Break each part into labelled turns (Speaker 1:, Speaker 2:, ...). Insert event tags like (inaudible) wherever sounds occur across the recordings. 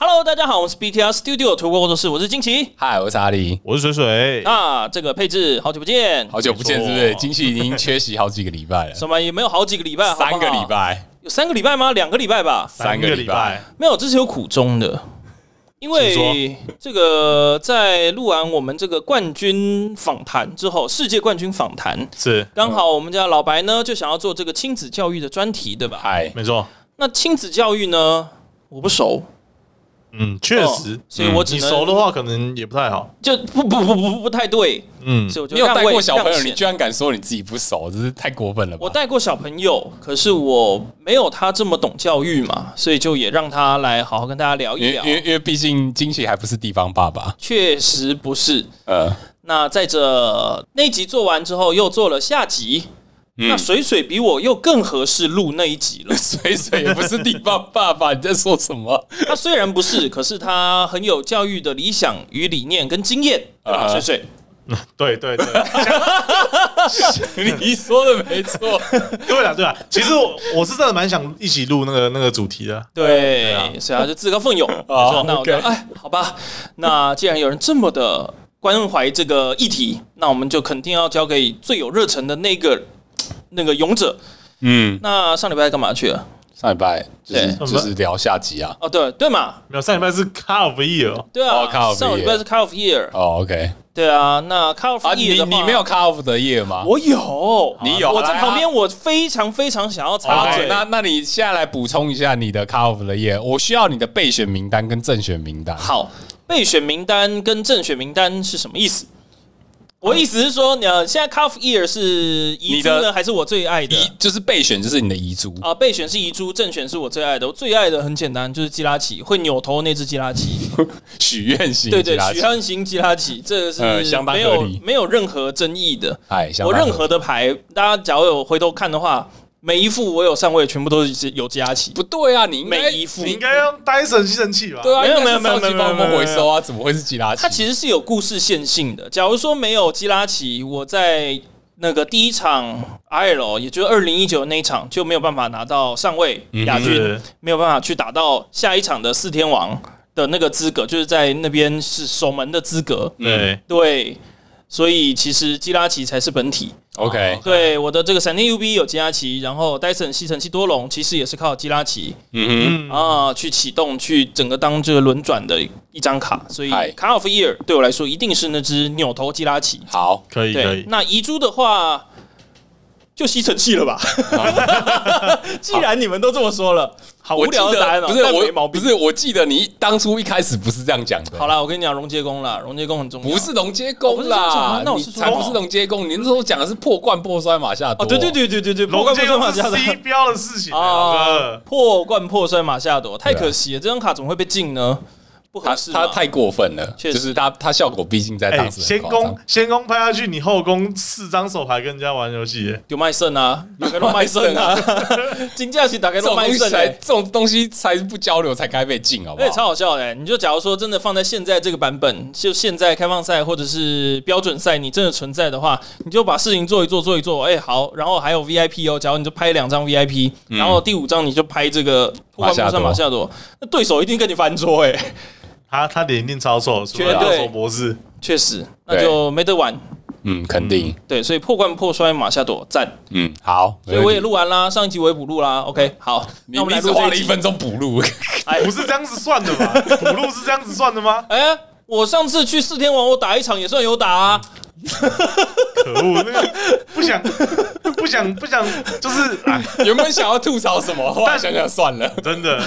Speaker 1: 我是 BTR Studio 图国工作室，我是金奇。
Speaker 2: 嗨，我是阿里，
Speaker 3: 我是水水。
Speaker 1: 啊，这个配置好久不见，
Speaker 2: 好久不见，
Speaker 3: 没
Speaker 2: 是
Speaker 3: 错
Speaker 2: 不是？金喜已经缺席好几个礼拜了，
Speaker 1: 什么也没有好几个礼拜，好不好
Speaker 2: 三个礼，拜，
Speaker 1: 有三个礼拜吗？两个礼拜吧？
Speaker 2: 三个礼拜，
Speaker 1: 没有，这是有苦衷的，因为这个在录完我们这个冠军访谈之后，世界冠军访谈，
Speaker 3: 是
Speaker 1: 刚好我们家老白呢就想要做这个亲子教育的专题，对吧？
Speaker 2: 嗨，
Speaker 3: 没错。
Speaker 1: 那亲子教育呢，我不熟，
Speaker 3: 嗯，确实
Speaker 1: 哦，所以我
Speaker 3: 嗯
Speaker 1: 只
Speaker 3: 你
Speaker 1: 能
Speaker 3: 熟的话可能也不太好。
Speaker 1: 就不不不不不不太对，
Speaker 3: 嗯，
Speaker 1: 所以我就
Speaker 2: 你有带
Speaker 1: 让位
Speaker 2: 过小朋友，
Speaker 1: 让
Speaker 2: 你
Speaker 1: 贤
Speaker 2: 居然敢说你自己不熟，这是太过分了吧？
Speaker 1: 我带过小朋友，可是我没有他这么懂教育嘛，所以就也让他来好好跟大家聊
Speaker 2: 因
Speaker 1: 一
Speaker 2: 为
Speaker 1: 聊
Speaker 2: 因。为因为毕竟金喜还不是地方爸爸，
Speaker 1: 确实不是。
Speaker 2: (laughs) 呃，。
Speaker 1: 那在这那一集做完之后，又做了下集。那水水比我又更合适录那一集了 (laughs)
Speaker 2: 水水也不是地方爸爸，你在说什么？
Speaker 1: 他虽然不是，可是他很有教育的理想与理念跟经验。对吧
Speaker 2: 啊
Speaker 1: 水水，
Speaker 3: 对对 (laughs) 对，
Speaker 2: 你说的没错，
Speaker 3: 对啊了对了，其实我我是真的蛮想一起录那个那个主题的。
Speaker 1: 对，所以他就自告奋勇。
Speaker 2: 哦
Speaker 1: 那我就
Speaker 2: 啊 OK
Speaker 1: 哎，好吧，那既然有人这么的关怀这个议题，那我们就肯定要交给最有热忱的那个那个勇者。
Speaker 2: 嗯，
Speaker 1: 那上礼拜干嘛去了？
Speaker 2: 上礼拜就是
Speaker 3: 对
Speaker 2: 就是聊下集啊，
Speaker 1: 哦，对对嘛，
Speaker 3: 没有，上礼拜是 Car of Year，
Speaker 1: 对啊，
Speaker 2: 哦，Car of
Speaker 1: 上礼拜是 Car of Year，
Speaker 2: 哦，OK，
Speaker 1: 对啊，那 Car of
Speaker 2: 啊，
Speaker 1: Year
Speaker 2: 你
Speaker 1: 的话
Speaker 2: 你没有 cut off 的页吗？
Speaker 1: 我有，
Speaker 2: 你有
Speaker 1: 我在
Speaker 2: 来啊
Speaker 1: 旁边，我非常非常想要
Speaker 2: 好
Speaker 1: 插，嘴。
Speaker 2: 那那你现在来补充一下你的 cut off 的页，我需要你的备选名单跟正选名单。
Speaker 1: 好，备选名单跟正选名单是什么意思？我意思是说，呃，现在 Car of Year 是遗珠
Speaker 2: 你
Speaker 1: 呢，
Speaker 2: 的
Speaker 1: 还是我最爱的？
Speaker 2: 遗就是备选就是你的遗珠，
Speaker 1: 啊，备选是遗珠，正选是我最爱的。我最爱的很简单，就是基拉奇，会扭头那只基拉奇。
Speaker 2: 许愿型
Speaker 1: 对对
Speaker 2: 吉，拉奇
Speaker 1: 许汉型基拉奇，这个
Speaker 2: 呃
Speaker 1: 是
Speaker 2: 相当
Speaker 1: 没
Speaker 2: 合
Speaker 1: 有
Speaker 2: 理
Speaker 1: 没有任何争议的。
Speaker 2: 哎，相
Speaker 1: 我
Speaker 2: 当
Speaker 1: 任何的牌，大家假如有回头看的话，每一副我有上位，全部都是有基拉奇。
Speaker 2: 不对啊，你应该
Speaker 1: 每一副
Speaker 3: 你应该用 Dyson 吸尘器吧？
Speaker 2: 对啊，
Speaker 1: 没有
Speaker 2: 应该是
Speaker 1: 没有没有
Speaker 2: 超级
Speaker 1: 没有
Speaker 2: 帮我
Speaker 1: 没有没
Speaker 2: 们
Speaker 1: 有
Speaker 2: 回收啊，怎么会是吉拉奇？
Speaker 1: 它其实是有故事线性的。假如说没有基拉奇，我在那个第一场 IL，也就是二零一九那一场就没有办法拿到上位亚军，
Speaker 3: 是
Speaker 1: 没有办法去打到下一场的四天王的那个资格，就是在那边是守门的资格。
Speaker 3: 对，
Speaker 1: 对，所以其实基拉奇才是本体。
Speaker 2: OK，
Speaker 1: 对，我的这个闪电 UB 有基拉奇，然后 Dyson 吸尘器多隆其实也是靠基拉奇
Speaker 2: 嗯
Speaker 3: 嗯
Speaker 1: 啊去启动，去整个当这个轮转的一张卡。所以
Speaker 2: 嗨
Speaker 1: Car of Year 对我来说一定是那只扭头基拉奇。
Speaker 2: 哼，好，
Speaker 3: 可以可
Speaker 1: 对
Speaker 3: 以，。
Speaker 1: 那遗珠的话。就吸尘器了
Speaker 3: (laughs)
Speaker 1: 吧？既然你们都这么说了，好无
Speaker 2: 我记
Speaker 1: 聊的答案
Speaker 2: 得
Speaker 1: 啊！
Speaker 2: 不是
Speaker 1: 但没毛
Speaker 2: 我，不
Speaker 1: 病。
Speaker 2: 是我记得你当初一开始不是这样讲的。
Speaker 1: 好，啦，我跟你讲，溶解工啦，溶解工很重要。
Speaker 2: 不是龙接
Speaker 1: 哦不
Speaker 2: 工
Speaker 1: 是这样讲啊
Speaker 2: 啦，
Speaker 1: 那我
Speaker 2: 你
Speaker 1: 是说
Speaker 2: 才不是龙接工，你那时候讲的是破罐破摔马下多。
Speaker 1: 哦，对对对对对对，破
Speaker 3: 龙
Speaker 1: 罐
Speaker 3: 剑
Speaker 1: 破摔马
Speaker 3: 又是
Speaker 1: 夏
Speaker 3: C
Speaker 1: 朵
Speaker 3: 标的事情
Speaker 1: 啊
Speaker 3: 啊，，
Speaker 1: 破罐破摔马夏
Speaker 2: 啊
Speaker 1: 朵，太可惜了，这张卡怎么会被禁呢？不合
Speaker 2: 他
Speaker 1: 适嘛，
Speaker 2: 他太过分了，
Speaker 1: 啊确
Speaker 2: 就
Speaker 1: 实
Speaker 2: 是他他效果毕竟在
Speaker 3: 哎，
Speaker 2: 当时
Speaker 3: 先
Speaker 2: 很夸张
Speaker 3: 攻先攻拍下去，你后攻四张手牌跟人家玩游戏耶，
Speaker 1: 丢卖肾啊，大概都卖肾
Speaker 2: (laughs)
Speaker 1: 啊，金价是大概
Speaker 2: 这
Speaker 1: 都
Speaker 2: 种
Speaker 1: 卖
Speaker 2: 东西
Speaker 1: 肾欸
Speaker 2: 才
Speaker 1: 嘞。
Speaker 2: 这种东西才不交流才该被禁，好不
Speaker 1: 哎、
Speaker 2: 好？
Speaker 1: 超好笑的、你就假如说真的放在现在这个版本，就现在开放赛或者是标准赛，你真的存在的话，你就把事情做一做，做一做。哎、好，然后还有 VIP 哦，假如你就拍两张 VIP，、然
Speaker 2: 嗯
Speaker 1: 后第五张你就拍这个破罐破摔马夏朵，那对手一定跟你翻桌哎、
Speaker 3: 他他脸一定超臭，除
Speaker 1: 绝
Speaker 3: 了
Speaker 1: 对
Speaker 3: 高手博士，
Speaker 1: 确实，那就没得玩。
Speaker 2: 嗯，肯定，
Speaker 1: 对，所以破罐破摔马夏朵赞，
Speaker 2: 嗯，好，
Speaker 1: 所以我也录完啦，上一集我也补录啦。OK，好，
Speaker 2: 你
Speaker 1: 那我们
Speaker 2: 你
Speaker 1: 来
Speaker 2: 只
Speaker 1: 录
Speaker 2: 花
Speaker 1: 这
Speaker 2: 了一
Speaker 1: 集。
Speaker 2: 分钟补
Speaker 1: (laughs)
Speaker 2: 录，
Speaker 3: 哎不是这样子算的吧？补录是这样子算的吗？
Speaker 1: 哎、我上次去四天王，我打一场也算有打啊。
Speaker 3: 可恶，那个不想不想不想，就是哎，
Speaker 2: 原本想要吐槽什么，后来想想算了。
Speaker 3: 真的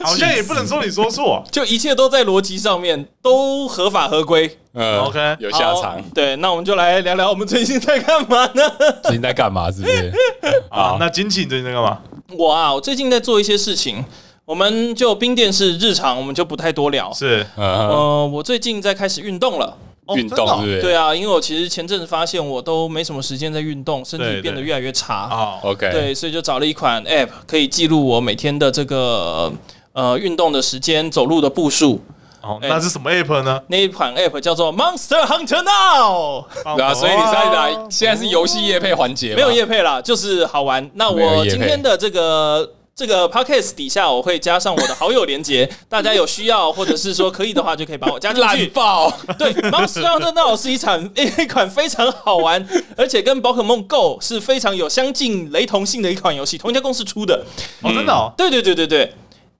Speaker 3: 好像也不能说你说错啊、
Speaker 1: 就一切都在逻辑上面，都合法合规。
Speaker 2: (laughs) 嗯
Speaker 3: OK
Speaker 2: 有下
Speaker 1: 好
Speaker 2: 场，
Speaker 1: 对，那我们就来聊聊我们最近在干嘛呢？
Speaker 2: 最近在干嘛？是不是？
Speaker 1: (laughs)
Speaker 3: 啊
Speaker 2: 好，，
Speaker 3: 那金奇你最近在干嘛？
Speaker 1: 我啊，我最近在做一些事情，我们就冰店是日常，我们就不太多聊。
Speaker 3: 是
Speaker 2: 嗯，
Speaker 1: 呃，我最近在开始运动了。
Speaker 3: 哦
Speaker 2: 运
Speaker 3: 真的
Speaker 2: 动
Speaker 3: 哦
Speaker 2: 是不是？
Speaker 1: 对啊，因为我其实前阵子发现我都没什么时间在运动，身体
Speaker 3: 对
Speaker 1: 变得
Speaker 3: 对
Speaker 1: 越来越差。
Speaker 3: 啊，
Speaker 2: ，OK，
Speaker 1: 对，所以就找了一款 App，可以记录我每天的这个呃运动的时间、走路的步数。
Speaker 3: 哦，那是什么 app 呢？
Speaker 1: 那一款 App 叫做 Monster Hunter Now，
Speaker 2: 对啊，所以你在
Speaker 3: 来
Speaker 2: 来，现在是游戏夜配环节吗，
Speaker 1: 没有业配啦，就是好玩。那
Speaker 2: 没有
Speaker 1: 我
Speaker 2: 业配
Speaker 1: 今天的这个这个 podcast 底下我会加上我的好友连 (laughs) 接，大家有需要或者是说可以的话，就可以把我加进
Speaker 2: 烂
Speaker 1: 去。 (laughs)
Speaker 2: 爆！
Speaker 1: 对，Monster Hunter Now 是一场 (laughs) 一款非常好玩，而且跟宝可梦 Go 是非常有相近雷同性的一款游戏，同一家公司出的。
Speaker 3: 哦，真的哦，啊
Speaker 1: 对对对对对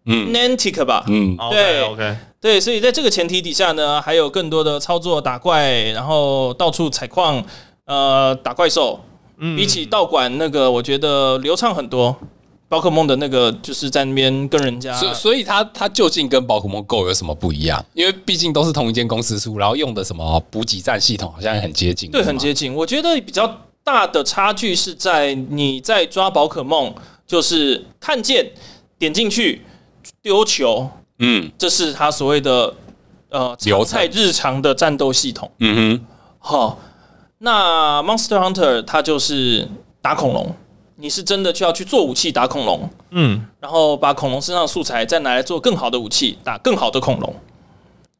Speaker 2: 嗯
Speaker 1: ，Nantic 吧，
Speaker 2: 嗯，
Speaker 1: 对
Speaker 3: OK，
Speaker 1: 对，所以在这个前提底下呢，还有更多的操作打怪，然后到处采矿，呃，打怪兽，
Speaker 3: 嗯
Speaker 1: 比起道馆那个，我觉得流畅很多。宝可梦的那个就是在那边跟人家，
Speaker 2: (laughs) 所以所以它它究竟跟宝可梦 Go 有什么不一样？因为毕竟都是同一间公司出，然后用的什么补给站系统好像很接近，
Speaker 1: 对，
Speaker 2: 是吗
Speaker 1: 很接近。我觉得比较大的差距是在你在抓宝可梦，就是看见点进去丢球，
Speaker 2: 嗯
Speaker 1: 这是它所谓的呃
Speaker 2: 流
Speaker 1: 常态日常的战斗系统。
Speaker 2: 嗯哼，
Speaker 1: 好、那 Monster Hunter 它就是打恐龙，你是真的就要去做武器打恐龙，
Speaker 3: 嗯，
Speaker 1: 然后把恐龙身上的素材再拿来做更好的武器，打更好的恐龙。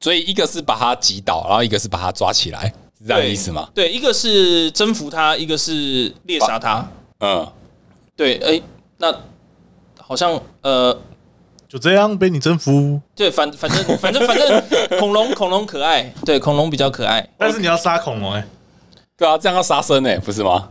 Speaker 2: 所以一个是把它击倒，然后一个是把它抓起来，是这样的意思吗？
Speaker 1: 对，一个是征服它，一个是猎杀它。
Speaker 2: 嗯，
Speaker 1: 对，哎、那好像呃，
Speaker 3: 就这样被你征服，
Speaker 1: 对，反反正反正反
Speaker 2: (laughs)
Speaker 1: 正恐龙恐龙可爱，对，恐龙比较可爱，
Speaker 3: 但是你要杀恐龙哎，
Speaker 2: 对啊，这样要杀生哎，不是吗？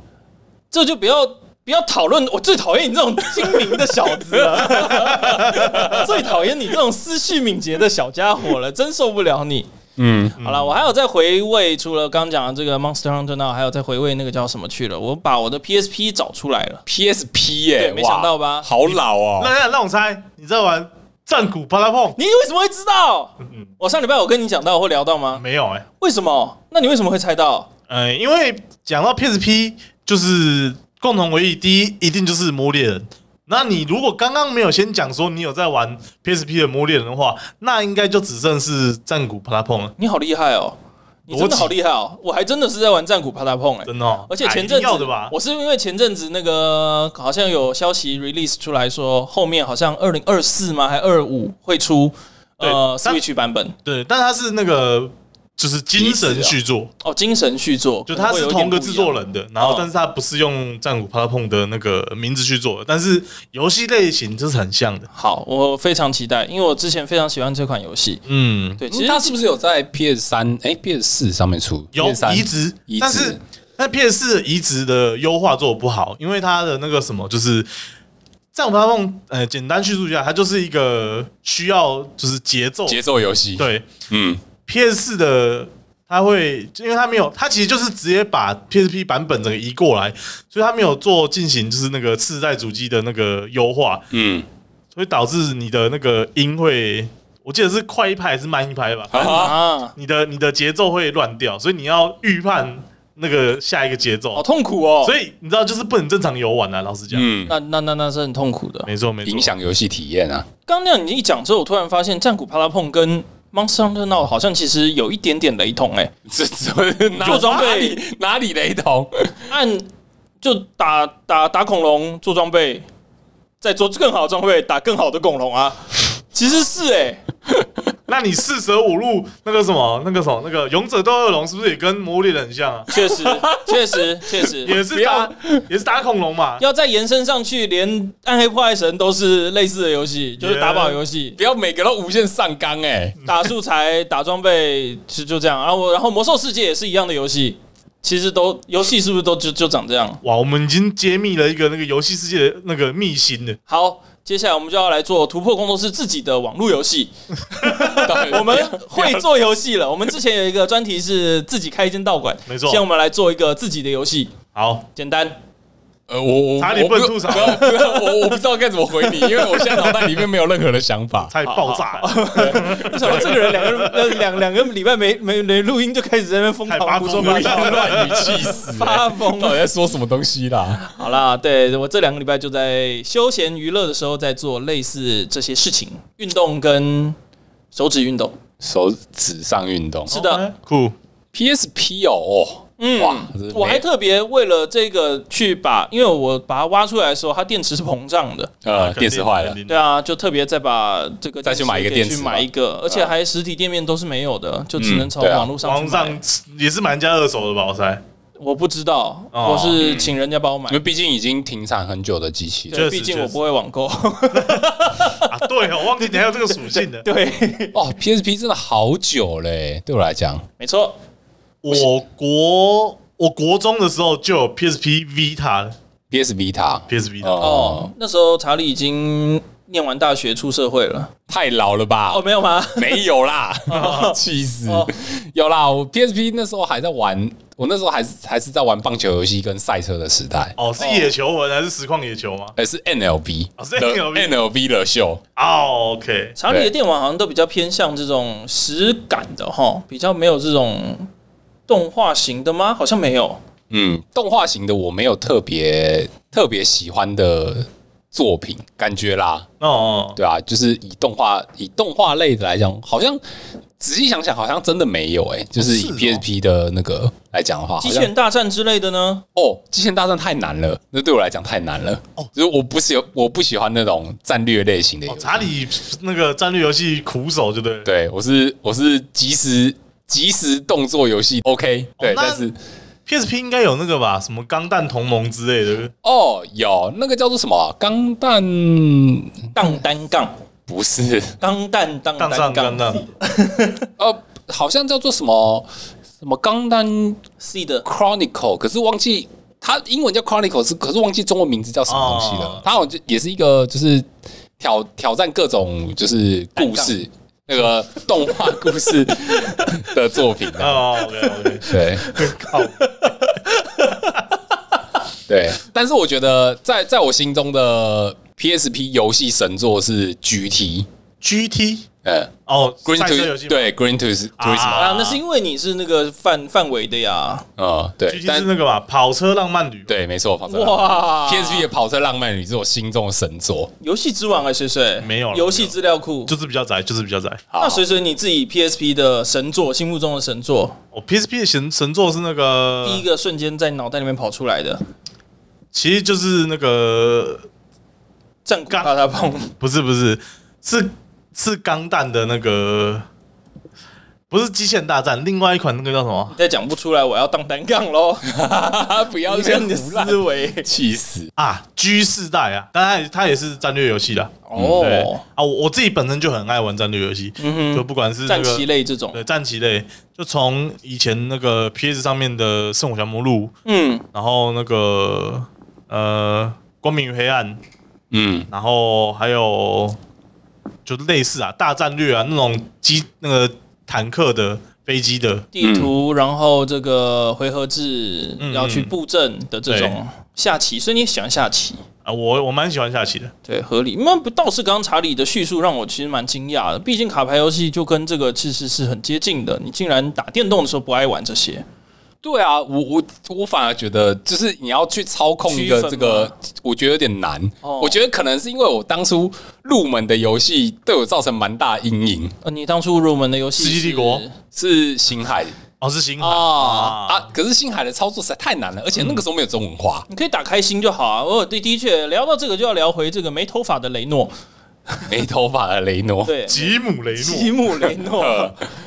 Speaker 1: 这就不要不要讨论，我最讨厌你这种精明的小子了， (laughs) 最讨厌你这种思绪敏捷的小家伙了，真受不了你。
Speaker 2: 嗯，
Speaker 1: 好了，我还有在回味，除了刚讲的这个 Monster Hunter Now，还有在回味那个叫什么去了，我把我的 PSP 找出来了。
Speaker 2: PSP 耶、
Speaker 1: 对没想到吧
Speaker 2: 哇好老哦。
Speaker 3: 那那让我猜，你在玩战鼓巴拉碰？
Speaker 1: 你为什么会知道？我上礼拜有跟你讲到或聊到吗？
Speaker 3: 没有哎，
Speaker 1: 为什么？那你为什么会猜到？
Speaker 3: 呃，因为讲到 PSP，就是共同回忆，第一一定就是《魔猎人》。那你如果刚刚没有先讲说你有在玩 PSP 的《魔猎人》的话，那应该就只剩是战鼓啪啦碰了，
Speaker 1: 你好厉害哦！你真的好厉害哦！我还真的是在玩战鼓啪嗒碰哎、
Speaker 3: 真的、哦。
Speaker 1: 而且前阵
Speaker 3: 哎一定要
Speaker 1: 子
Speaker 3: 的吧，
Speaker 1: 我是因为前阵子那个好像有消息 release 出来说，后面好像二零二四吗？还二五会出呃
Speaker 3: 对但
Speaker 1: Switch 版本
Speaker 3: 对，但它是那个就是精神续作，
Speaker 1: 哦，精神续作，
Speaker 3: 就它
Speaker 1: 可能会
Speaker 3: 是
Speaker 1: 有一点
Speaker 3: 同个
Speaker 1: 不一
Speaker 3: 制
Speaker 1: 样
Speaker 3: 作人的，然后
Speaker 1: 哦
Speaker 3: 但是它不是用战鼓啪啦碰的那个名字去做的，但是游戏类型就是很像的。
Speaker 1: 好，我非常期待，因为我之前非常喜欢这款游戏。
Speaker 3: 嗯，
Speaker 1: 对，其
Speaker 2: 其
Speaker 1: 实
Speaker 2: 实它是不是有在 PS 三、哎 PS 四上面出？
Speaker 3: 有
Speaker 2: PS 三
Speaker 3: 移植
Speaker 2: 移，
Speaker 3: 但
Speaker 2: 植
Speaker 3: 是那 PS 四移植的优化做得不好，因为它的那个什么就是。战斧大梦，呃，简单叙述一下，它就是一个需要就是节奏，
Speaker 2: 节奏游戏。，
Speaker 3: 对
Speaker 2: 嗯
Speaker 3: PS 四的，它会，因为它没有，它其实就是直接把 PSP 版本整个移过来，所以它没有做进行就是那个次世代主机的那个优化，
Speaker 2: 嗯，
Speaker 3: 所以导致你的那个音会，我记得是快一拍还是慢一拍吧，
Speaker 2: 好好，
Speaker 1: 啊，
Speaker 3: 你的你的节奏会乱掉，所以你要预判那个下一个节奏
Speaker 1: 好，痛苦哦。
Speaker 3: 所以你知道就是不能正常游玩啊，老实讲，
Speaker 2: 嗯，
Speaker 1: 那那那那是很痛苦的。
Speaker 3: 没错没错，
Speaker 2: 影响游戏体验啊。 (laughs)
Speaker 1: 刚那样你一讲之后，我突然发现《战鼓啪啦碰》跟《Monster Hunter Now》好像其实有一点点雷同哎、
Speaker 2: 这这哪
Speaker 1: 做装备
Speaker 2: 哪里哪里雷同？
Speaker 1: 按就打打打恐龙做装备，再做更好的装备打更好的恐龙啊。其实是哎、
Speaker 3: 那你四舍五入那个什么那个什么那个勇者斗恶龙是不是也跟魔物猎人很像啊？
Speaker 1: 确实，确实，确实。
Speaker 3: 也是打也是打恐龙嘛，
Speaker 1: 要再延伸上去，连《暗黑破坏神》都是类似的游戏，就是打宝游戏。
Speaker 2: 不要每个都无限上纲哎、
Speaker 1: 打素材、打装备，就就这样。然啊后我，然后魔兽世界也是一样的游戏，其实都游戏是不是都就就长这样？
Speaker 3: 哇，我们已经揭秘了一个那个游戏世界的那个秘辛了。
Speaker 1: 好，接下来我们就要来做突破工作室自己的网络游戏。
Speaker 2: 到底
Speaker 1: 我们会做游戏了，我们之前有一个专题是自己开一间道馆，
Speaker 3: 没错
Speaker 1: 现在我们来做一个自己的游戏，
Speaker 3: 好，
Speaker 1: 简单。
Speaker 2: 呃，我我
Speaker 3: 查理
Speaker 2: 我不
Speaker 3: 笨吐槽
Speaker 2: 不要不要 (laughs) 我我不知道该怎么回你，因为我现在脑袋里面没有任何的想
Speaker 3: (laughs)
Speaker 2: 法。
Speaker 3: 差点爆炸，
Speaker 1: 为什么这个人两个呃两两个礼拜没没没录音就开始在那边疯
Speaker 3: 太
Speaker 1: 狂
Speaker 3: 发
Speaker 1: 胡
Speaker 3: 疯
Speaker 1: 说
Speaker 3: 了
Speaker 1: 八
Speaker 2: 不要
Speaker 1: 道？
Speaker 2: (laughs) 乱语气死、
Speaker 1: 发
Speaker 2: 欸！
Speaker 1: 疯
Speaker 2: 到底在说什么东西啦？
Speaker 1: 好啦，对我这两个礼拜就在休闲娱乐的时候在做类似这些事情，运动跟手指运动。
Speaker 2: 手指上运动
Speaker 1: 是的，
Speaker 3: 哦酷，
Speaker 2: ，PSP 哦，
Speaker 1: 嗯，
Speaker 2: 哇这是
Speaker 1: 我还
Speaker 2: 没
Speaker 1: 特别为了这个去把，因为我把它挖出来的时候，它电池是膨胀的，
Speaker 2: 呃，电池坏了
Speaker 3: 啊肯，定
Speaker 1: 对，啊，就特别再把这个
Speaker 2: 再去买一个
Speaker 1: 给
Speaker 2: 电池
Speaker 1: 去
Speaker 2: 吧啊
Speaker 1: 买一个，而且还实体店面都是没有的，就只能从
Speaker 2: 对啊
Speaker 1: 网络上
Speaker 3: 网
Speaker 1: 去买。
Speaker 3: 上也是蛮家二手的吧？我猜，
Speaker 1: 我不知道，
Speaker 3: 哦
Speaker 1: 我是请人家帮我买
Speaker 2: 嗯因为，毕竟已经停产很久的机器了。
Speaker 1: 对，
Speaker 3: 确实
Speaker 1: 毕竟
Speaker 3: 确
Speaker 1: 我
Speaker 3: 实
Speaker 1: 不会网购。 (laughs)
Speaker 3: 啊，对哦，我忘记你还有这个属性的。
Speaker 1: 对，
Speaker 2: 哦，PSP 真的好久嘞、对我来讲，
Speaker 1: 没错，
Speaker 3: 我国我国中的时候就有 PSP Vita 了
Speaker 2: PS Vita
Speaker 3: ，PSP Vita，
Speaker 2: 哦
Speaker 1: 哦，，那时候查理已经念完大学出社会了。
Speaker 2: 太老了吧？
Speaker 1: 哦，没有吗？ (laughs)
Speaker 2: 没有
Speaker 3: (laughs)
Speaker 2: 啦，气死！
Speaker 1: 哦
Speaker 2: 有啦，我 PSP 那时候还在玩，我那时候还是还是在玩棒球游戏跟赛车的时代。
Speaker 3: 哦，是野球文还是实况野球吗？
Speaker 2: 哎，是 NLB，
Speaker 3: 哦是 NLB
Speaker 2: NLB 的秀，
Speaker 3: 哦，OK，
Speaker 1: 查理的电玩好像都比较偏向这种实感的哈，比较没有这种动画型的吗？好像没有。
Speaker 2: 嗯，动画型的我没有特别特别喜欢的作品，感觉啦，
Speaker 3: 哦，
Speaker 2: 对啊，就是以动画以动画类的来讲，好像仔细想想，好像真的没有哎、就是以
Speaker 3: 是哦
Speaker 2: PSP 的那个来讲的话，好
Speaker 1: 机器
Speaker 2: 像
Speaker 1: 人大战之类的呢？
Speaker 2: 哦，极限大战太难了，那对我来讲太难了。哦，就是我不喜我不喜欢那种战略类型的游
Speaker 3: 哦
Speaker 2: 戏。
Speaker 3: 查理那个战略游戏苦手，就对了。
Speaker 2: 对我是我是即时即时动作游戏 OK，对，
Speaker 3: 哦那
Speaker 2: 但是
Speaker 3: PSP 应该有那个吧，什么钢弹同盟之类的。
Speaker 2: 哦有那个叫做什么啊钢弹，嗯
Speaker 1: 当单杠，
Speaker 2: 不是 (laughs)
Speaker 1: 钢弹当
Speaker 3: 杠上
Speaker 1: 单
Speaker 3: 钢
Speaker 1: 杠
Speaker 3: 弹，
Speaker 2: 呃，好像叫做什么什么钢弹
Speaker 1: ，C 的
Speaker 2: Chronicle，可是忘记它英文叫 Chronicle，是可是忘记中文名字叫什么东西了
Speaker 3: 哦。
Speaker 2: 它好像就也是一个就是挑挑战各种就是故事那个动画故事的作品
Speaker 3: (laughs)
Speaker 2: 啊。
Speaker 3: 哦，OK，OK，
Speaker 2: 对
Speaker 3: 靠，
Speaker 2: 对，但是我觉得在在我心中的 PSP 游戏神作是 GT，
Speaker 3: GT
Speaker 2: 嗯
Speaker 3: 哦，
Speaker 2: ，Green
Speaker 3: 赛车游戏
Speaker 2: to
Speaker 3: 嘛
Speaker 2: 对 Green to Turismo，
Speaker 3: 啊
Speaker 1: 啊，那是因为你是那个范范围的呀。
Speaker 2: 嗯，对，
Speaker 3: ，GT
Speaker 2: 但
Speaker 3: 是那个吧，跑车浪漫旅。
Speaker 2: 对，没错，跑车
Speaker 3: 啊
Speaker 2: 浪漫
Speaker 1: 哇
Speaker 2: PSP 的跑车浪漫旅是我心中的神作。
Speaker 1: 游戏之王啊，水水
Speaker 3: 没有了
Speaker 1: 游戏资料库。
Speaker 3: 就是比较宅，就是比较宅。
Speaker 2: 好
Speaker 1: 那水水你自己 PSP 的神作，心目中的神作，
Speaker 3: 我 PSP 的神神作是那个，
Speaker 1: 第一个瞬间在脑袋里面跑出来的，
Speaker 3: 其实就是那个，
Speaker 1: 战鼓
Speaker 3: 钢
Speaker 1: 啪嗒
Speaker 3: (laughs)
Speaker 1: 砰，
Speaker 3: 不是不是，是是钢弹的那个，不是机械大战，另外一款那个叫什么
Speaker 1: 你再讲不出来，我要当单杠喽！
Speaker 3: 嗯
Speaker 2: 啊不要
Speaker 1: 你
Speaker 2: 这样
Speaker 1: 看你的
Speaker 2: 胡
Speaker 1: 思
Speaker 2: 乱
Speaker 1: 维
Speaker 2: 气死！
Speaker 3: 啊？G 世代啊，但它它也是战略游戏的。对
Speaker 1: 哦，
Speaker 3: 啊，我我自己本身就很爱玩战略游戏，
Speaker 1: 嗯
Speaker 3: 就
Speaker 1: 哼，
Speaker 3: 不管是那
Speaker 1: 战
Speaker 3: 个
Speaker 1: 棋类这种，
Speaker 3: 对战棋类，就从以前那个 PS 上面的《圣火降魔录》，
Speaker 1: 嗯，
Speaker 3: 然后那个呃《光明与黑暗》，
Speaker 2: 嗯，
Speaker 3: 然后还有就类似啊大战略啊那种机那个坦克的飞机的，
Speaker 1: 地图，然后这个回合制，
Speaker 3: 嗯
Speaker 1: 要去布阵的这种下棋，所以你喜欢下棋，
Speaker 3: 啊，我我蛮喜欢下棋的。
Speaker 1: 对，合理。那不倒是刚刚查理的叙述让我其实蛮惊讶的，毕竟卡牌游戏就跟这个其实是很接近的。你竟然打电动的时候不爱玩这些，
Speaker 2: 对啊，我我我反而觉得，就是你要去操控一
Speaker 1: 区
Speaker 2: 个
Speaker 1: 分
Speaker 2: 这个
Speaker 1: 吗，
Speaker 2: 我觉得有点难。
Speaker 1: 哦
Speaker 2: 我觉得可能是因为我当初入门的游戏对我造成蛮大阴影，
Speaker 1: 呃，你当初入门的游戏是
Speaker 3: 世纪
Speaker 1: (laughs)
Speaker 3: 帝国
Speaker 2: 是星海
Speaker 3: 哦，是星海
Speaker 2: 啊
Speaker 3: 啊
Speaker 2: 啊！可是星海的操作实在太难了，而且那个时候没有中文化，
Speaker 1: 你可以打开心就好啊。哦，对，的确，聊到这个就要聊回这个没头发的雷诺，
Speaker 2: 没头发的雷诺。
Speaker 1: 嗯对，
Speaker 3: 吉姆雷
Speaker 1: 吉
Speaker 3: 诺，
Speaker 1: 姆雷 (laughs) 诺，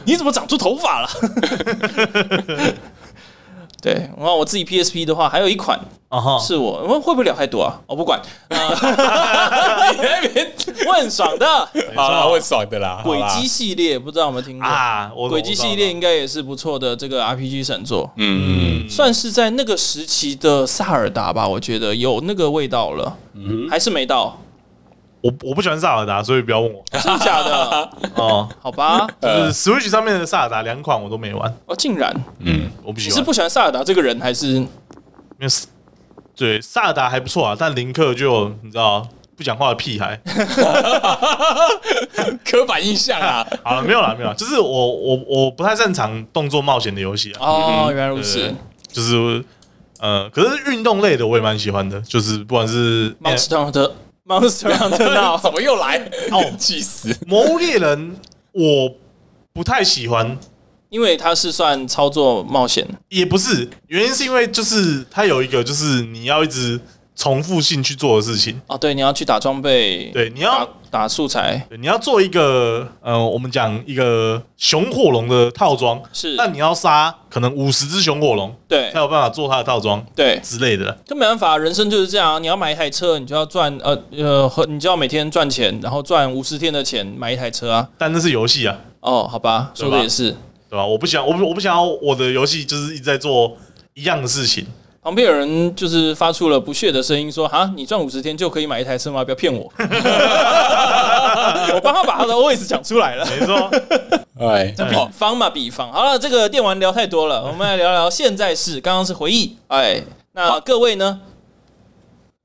Speaker 1: 你怎么长出头发了？对，然后我自己 PSP 的话，还有一款
Speaker 3: 啊哈，
Speaker 1: 是我，我会不会聊太多啊？我不管，呃 (laughs) 你那边我很爽的
Speaker 2: 好啦，会爽的啦。
Speaker 1: 轨
Speaker 2: 好啦
Speaker 1: 迹，系列，不知道有没有听过？
Speaker 3: 啊，我
Speaker 1: 轨迹系列，应该也是不错的这个 RPG 神作，
Speaker 2: 嗯，
Speaker 1: 算是在那个时期的萨尔达吧，我觉得有那个味道了，
Speaker 3: 嗯
Speaker 1: 还是没到，
Speaker 3: 啊我我不喜欢萨尔达，所以不要问我
Speaker 1: 真的假的？
Speaker 3: (laughs) 哦。
Speaker 1: 好吧，
Speaker 3: 就是 Switch 上面的萨尔达两款我都没玩，
Speaker 1: 哦，竟然
Speaker 3: 啊
Speaker 2: 嗯，
Speaker 3: 我不
Speaker 1: 你
Speaker 3: 喜
Speaker 1: 是
Speaker 3: 欢。
Speaker 1: 不喜欢萨尔达这个人，还是
Speaker 3: 因为是对萨尔达还不错啊，但林克就你知道不讲话的屁孩。
Speaker 1: 嗯
Speaker 2: 刻板印
Speaker 1: (laughs)
Speaker 2: 象啊，
Speaker 3: 好了，没有啦，没有啦，就是我我我不太擅长动作冒险的游戏啊，
Speaker 1: 哦，原来如
Speaker 3: 对
Speaker 1: 此。
Speaker 3: 就是呃，可是运动类的我也蛮喜欢的，就是不管是哎
Speaker 1: Monster Hunter (laughs) Monster
Speaker 3: (laughs)
Speaker 1: Hunter
Speaker 2: (laughs) 怎
Speaker 1: Now，
Speaker 2: 么又来？
Speaker 3: 哦
Speaker 2: (laughs) 气死！
Speaker 3: 《魔物猎人》，我不太喜欢，
Speaker 1: 因为它是算操作冒险，
Speaker 3: 也不是原因是因为就是它有一个就是你要一直重复性去做的事情。
Speaker 1: 哦，对，你要去打装备，
Speaker 3: 对，你
Speaker 1: 打
Speaker 3: 要
Speaker 1: 打素材
Speaker 3: 对你要做一个呃，我们讲一个熊火龙的套装，
Speaker 1: 是，
Speaker 3: 那你要杀可能五十只熊火龙
Speaker 1: 对
Speaker 3: 才有办法做它的套装
Speaker 1: 对，
Speaker 3: 之类的。
Speaker 1: 就没办法，人生就是这样啊。你要买一台车，你就要赚呃呃，和你就要每天赚钱，然后赚五十天的钱买一台车啊。
Speaker 3: 但那是游戏啊，
Speaker 1: 哦，好吧，
Speaker 3: 对吧
Speaker 1: 说的也是。
Speaker 3: 对吧？我不想，我不我不想要我的游戏就是一直在做一样的事情。
Speaker 1: 旁边有人就是发出了不屑的声音，说：“哈，你赚五十天就可以买一台车吗？不要骗我！” (laughs) 我帮他把他的 OS 讲出来了。(laughs)
Speaker 3: 没错，
Speaker 2: 哎，哦，
Speaker 1: 方嘛，比方好了，这个电玩聊太多了，我们来聊聊现在是刚刚是回忆，哎，那各位呢？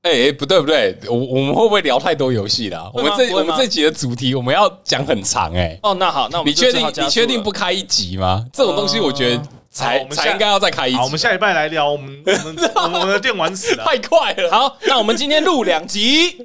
Speaker 2: 哎、哎不对不对，我我们会不会聊太多游戏啦？
Speaker 1: 会
Speaker 2: 我
Speaker 1: 吗
Speaker 2: 们这
Speaker 1: 会
Speaker 2: 我
Speaker 1: 吗
Speaker 2: 们这集的主题我们要讲很长哎、
Speaker 1: 哦，那好，那我们
Speaker 2: 你
Speaker 1: 就
Speaker 2: 确
Speaker 1: 只
Speaker 2: 定
Speaker 1: 好加
Speaker 2: 你
Speaker 1: 速
Speaker 2: 确定
Speaker 1: 了
Speaker 2: 不开一集吗？这种东西我觉得才、
Speaker 3: 好我们下
Speaker 2: 才应该要再开一集，
Speaker 3: 好，我们下礼拜来聊
Speaker 1: (laughs)
Speaker 3: 我们我们我们我们的电玩史啊。
Speaker 2: 太快了。
Speaker 1: 好？那我们今天录两集，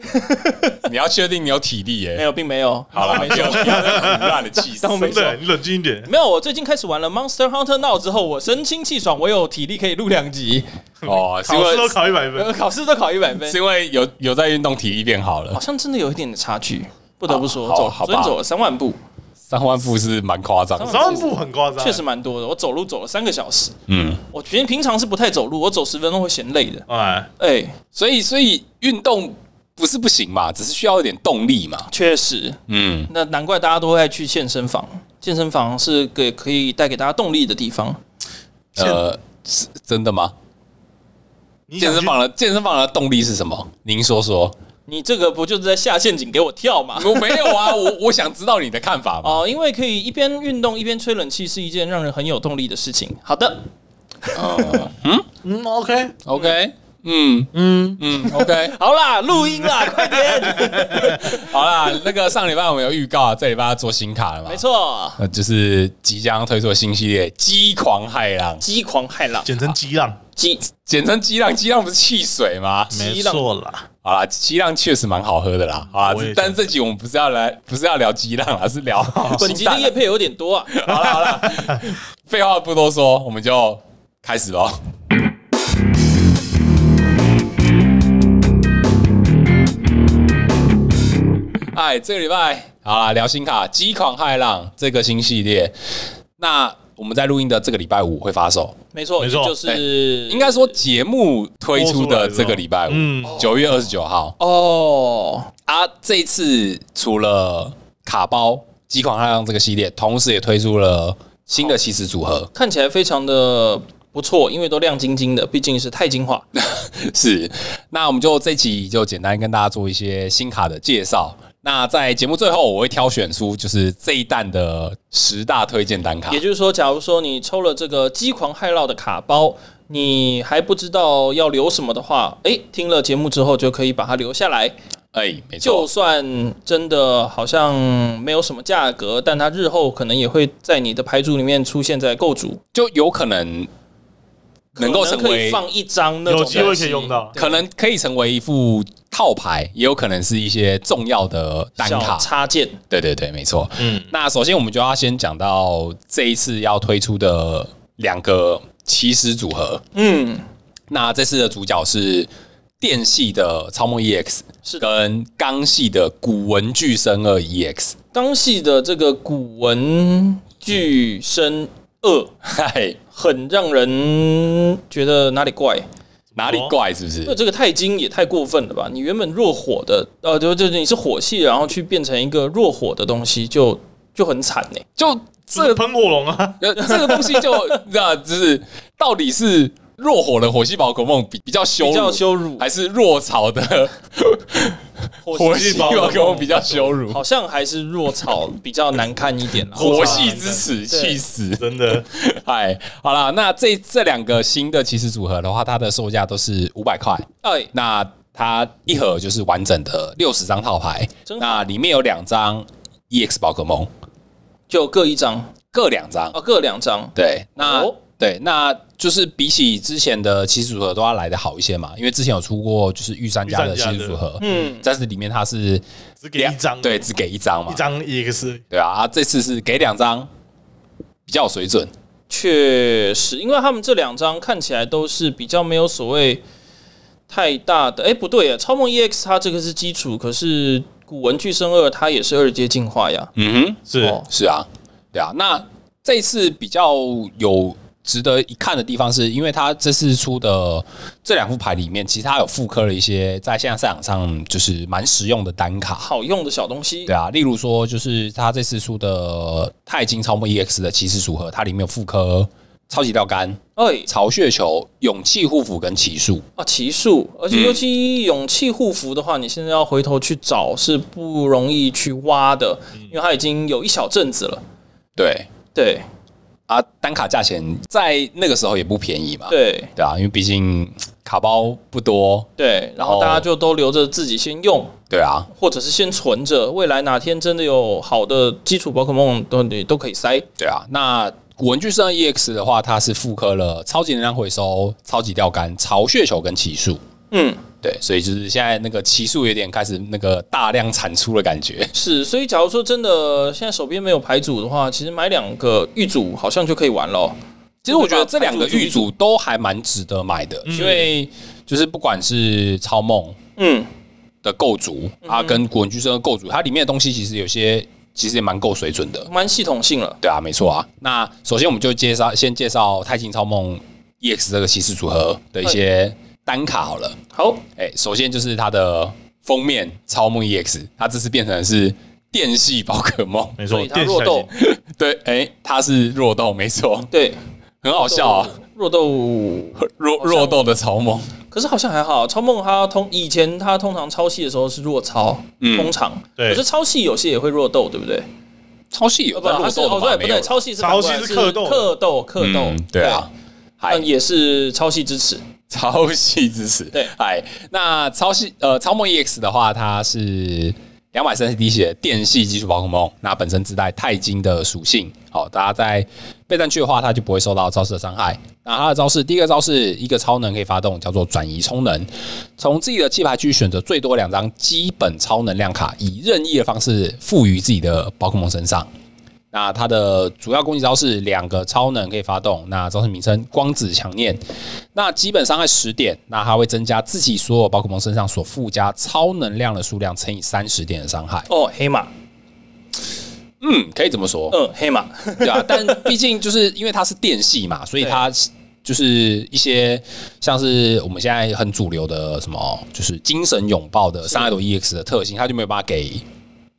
Speaker 2: 你要确定你有体力耶、
Speaker 1: 没有，并没有，
Speaker 2: 好了，
Speaker 1: 没
Speaker 2: 不要
Speaker 1: 错。
Speaker 2: 不要再胡乱的气死。
Speaker 1: 当我没
Speaker 3: 真
Speaker 1: 说
Speaker 3: 的，你冷静一点。
Speaker 1: 没有，我最近开始玩了 Monster Hunter Now 之后，我神清气爽，我有体力可以录两集，
Speaker 2: 哦，是因
Speaker 3: 考试都
Speaker 2: 为
Speaker 3: 考一百分，
Speaker 1: 呃考试都考一百分
Speaker 2: 是，因为有有在运动，体力变好
Speaker 1: 好
Speaker 2: 了。
Speaker 1: 像真的有一点的差距，不得不说，
Speaker 2: 啊好
Speaker 1: 走，
Speaker 2: 好
Speaker 1: 昨天
Speaker 2: 吧
Speaker 1: 走了三万步，
Speaker 2: 三万步是蛮夸张
Speaker 1: 三
Speaker 2: 的，
Speaker 1: 万
Speaker 3: 三万步很夸张，
Speaker 1: 确实。蛮多的。我走路走了三个小时，
Speaker 2: 嗯，
Speaker 1: 我平平常是不太走路，我走十分钟会嫌累的。
Speaker 3: 哎，
Speaker 1: 哎，
Speaker 2: 所以所以运动不是不行嘛，只是需要一点动力嘛。
Speaker 1: 确实，
Speaker 2: 嗯，
Speaker 1: 那难怪大家都会爱去健身房，健身房是给可以带给大家动力的地方。
Speaker 2: 呃，是真的吗？
Speaker 3: 你想
Speaker 2: 健
Speaker 3: 去
Speaker 2: 身房的健身房的动力是什么？您说说。
Speaker 1: 你这个不就是在下陷阱给我跳吗？
Speaker 2: 我没有啊，我我想知道你的看法嘛。
Speaker 1: 哦，因为可以一边运动一边吹冷气，是一件让人很有动力的事情。好的，
Speaker 3: 嗯，OK，
Speaker 2: OK，嗯
Speaker 3: 嗯，
Speaker 2: 嗯，OK，
Speaker 1: 好啦，录音啦，快点。
Speaker 2: 好啦，那个上礼拜我们有预告啊，这礼拜要做新卡了嘛？
Speaker 1: 没，错，
Speaker 2: 呃，就是即将推出的新系列《激狂骇浪》，
Speaker 1: 激狂骇浪，
Speaker 3: 简称激浪，
Speaker 1: 激
Speaker 2: 简称激浪，激浪不是汽水吗？
Speaker 3: 没
Speaker 1: 激浪
Speaker 3: 错啦。
Speaker 2: 好啦，激浪确实蛮好喝的啦。好
Speaker 3: 我
Speaker 2: 啦
Speaker 3: 也，
Speaker 2: 但是这集我们不是要来，不是要聊激浪啦，是聊
Speaker 1: 本集的
Speaker 2: 新
Speaker 1: 叶
Speaker 2: 蛋
Speaker 1: 配有点多啊。
Speaker 2: 好啦好啦， (laughs) 废话不多说，我们就开始喽。哎，这个礼拜好啦，聊新卡《激狂骇浪》这个新系列，那我们在录音的这个礼拜五会发售，
Speaker 1: 没错，
Speaker 3: 没错
Speaker 1: 就是
Speaker 2: 应该说节目推出的这个礼拜五，
Speaker 3: 嗯，
Speaker 2: 九月二十九号。
Speaker 1: 哦，
Speaker 2: 啊，这一次除了卡包《激狂骇浪》这个系列，同时也推出了新的起始组合，
Speaker 1: 看起来非常的不错，因为都亮晶晶的，毕竟是钛金化。
Speaker 2: 是。那我们就这集就简单跟大家做一些新卡的介绍。那在节目最后，我会挑选出就是这一弹的十大推荐单卡
Speaker 1: 也。就是说，假如说你抽了这个激狂骇浪的卡包，你还不知道要留什么的话，诶，听了节目之后就可以把它留下来。
Speaker 2: 哎，没
Speaker 1: 就
Speaker 2: 错，
Speaker 1: 算真的好像没有什么价格，但它日后可能也会在你的牌组里面出现在购组，
Speaker 2: 就有可能能够成
Speaker 1: 可能可以
Speaker 2: 为，
Speaker 1: 放一张那种
Speaker 3: 有机会
Speaker 1: 东西
Speaker 3: 可以用到
Speaker 2: 可能可以成为一副套牌，也有可能是一些重要的单
Speaker 1: 小
Speaker 2: 卡。
Speaker 1: 插件。
Speaker 2: 对对对，没错。
Speaker 3: 嗯，
Speaker 2: 那首先我们就要先讲到这一次要推出的两个起始组合。
Speaker 1: 嗯，
Speaker 2: 那这次的主角是电系的超梦 EX，
Speaker 1: 是的
Speaker 2: 跟钢系的古文巨生二 E EX。
Speaker 1: 当系的这个古文巨声二，
Speaker 2: 嗨，
Speaker 1: 很让人觉得哪里怪。
Speaker 2: 哪里怪是不
Speaker 1: 那
Speaker 2: 是？
Speaker 1: 这个钛金也太过分了吧？你原本弱火的，呃，就就你是火系，然后去变成一个弱火的东西，就就很惨呢、
Speaker 2: 就这
Speaker 3: 这喷火龙
Speaker 1: (laughs)
Speaker 3: 啊，
Speaker 2: 呃这个东西就那就是到底是弱火的火系宝可梦比比较羞
Speaker 1: 比较
Speaker 2: 辱，
Speaker 1: 羞辱，
Speaker 2: 还是弱草的火系宝可梦比较羞辱？
Speaker 1: 好像还是弱草比较难看一点啦。
Speaker 2: (laughs) 火系之耻，
Speaker 1: 对
Speaker 2: 气死！
Speaker 3: 真的
Speaker 2: 嗨，好啦，那这这两个新的起始组合的话，它的售价都是五百块。
Speaker 1: 哎，
Speaker 2: 那它一盒就是完整的六十张套牌
Speaker 1: 真，好
Speaker 2: 那里面有两张 EX 宝可梦，
Speaker 1: 就各一张
Speaker 2: 各两张。
Speaker 3: 哦
Speaker 1: 啊，各两张。
Speaker 2: 对，那、
Speaker 1: 哦
Speaker 2: 对，那就是比起之前的起始组合都要来的好一些嘛，因为之前有出过就是御三家的
Speaker 3: 御
Speaker 2: 起
Speaker 3: 三家
Speaker 2: 始组合，
Speaker 1: 嗯，
Speaker 2: 但是里面它是
Speaker 3: 只给一张，
Speaker 2: 对，，只给一张嘛
Speaker 3: 一，张 EX，
Speaker 2: 对啊，啊这次是给两张，比较有水准。
Speaker 1: 确实，因为他们这两张看起来都是比较没有所谓太大的，哎、不对耶，超梦 EX 它这个是基础，可是古文巨生二它也是二阶进化呀。
Speaker 2: 嗯
Speaker 3: 是、
Speaker 1: 哦
Speaker 2: 哼，是啊，对啊。那这次比较有值得一看的地方，是因为它这次出的这两副牌里面，其实它有复刻了一些在现在赛场上就是蛮实用的单卡。
Speaker 1: 好用的小东西，
Speaker 2: 对啊，例如说，就是他这次出的钛金超梦 EX 的骑士组合，它里面有复刻超级钓竿、
Speaker 1: 哎
Speaker 2: 巢穴球、勇气护符跟奇术。
Speaker 1: 啊，奇数，而且
Speaker 2: 嗯
Speaker 1: 尤其勇气护符的话，你现在要回头去找是不容易去挖的，
Speaker 2: 嗯
Speaker 1: 因为它已经有一小阵子了。
Speaker 2: 对
Speaker 1: 对
Speaker 2: 啊，单卡价钱在那个时候也不便宜嘛。
Speaker 1: 对
Speaker 2: 对啊，因为毕竟卡包不多。
Speaker 1: 对，然后
Speaker 2: 哦
Speaker 1: 大家就都留着自己先用，
Speaker 2: 对啊，
Speaker 1: 或者是先存着，未来哪天真的有好的基础宝可梦都你都可以塞。
Speaker 2: 对啊，那古文具圣 EX 的话，它是复刻了超级能量回收、超级钓竿、巢穴球跟奇术。
Speaker 1: 嗯，
Speaker 2: 对，所以就是现在那个奇数有点开始那个大量产出的感觉。
Speaker 1: 是，所以假如说真的现在手边没有牌组的话，其实买两个玉组好像就可以玩了。
Speaker 2: 其实我觉得这两个玉组都还蛮值得买的，因为就是不管是超梦
Speaker 1: 嗯，
Speaker 2: 的构筑啊，跟古文具圣的构筑，它里面的东西其实有些其实也蛮够水准的。
Speaker 1: 蛮系统性了。
Speaker 2: 对啊，没错啊。那首先我们就介绍，先介绍太清超梦 EX 这个骑士组合的一些单卡好了。
Speaker 1: 好，
Speaker 2: 哎、首先就是它的封面超梦 EX，它这次变成的是电系宝可 (laughs) 梦。
Speaker 3: 没
Speaker 1: 所
Speaker 3: 错，
Speaker 1: 以它
Speaker 3: 电
Speaker 1: 弱
Speaker 3: 下
Speaker 1: 豆
Speaker 3: 斗，
Speaker 2: 对，哎、它是弱豆，没错，
Speaker 1: 对
Speaker 2: 很好笑啊，
Speaker 1: 弱豆，
Speaker 2: 弱弱豆的超梦。
Speaker 1: 可是好像还好。超梦它通以前它通常超系的时候是弱超，
Speaker 2: 嗯
Speaker 1: 通常
Speaker 3: 对
Speaker 1: 可是超系有些也会弱豆，对不对？
Speaker 2: 超系有
Speaker 1: 哦不，
Speaker 2: 在
Speaker 1: 它
Speaker 2: 弱
Speaker 1: 是
Speaker 2: 豆
Speaker 1: 哦
Speaker 2: 的
Speaker 1: 对
Speaker 2: 吗？
Speaker 1: 不
Speaker 2: 没有
Speaker 1: 对？
Speaker 2: 了，
Speaker 1: 超系是反过来
Speaker 3: 超系是克豆
Speaker 1: 克豆克豆
Speaker 2: 嗯，对啊，，嗨
Speaker 1: 但，也是超系支持。
Speaker 2: (laughs) 超系支持，
Speaker 1: 对
Speaker 2: 嗨，那超系呃超梦 EX 的话，它是。两百三十滴血电系基础宝可梦，那本身自带钛金的属性。好，大家在备战区的话，它就不会受到招式的伤害。那它的招式，第一个招式一个超能可以发动，叫做转移充能，从自己的弃牌区选择最多两张基本超能量卡，以任意的方式赋予自己的宝可梦身上。那它的主要攻击招式两个超能可以发动，那招式名称光子强念，那基本伤害十点，那它会增加自己所有宝可梦身上所附加超能量的数量乘以三十点的伤害。
Speaker 1: 哦，黑马，
Speaker 2: 嗯，可以这么说，
Speaker 1: 嗯，黑
Speaker 3: (laughs)
Speaker 1: 马，
Speaker 2: 对啊，但毕竟就是因为它是电系嘛，所以它就是一些像是我们现在很主流的什么，就是精神拥抱的伤害朵 EX 的特性，它就没有办法给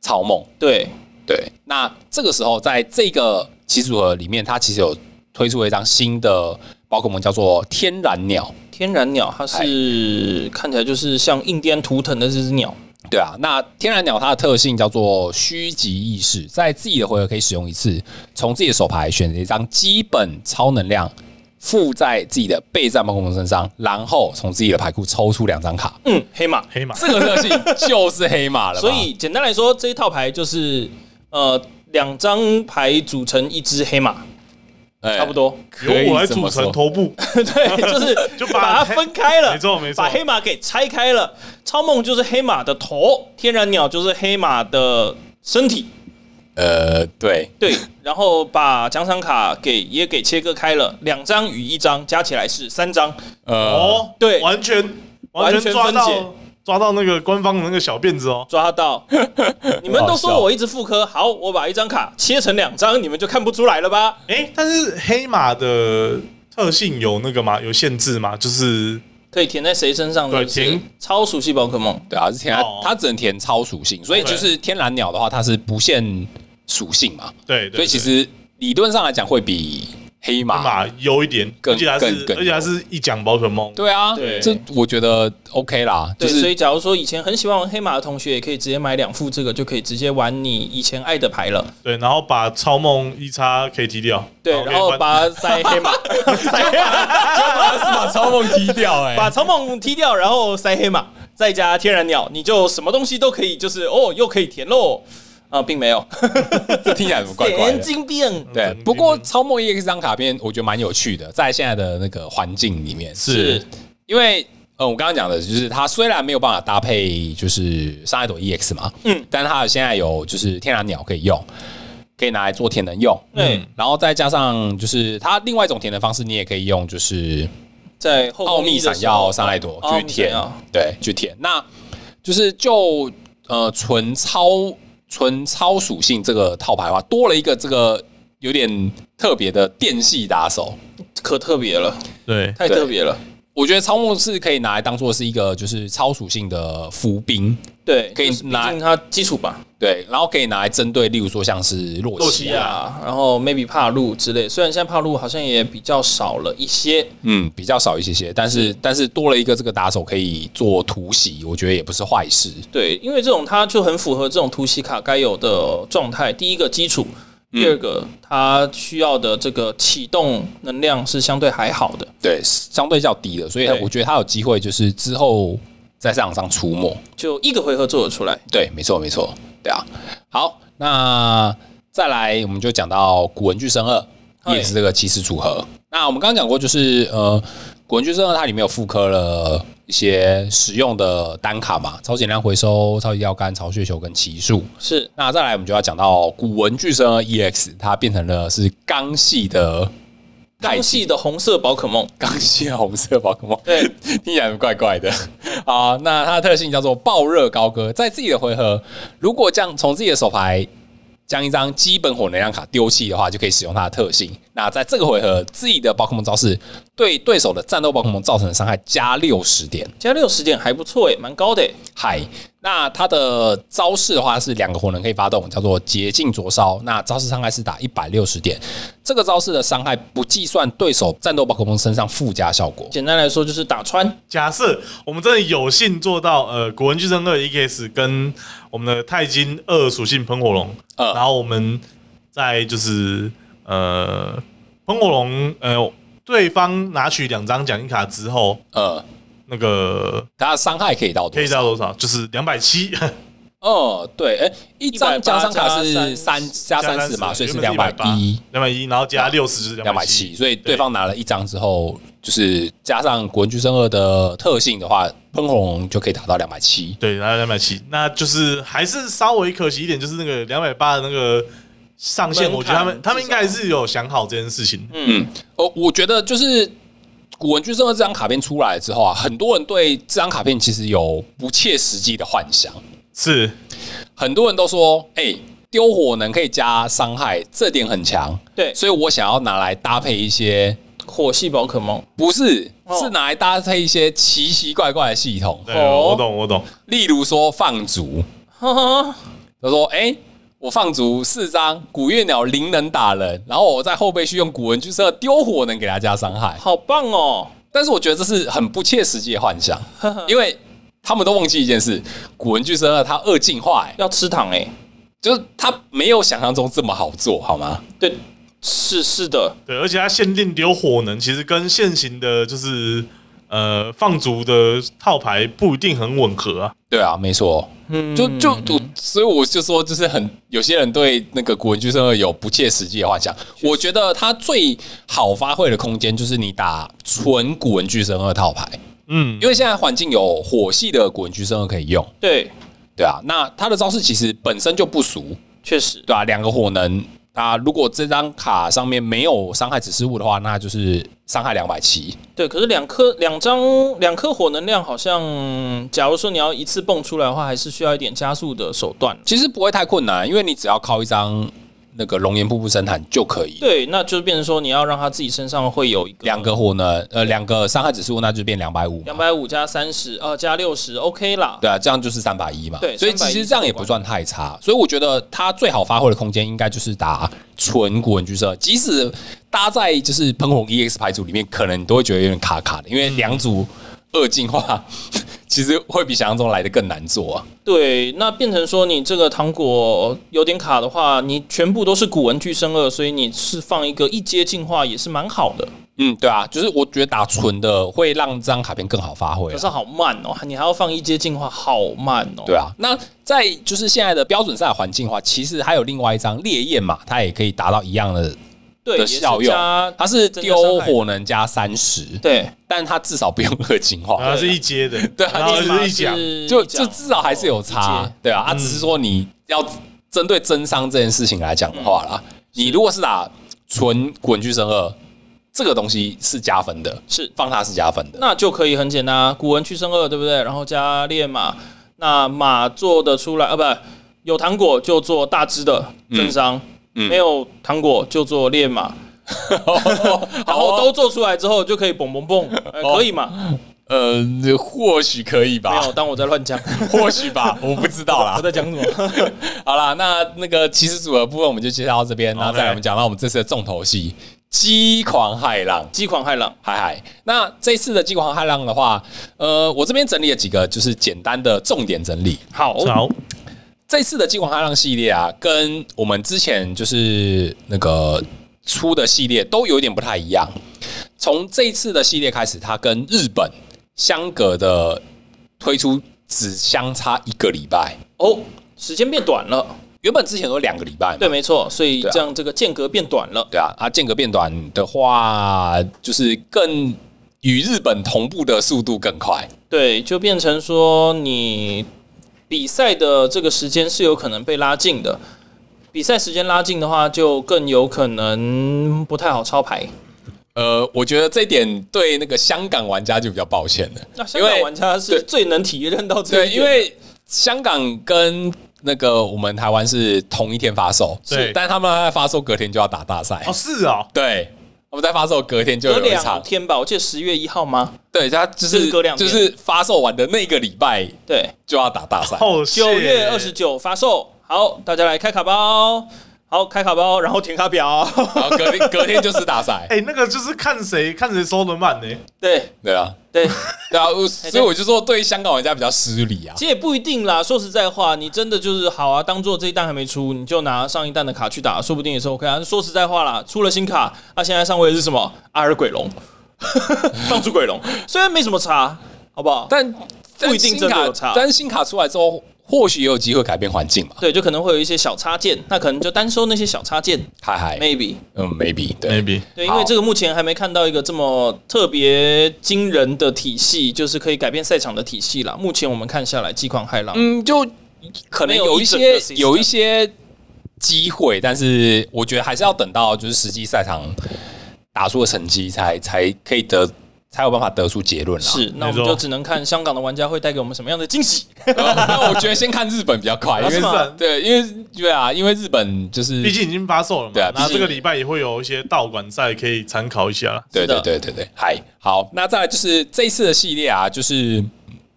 Speaker 2: 超梦。
Speaker 1: 对，
Speaker 2: 对，那这个时候在这个骑士组合里面，它其实有推出了一张新的宝可梦，叫做天然鸟。
Speaker 1: 天然鸟，它是看起来就是像印第安图腾的这只鸟。
Speaker 2: 对啊，那天然鸟它的特性叫做虚极意识，在自己的回合可以使用一次，从自己的手牌选择一张基本超能量附在自己的备战宝可梦身上，然后从自己的牌库抽出两张卡。
Speaker 1: 嗯，黑马。
Speaker 3: 黑马，
Speaker 2: 这个特性就是黑马了吧，
Speaker 1: 所以简单来说，这一套牌就是呃两张牌组成一只黑马，
Speaker 2: 哎
Speaker 1: 差不。多。
Speaker 2: 可以
Speaker 3: 由我来
Speaker 2: 这么
Speaker 3: 组成
Speaker 2: 说
Speaker 3: 头部，
Speaker 1: 对，就是
Speaker 3: (laughs) 就把
Speaker 1: 把它分开了，
Speaker 3: 没错没错
Speaker 1: 把黑马给拆开了。超梦就是黑马的头，天然鸟就是黑马的身体。
Speaker 2: 呃，对，
Speaker 3: (laughs)
Speaker 1: 对，然后把奖赏卡给也给切割开了，两张与一张加起来是三张。
Speaker 2: 呃，
Speaker 3: 哦，
Speaker 1: 对
Speaker 3: 完全
Speaker 1: 完全
Speaker 3: 全抓
Speaker 1: 分解
Speaker 3: 到抓到那个官方的那个小辫子哦，
Speaker 1: 抓到！你们都
Speaker 2: 好
Speaker 1: 说
Speaker 2: 笑
Speaker 1: 我一直复刻，好，我把一张卡切成两张，你们就看不出来了吧？
Speaker 3: 哎，但是黑马的特性有那个吗？有限制吗？就是
Speaker 1: 可以填在谁身上？
Speaker 3: 对
Speaker 1: 是不是
Speaker 3: 填
Speaker 1: 超熟悉宝可梦。
Speaker 2: 对啊，是填它
Speaker 3: 哦
Speaker 2: 它只能填超属性，所以就是天然鸟的话，它是不限属性嘛，
Speaker 3: 对，对
Speaker 2: 所以其
Speaker 3: 对
Speaker 2: 实理论上来讲会比黑
Speaker 3: 黑马优一点，
Speaker 2: 更
Speaker 3: 而且它
Speaker 2: 更
Speaker 3: 是
Speaker 2: 更
Speaker 3: 而且它是一讲宝可梦，
Speaker 2: 对啊，
Speaker 1: 对
Speaker 2: 这我觉得 OK 啦，就
Speaker 1: 对，所以
Speaker 2: 是
Speaker 1: 假如说以前很喜欢玩黑马的同学，也可以直接买两副这个，就可以直接玩你以前爱的牌了。
Speaker 3: 对，然后把超梦一叉 K 踢掉，
Speaker 1: 对，
Speaker 3: 可以
Speaker 1: 然后
Speaker 3: 换
Speaker 1: 把它塞黑 (laughs) 马，塞黑马 (laughs)
Speaker 2: 把超梦踢掉哎
Speaker 1: 把草蜢踢掉，然后塞黑马，再加天然鸟，你就什么东西都可以，就是哦，又可以填喽。啊，并没有，
Speaker 2: 这听起来怎么怪怪
Speaker 1: 神
Speaker 2: 的？
Speaker 1: 经病。
Speaker 2: 对，不过超梦 EX 这张卡片我觉得蛮有趣的，在现在的那个环境里面，
Speaker 1: 是
Speaker 2: 因为呃，我刚刚讲的就是它虽然没有办法搭配就是上一朵 EX 嘛，嗯，但它现在有就是天然鸟可以用，可以拿来做填能用，嗯
Speaker 1: 对
Speaker 2: 然后再加上就是它另外一种填能方式，你也可以用就是
Speaker 1: 在后
Speaker 2: 奥
Speaker 1: 宫
Speaker 2: 秘
Speaker 1: 一的
Speaker 2: 闪
Speaker 1: 时候哦
Speaker 2: 耀萨莱朵
Speaker 1: 奥秘
Speaker 2: 去填
Speaker 1: 闪耀，
Speaker 2: 对，去填。那就是就呃纯超纯超属性这个套牌的话，多了一个这个有点特别的电系打手。
Speaker 1: 可特别了，
Speaker 3: 对，
Speaker 1: 太特别了。
Speaker 2: 我觉得超梦是可以拿来当做是一个就是超属性的伏兵，
Speaker 1: 对，
Speaker 2: 可以
Speaker 1: 就是毕
Speaker 2: 拿
Speaker 1: 竟它基础吧，
Speaker 2: 对，然后可以拿来针对，例如说像是洛
Speaker 1: 洛
Speaker 2: 奇
Speaker 1: 奇
Speaker 2: 啊，
Speaker 1: 亚，然后 maybe 帕路之类。虽然现在帕路好像也比较少了一些，
Speaker 2: 嗯，比较少一些些，但是但是多了一个这个打手可以做突袭，我觉得也不是坏事。
Speaker 1: 对，因为这种它就很符合这种突袭卡该有的状态。第一个基础，
Speaker 2: 嗯
Speaker 1: 第二个它需要的这个启动能量是相对还好的。
Speaker 2: 对，相对较低的，所以
Speaker 1: 对
Speaker 2: 我觉得他有机会就是之后在赛场上出没。
Speaker 1: 就一个回合做得出来。
Speaker 2: 对，没错，没错，对啊。好，那再来我们就讲到古文巨生二，
Speaker 1: 嗨
Speaker 2: 也是这个骑士组合。那我们刚刚讲过，就是呃，古文巨生二它里面有复刻了一些实用的单卡嘛，超简单回收、超级药干、超血球跟奇数。
Speaker 1: 是
Speaker 2: 那再来，我们就要讲到古文巨生二 EX，它变成了是钢系的太
Speaker 1: 刚
Speaker 2: 极
Speaker 1: 系的红色宝可梦，
Speaker 2: 钢系红色宝可梦，
Speaker 1: 对，
Speaker 2: (laughs) 听起来怪怪的。好，那它的特性叫做爆热高歌，在自己的回合，如果将从自己的手牌将一张基本火能量卡丢弃的话，就可以使用它的特性。那在这个回合，自己的宝可梦招式对对手的战斗宝可梦造成的伤害加六十点。
Speaker 1: 加六十点还不错诶，蛮高的诶。
Speaker 2: 嗨，那它的招式的话是两个火能可以发动，叫做竭尽灼烧。那招式伤害是打一百六十点，这个招式的伤害不计算对手战斗宝可梦身上附加效果。
Speaker 1: 简单来说就是打穿，
Speaker 3: 假设我们真的有幸做到，呃，古文巨生二 EX 跟我们的钛金二属性喷火龙，
Speaker 2: 呃
Speaker 3: 然后我们再就是呃喷火龙，呃，对方拿取两张奖励卡之后，
Speaker 2: 呃，
Speaker 3: 那个
Speaker 2: 它的伤害可以到多
Speaker 3: 可以
Speaker 2: 少？
Speaker 3: 到多少？就是两百七，
Speaker 2: 哦，对，哎，一张
Speaker 1: 180
Speaker 2: 加伤卡是
Speaker 1: 加
Speaker 2: 三加三十
Speaker 3: 啊
Speaker 2: 嘛，所以是两百一。
Speaker 3: 两百一，然后加六十就是
Speaker 2: 两
Speaker 3: 两
Speaker 2: 百
Speaker 3: 百
Speaker 2: 七，
Speaker 3: 七，
Speaker 2: 所以对方拿了一张之后，就是加上国人巨生二的特性的话，喷火龙就可以打到两百七。
Speaker 3: 对，然后两百七，那就是还是稍微可惜一点，就是那个两百八的那个上限，
Speaker 1: 门槛
Speaker 3: 我觉得他们他们应该还
Speaker 1: 至
Speaker 3: 是有想好这件事情。
Speaker 1: 嗯，
Speaker 2: 哦，我觉得就是古文巨生二这张卡片出来之后啊，很多人对这张卡片其实有不切实际的幻想，
Speaker 3: 是，
Speaker 2: 很多人都说，哎，丢火能可以加伤害，这点很强，
Speaker 1: 对，
Speaker 2: 所以我想要拿来搭配一些
Speaker 1: 火系宝可梦，
Speaker 2: 不是，
Speaker 1: 哦
Speaker 2: 是拿来搭配一些奇奇怪怪的系统，
Speaker 3: 对，
Speaker 1: 哦
Speaker 3: 我懂，我懂。
Speaker 2: 例如说放逐，
Speaker 1: 哈哈，
Speaker 2: 他说：“哎、我放逐四张古月鸟灵能打人，然后我在后备区用古文巨射丢火能给他加伤害。
Speaker 1: 好棒哦！”
Speaker 2: 但是我觉得这是很不切实际的幻想，因为他们都忘记一件事：古文巨射二它二进化、哎，
Speaker 1: 要吃糖诶，
Speaker 2: 就是它没有想象中这么好做，好吗？
Speaker 1: 对，是是的，
Speaker 3: 对，而且它限定丢火能，其实跟现行的就是呃放逐的套牌不一定很吻合啊。
Speaker 2: 对啊，没错，
Speaker 1: 嗯，
Speaker 2: 就就我，所以我就说，就是很有些人对那个古文巨生二有不切实际的幻想。我觉得他最好发挥的空间就是你打纯古文巨生二套牌，
Speaker 3: 嗯，
Speaker 2: 因为现在环境有火系的古文巨生二可以用，
Speaker 1: 对，
Speaker 2: 对啊。那他的招式其实本身就不俗，
Speaker 1: 确实
Speaker 2: 对啊，两个火能，啊，如果这张卡上面没有伤害指示物的话，那就是伤害两百七。
Speaker 1: 对。可是两颗两张两颗火能量好像，假如说你要一次蹦出来的话，还是需要一点加速的手段。
Speaker 2: 其实不会太困难，因为你只要靠一张那个熔岩瀑布深潭就可以。
Speaker 1: 对，那就变成说你要让他自己身上会有一个
Speaker 2: 两个火能，呃，两个伤害指数，那就变啊两百五。
Speaker 1: 两百五加三十，呃，加六十，OK 啦。
Speaker 2: 对啊，这样就是三百一嘛。
Speaker 1: 对
Speaker 2: 所以其实
Speaker 1: 310
Speaker 2: 这样也不算太差。所以我觉得他最好发挥的空间应该就是打纯古文巨社，即使搭在就是喷火 EX 牌组里面，可能你都会觉得有点卡卡的，因为两组二进化 (laughs) 其实会比想象中来的更难做啊。
Speaker 1: 对，那变成说你这个糖果有点卡的话，你全部都是古文具生二，所以你是放一个一阶进化也是蛮好的。
Speaker 2: 嗯，对啊，就是我觉得打纯的会让这张卡片更好发挥
Speaker 1: 可
Speaker 2: 啊。
Speaker 1: 是好慢哦，你还要放一阶进化，好慢哦。
Speaker 2: 对啊，那在就是现在的标准赛的环境的话，其实还有另外一张烈焰嘛，它也可以达到一样的
Speaker 1: 对，
Speaker 2: 的
Speaker 1: 也是
Speaker 2: 效用
Speaker 1: 加，
Speaker 2: 它是
Speaker 1: 增加伤
Speaker 2: 丢
Speaker 1: 害
Speaker 2: 火能加三十，
Speaker 1: 对，呃
Speaker 2: 但它至少不用二进化，
Speaker 3: 然后是一阶的，
Speaker 2: 哦对啊
Speaker 3: 然后
Speaker 2: 立
Speaker 3: 就是一奖，
Speaker 2: 就就至少还是有
Speaker 1: 一
Speaker 2: 差
Speaker 1: 阶，嗯
Speaker 2: 对啊，啊，只是说你要针
Speaker 1: 嗯
Speaker 2: 对增伤这件事情来讲的话啦，你如果是打纯滚巨生二，这个东西是加分的，
Speaker 1: 是
Speaker 2: 放它是加分的。
Speaker 1: 那就可以很简单啊，古文去生二，对不对？然后加烈马，那马做得出来啊，不有糖果就做大只的正商，
Speaker 2: 嗯
Speaker 1: 没有糖果就做烈
Speaker 2: (laughs)
Speaker 1: 马，然后都做出来之后就可以蹦蹦蹦，呃
Speaker 2: 哦
Speaker 1: 可以嘛？
Speaker 2: 呃，或许可以
Speaker 1: 没有，
Speaker 2: 吧，
Speaker 1: 当我在乱讲，
Speaker 2: 或许
Speaker 1: (laughs)
Speaker 2: 吧，我不知道啦
Speaker 1: 我。在讲什么？
Speaker 2: (laughs) 好啦，那那个骑士组合部分我们就介绍到这边，然后再来
Speaker 3: OK
Speaker 2: 我们讲到我们这次的重头戏——激狂骇浪。
Speaker 1: 激狂骇浪，
Speaker 2: 嗨嗨，那这次的激狂骇浪的话，呃，我这边整理了几个就是简单的重点整理。
Speaker 1: 好，
Speaker 3: 好，
Speaker 2: 哦这次的激狂骇浪系列啊，跟我们之前就是那个出的系列都有一点不太一样。从这一次的系列开始，它跟日本相隔的推出只相差一个礼拜，
Speaker 1: 哦，时间变短了，
Speaker 2: 原本之前都两个礼拜嘛，
Speaker 1: 对，没错，所以
Speaker 2: 对啊
Speaker 1: 这样这个间隔变短了，
Speaker 2: 对啊，啊，间隔变短的话，就是更与日本同步的速度更快。
Speaker 1: 对，就变成说你比赛的这个时间是有可能被拉近的。比赛时间拉近的话，就更有可能不太好抄牌。
Speaker 2: 呃，我觉得这一点对那个香港玩家就比较抱歉了，
Speaker 1: 那香港玩家
Speaker 2: 对
Speaker 1: 是最能体验到这
Speaker 2: 对，
Speaker 1: 一点的
Speaker 2: 因为香港跟那个我们台湾是同一天发售，
Speaker 3: 对
Speaker 2: 是但他们在发售隔天就要打大赛，
Speaker 3: 哦是哦，
Speaker 2: 对，我们在发售隔天就
Speaker 1: 隔
Speaker 2: 有一
Speaker 1: 两
Speaker 2: 场，
Speaker 1: 天吧，我记得十月一号吗？
Speaker 2: 对，他
Speaker 1: 就
Speaker 2: 就
Speaker 1: 是是隔两
Speaker 2: 就
Speaker 1: 天
Speaker 2: 是发售完的那个礼拜
Speaker 1: 对，
Speaker 2: 就要打大赛，
Speaker 3: 哦
Speaker 1: 九月二十，九发售。好，大家来开卡包。好，开卡包，然后填卡表。 (laughs)
Speaker 2: 然后隔天隔天就是大赛，
Speaker 3: 哎，那个就是看谁看谁收的慢呢，
Speaker 1: 对
Speaker 2: 对啊，
Speaker 1: 对，
Speaker 2: 对啊，我所以我就说对香港玩家比较失礼啊
Speaker 1: 哎其，实也不一定啦。说实在话，你真的就是好啊，当做这一弹还没出，你就拿上一弹的卡去打，说不定也是 OK 啊。说实在话啦，出了新卡，啊，现在上位的是什么？阿尔鬼龙， (laughs) 放逐鬼龙，虽然没什么差，好不好？
Speaker 2: 但
Speaker 1: 不一定
Speaker 2: 但新
Speaker 1: 真
Speaker 2: 卡
Speaker 1: 的有差
Speaker 2: 但新卡出来之后，或许也有机会改变环境嘛，
Speaker 1: 对，就可能会有一些小插件，那可能就单收那些小插件
Speaker 2: 嗨嗨，
Speaker 1: ，maybe。
Speaker 2: 嗯，maybe 对。
Speaker 3: ，maybe
Speaker 1: 对，因
Speaker 2: 好
Speaker 1: 为这个目前还没看到一个这么特别惊人的体系，就是可以改变赛场的体系啦。目前我们看下来，激况骇浪，
Speaker 2: 嗯，就可能
Speaker 1: 没有
Speaker 2: 有一
Speaker 1: 一整
Speaker 2: 些
Speaker 1: 个 system
Speaker 2: 有一些机会，但是我觉得还是要等到就是实际赛场打出的成绩才才可以得。才有办法得出结论啦。
Speaker 1: 是，那我
Speaker 3: 没
Speaker 1: 们就
Speaker 3: 错
Speaker 1: 只能看香港的玩家会带给我们什么样的惊喜。
Speaker 2: 呃， (laughs) 那我觉得先看日本比较快，因
Speaker 3: 日
Speaker 2: 为
Speaker 1: 吗
Speaker 3: 本
Speaker 2: 对，因为对啊，因为日本就是，
Speaker 3: 毕竟已经发售了
Speaker 2: 对啊
Speaker 3: 嘛，
Speaker 2: 毕
Speaker 3: 那
Speaker 2: 竟
Speaker 3: 这个礼拜也会有一些道馆赛可以参考一下啦。
Speaker 2: 对
Speaker 1: 是
Speaker 2: 对
Speaker 1: 的
Speaker 2: 对对对，嗨，好，那再来就是这一次的系列啊，就是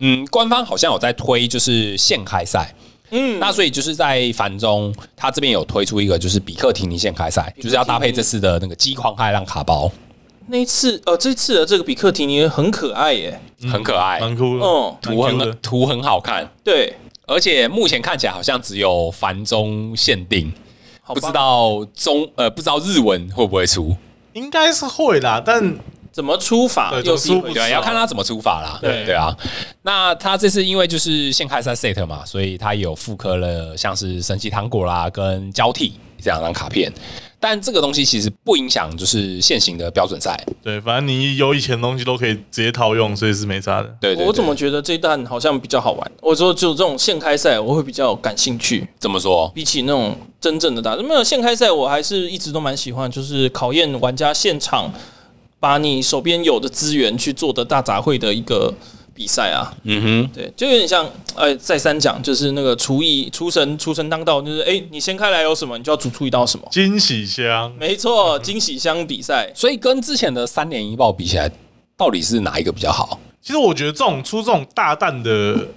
Speaker 2: 嗯，官方好像有在推就是限开赛，
Speaker 1: 嗯，
Speaker 2: 那所以就是在繁中，他这边有推出一个就是比克提尼限开赛，就是要搭配这次的那个激狂骇浪卡包，
Speaker 1: 那一次，呃，这次的这个比克提尼很可爱耶。
Speaker 2: 很可爱，
Speaker 3: 蛮酷的，
Speaker 1: 嗯
Speaker 3: 蛮
Speaker 2: 图
Speaker 3: Q
Speaker 2: 哎很
Speaker 3: 的，
Speaker 2: 图很好看，
Speaker 1: 对，
Speaker 2: 而且目前看起来好像只有繁中限定，
Speaker 1: 好
Speaker 2: 不
Speaker 1: 吧
Speaker 2: 知道中呃不知道日文会不会出，
Speaker 3: 应该是会啦，但
Speaker 1: 怎么出法
Speaker 3: 对，
Speaker 1: 又是一
Speaker 3: 怎么
Speaker 1: 回
Speaker 3: 出
Speaker 1: 事
Speaker 2: 对啊，要看他怎么出法啦，
Speaker 3: 对
Speaker 2: 对啊。那他这次因为就是现开赛 set 嘛，所以他有复刻了像是神奇糖果啦跟交替这两张卡片，但这个东西其实不影响就是现行的标准赛，
Speaker 3: 对，反正你有以前的东西都可以直接套用，所以是没差的。
Speaker 2: 对对对
Speaker 1: 我怎么觉得这一弹好像比较好玩？我说就这种现开赛，我会比较感兴趣，
Speaker 2: 怎么说？
Speaker 1: 比起那种真正的打。没有现开赛，我还是一直都蛮喜欢，就是考验玩家现场把你手边有的资源去做的大杂烩的一个比赛啊。
Speaker 2: 嗯
Speaker 1: 对，就有点像，呃，再三讲就是那个厨艺、厨神、厨神当道，就是哎、你先开来有什么，你就要煮出一道什么。
Speaker 3: 惊喜箱，
Speaker 1: 没错，惊喜箱比赛
Speaker 2: 哼，所以跟之前的三连一爆比起来，到底是哪一个比较好？
Speaker 3: 其实我觉得这种出这种大蛋的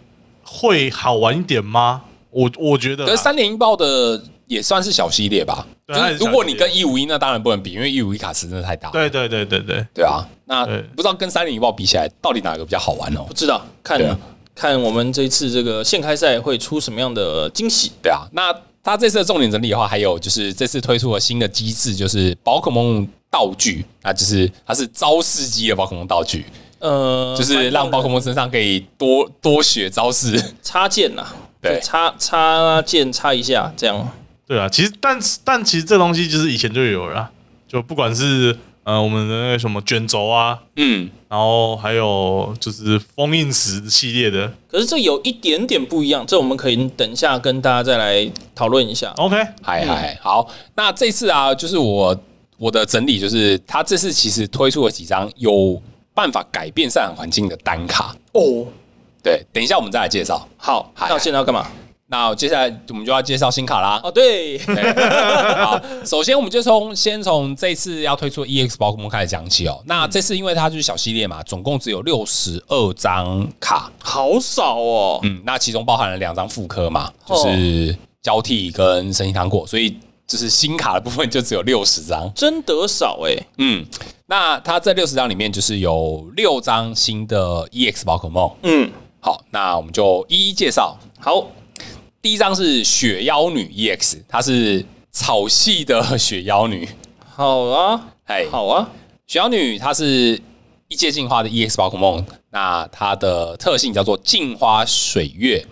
Speaker 3: 会好玩一点吗？我我觉得啦
Speaker 2: 可是三连一爆的也算是小系列吧，就
Speaker 3: 啊对它
Speaker 2: 是
Speaker 3: 也是小
Speaker 2: 如果你
Speaker 3: 系列
Speaker 2: 跟一五一那当然不能比，因为一五一卡池真的太大，
Speaker 3: 对对对对对，
Speaker 2: 对啊。那
Speaker 3: 对
Speaker 2: 不知道跟三连一爆比起来，到底哪个比较好玩哦
Speaker 1: 不？知道看、
Speaker 2: 对啊
Speaker 1: 看我们这次这个现开赛会出什么样的惊喜。
Speaker 2: 对啊，那它这次的重点整理的话，还有就是这次推出了新的机制，就是宝可梦道具，那就是它是招式机的宝可梦道具，
Speaker 1: 呃，
Speaker 2: 就是让宝可梦身上可以多多学招式。 (laughs)
Speaker 1: 插件呐、
Speaker 2: 对
Speaker 1: 就插插件插一下这样。
Speaker 3: 对啊，其实但但其实这东西就是以前就有了啊，就不管是呃我们的那个什么卷轴啊，
Speaker 2: 嗯，
Speaker 3: 然后还有就是封印石系列的
Speaker 1: 可是这有一点点不一样，这我们可以等一下跟大家再来讨论一下。
Speaker 3: ，OK，
Speaker 2: 嗨嗨，好，那这次啊，就是我我的整理就是，它这次其实推出了几张有办法改变赛场环境的单卡。
Speaker 1: 哦，
Speaker 2: 对，等一下我们再来介绍。
Speaker 1: 好，
Speaker 2: 嗨
Speaker 1: 那现在要干嘛？
Speaker 2: 那接下来我们就要介绍新卡啦。
Speaker 1: 哦，对，
Speaker 2: 对好，首先我们就从先从这次要推出的 EX 宝可梦开始讲起哦。那这次因为它就是小系列嘛，总共只有六十二张卡，
Speaker 1: 好少哦。
Speaker 2: 嗯，哦那其中包含了两张副科嘛，就是交替跟神奇糖果，所以就是新卡的部分就只有六十张。
Speaker 1: 真得少哎、
Speaker 2: 嗯，那它这六十张里面就是有六张新的 EX 宝可梦。
Speaker 1: 嗯，
Speaker 2: 好，那我们就一一介绍。
Speaker 1: 好，
Speaker 2: 第一张是雪妖女 EX，它是草系的雪妖女。
Speaker 1: 好啊，
Speaker 2: 哎，
Speaker 1: 好啊，
Speaker 2: 雪妖女她是一阶进化的 EX 宝可梦，那它的特性叫做镜花水月。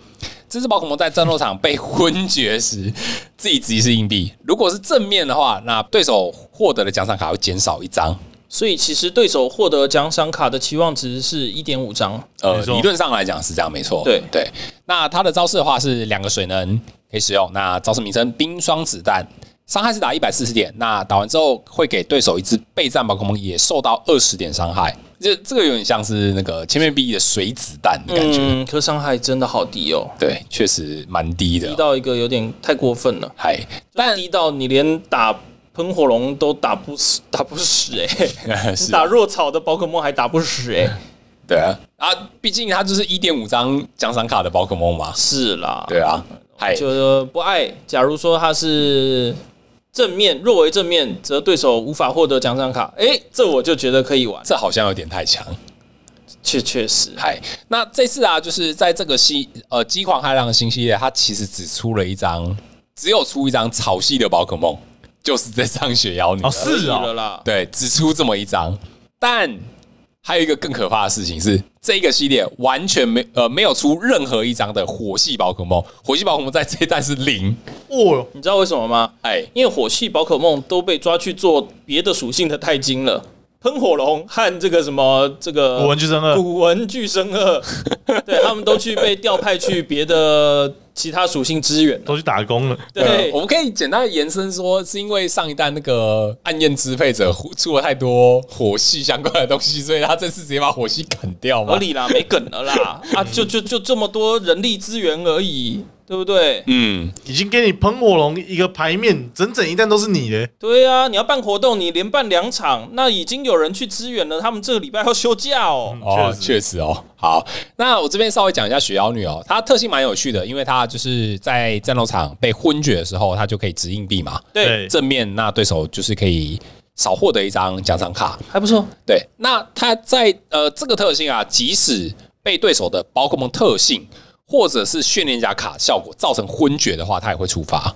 Speaker 2: 这只宝可梦在战斗场被昏厥时，自己击是硬币。如果是正面的话，那对手获得的奖赏卡会减少一张。
Speaker 1: 所以其实对手获得奖赏卡的期望值是一点五张。
Speaker 2: 呃，
Speaker 3: 没错
Speaker 2: 理论上来讲是这样，没错。
Speaker 1: 对
Speaker 2: 对，那它的招式的话是两个水能可以使用，那招式名称冰霜子弹，伤害是打一百四十点，那打完之后会给对手一只备战宝可梦也受到二十点伤害，这这个有点像是那个千面 B 的水子弹的感觉，
Speaker 1: 嗯，可伤害真的好低哦，
Speaker 2: 对，确实蛮低的
Speaker 1: 低。到一个有点太过分了，
Speaker 2: 嗨， (laughs)
Speaker 1: 但低到你连打喷火龙都打不死， (laughs) 打不死哎、
Speaker 2: 是啊
Speaker 1: 打弱草的宝可梦还打不死哎、
Speaker 2: (laughs) 对啊，啊，毕竟它就是一点五张奖赏卡的宝可梦嘛，
Speaker 1: 是啦，
Speaker 2: 对啊，嗨，
Speaker 1: 就是不爱。假如说它是正面，若为正面，则对手无法获得奖赏卡。诶，这我就觉得可以玩，
Speaker 2: 这好像有点太强。
Speaker 1: 确确实
Speaker 2: 嗨，那这次啊，就是在这个系呃《机狂骇浪》的新系列，它其实只出了一张，只有出一张草系的宝可梦，就是这张雪妖女了。
Speaker 3: 哦是
Speaker 1: 可以
Speaker 3: 哦
Speaker 1: 了啦。
Speaker 2: 对，只出这么一张。但还有一个更可怕的事情是，这个系列完全没呃没有出任何一张的火系宝可梦，火系宝可梦在这一代是零。
Speaker 3: 哦，
Speaker 1: 你知道为什么吗？
Speaker 2: 哎，
Speaker 1: 因为火系宝可梦都被抓去做别的属性的钛金了，喷火龙和这个什么这个
Speaker 3: 古文巨生二
Speaker 1: 古文巨生 (laughs) 二，对他们都去被调派去别的其他属性支援了。
Speaker 3: 都去打工了，
Speaker 1: 对，
Speaker 2: 呃我们可以简单的延伸说，是因为上一代那个暗焰支配者出了太多火系相关的东西，所以他这次直接把火系砍掉嘛
Speaker 1: 合。理啦，没梗了啦，啊，就就就这么多人力资源而已，对不对？
Speaker 2: 嗯，
Speaker 3: 已经给你喷火龙一个牌面，整整一弹都是你的。
Speaker 1: 对啊，你要办活动，你连办两场，那已经有人去支援了，他们这个礼拜要休假哦。
Speaker 2: 哦，
Speaker 3: 确
Speaker 2: 确实哦。好，那我这边稍微讲一下雪妖女哦，她特性蛮有趣的，因为她就是在战斗场被昏厥的时候，她就可以掷硬币嘛，
Speaker 1: 对，
Speaker 3: 对
Speaker 2: 正面那对手就是可以少获得一张奖赏卡。
Speaker 1: 还不错。
Speaker 2: 对，那她在呃这个特性啊，即使被对手的宝可梦特性或者是训练家卡效果造成昏厥的话，她也会触发。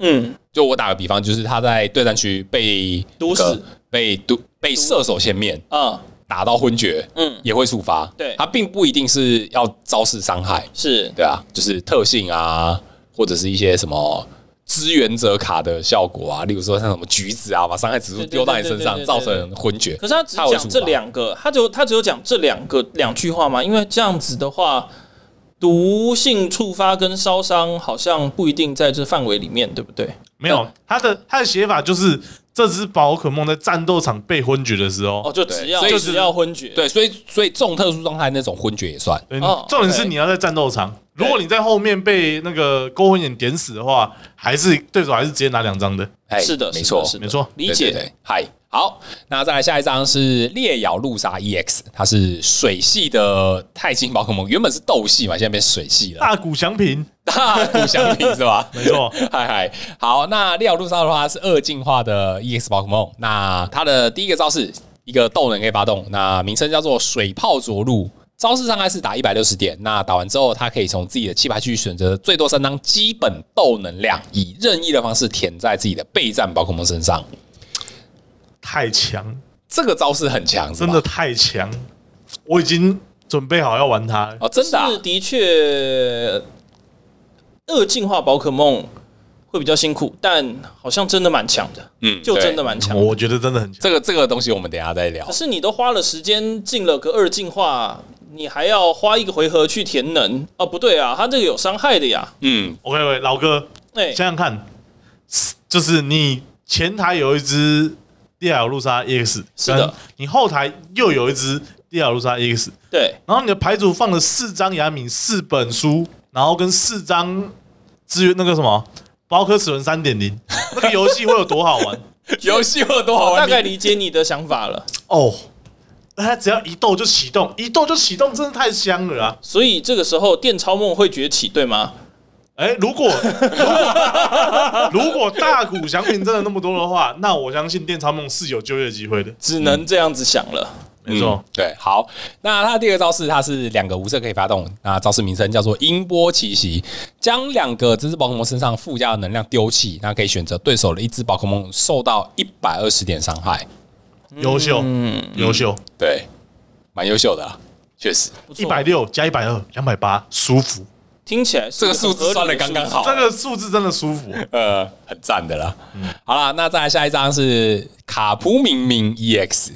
Speaker 1: 嗯，
Speaker 2: 就我打个比方，就是她在对战区被
Speaker 1: 毒死
Speaker 2: 那个被毒被射手歼灭，
Speaker 1: 啊、
Speaker 2: 打到昏厥，
Speaker 1: 嗯
Speaker 2: 嗯，也会触发。
Speaker 1: 对
Speaker 2: 它并不一定是要招式伤害，
Speaker 1: 是
Speaker 2: 对啊，就是特性啊，或者是一些什么支援者卡的效果啊，例如说像什么橘子啊，把伤害指数
Speaker 1: 对对
Speaker 2: 丢到你身上
Speaker 1: 对对对对，对
Speaker 2: 造成昏厥。
Speaker 1: 可是他只
Speaker 2: 它会
Speaker 1: 讲
Speaker 2: 触
Speaker 1: 这
Speaker 2: 发
Speaker 1: 两个，他就他只有讲这两个两句话嘛，因为这样子的话，毒性触发跟烧伤好像不一定在这范围里面，对不对？
Speaker 3: 没
Speaker 1: 哦
Speaker 3: 有，他的他的写法就是这只宝可梦在战斗场被昏厥的时
Speaker 1: 哦，
Speaker 3: 候，
Speaker 1: 就只
Speaker 2: 对
Speaker 1: 要
Speaker 2: 所以
Speaker 1: 只要昏厥，
Speaker 2: 对，所以所以重特殊状态那种昏厥也算。
Speaker 3: 嗯
Speaker 1: 哦
Speaker 3: 重点
Speaker 1: OK
Speaker 3: 是你要在战斗场。如果你在后面被那个勾魂眼点死的话，还是对手还是直接拿两张的，
Speaker 2: 哎
Speaker 1: 是的，是
Speaker 2: 没
Speaker 1: 的
Speaker 2: 错，
Speaker 1: 是的
Speaker 3: 没错
Speaker 1: 理解。
Speaker 2: 对对对嗨，好，那再来下一张是烈咬陆鲨 EX，它是水系的钛金宝可梦，原本是斗系嘛，现在变水系
Speaker 1: (laughs)
Speaker 2: 了，
Speaker 3: 大谷翔平，
Speaker 2: 大不相平是吧？
Speaker 3: 没错，
Speaker 2: (laughs) 嗨嗨，好，那利奥路莎的话是二进化的 EX 宝可梦，那它的第一个招式一个动能可以发动，那名称叫做水泡着陆。招式伤害是打一百六十点，那打完之后，它可以从自己的弃牌区选择最多三张基本斗能量，以任意的方式填在自己的备战宝可梦身上。
Speaker 3: 太强，
Speaker 2: 这个招式很强，是
Speaker 3: 真
Speaker 2: 吧
Speaker 3: 的太强，我已经准备好要玩它了。
Speaker 2: 哦，真的啊、
Speaker 1: 是的确，恶进化宝可梦会比较辛苦，但好像真的蛮强的，
Speaker 2: 嗯
Speaker 1: 就
Speaker 2: 对
Speaker 1: 真的蛮强的。
Speaker 3: 我觉得真的很强，
Speaker 2: 这个这个东西我们等一下再聊
Speaker 1: 可。是你都花了时间进了个二进化，你还要花一个回合去填能哦？不对啊，它这个有伤害的呀。
Speaker 2: 嗯，
Speaker 3: OK，喂，老哥，
Speaker 1: 哎、
Speaker 3: 想想看，就是你前台有一只利亚鲁莎 EX，
Speaker 1: 是的，
Speaker 3: E 你后台又有一只利亚鲁莎 EX，
Speaker 1: 对，
Speaker 3: E 然后你的牌组放了四张雅米、四本书，然后跟四张资源那个什么包科齿轮三点零，
Speaker 1: (laughs)
Speaker 3: 那个游戏会有多好玩
Speaker 2: 游戏有多好
Speaker 1: 我
Speaker 2: 玩？
Speaker 1: 大概理解你的想法了。
Speaker 3: 哦？它只要一斗就启动，一斗就启动，真的太香了啊！
Speaker 1: 所以这个时候电超梦会崛起，对吗？
Speaker 3: 哎，如果 (laughs) 如果如果大股奖品真的那么多的话，那我相信电超梦是有就业机会的，
Speaker 1: 只能这样子想了。
Speaker 3: 没错
Speaker 2: 嗯。对，好，那它的第二个招式，它是两个无色可以发动，那招式名称叫做音波奇袭，将两个这只宝可梦身上附加的能量丢弃，那可以选择对手的一只宝可梦受到一百二十点伤害，
Speaker 1: 嗯
Speaker 3: 优秀，优秀，
Speaker 2: 对，蛮优秀的啦，确实，
Speaker 1: 不错
Speaker 3: 一百六加一百二，两百八，舒服。
Speaker 1: 听起来
Speaker 2: 这个数字算
Speaker 1: 的
Speaker 2: 的刚刚。好，啊
Speaker 3: 这个数字真的舒服，
Speaker 2: 呃， (laughs) 很赞的啦。好啦，那再来下一张是卡普明明 EX，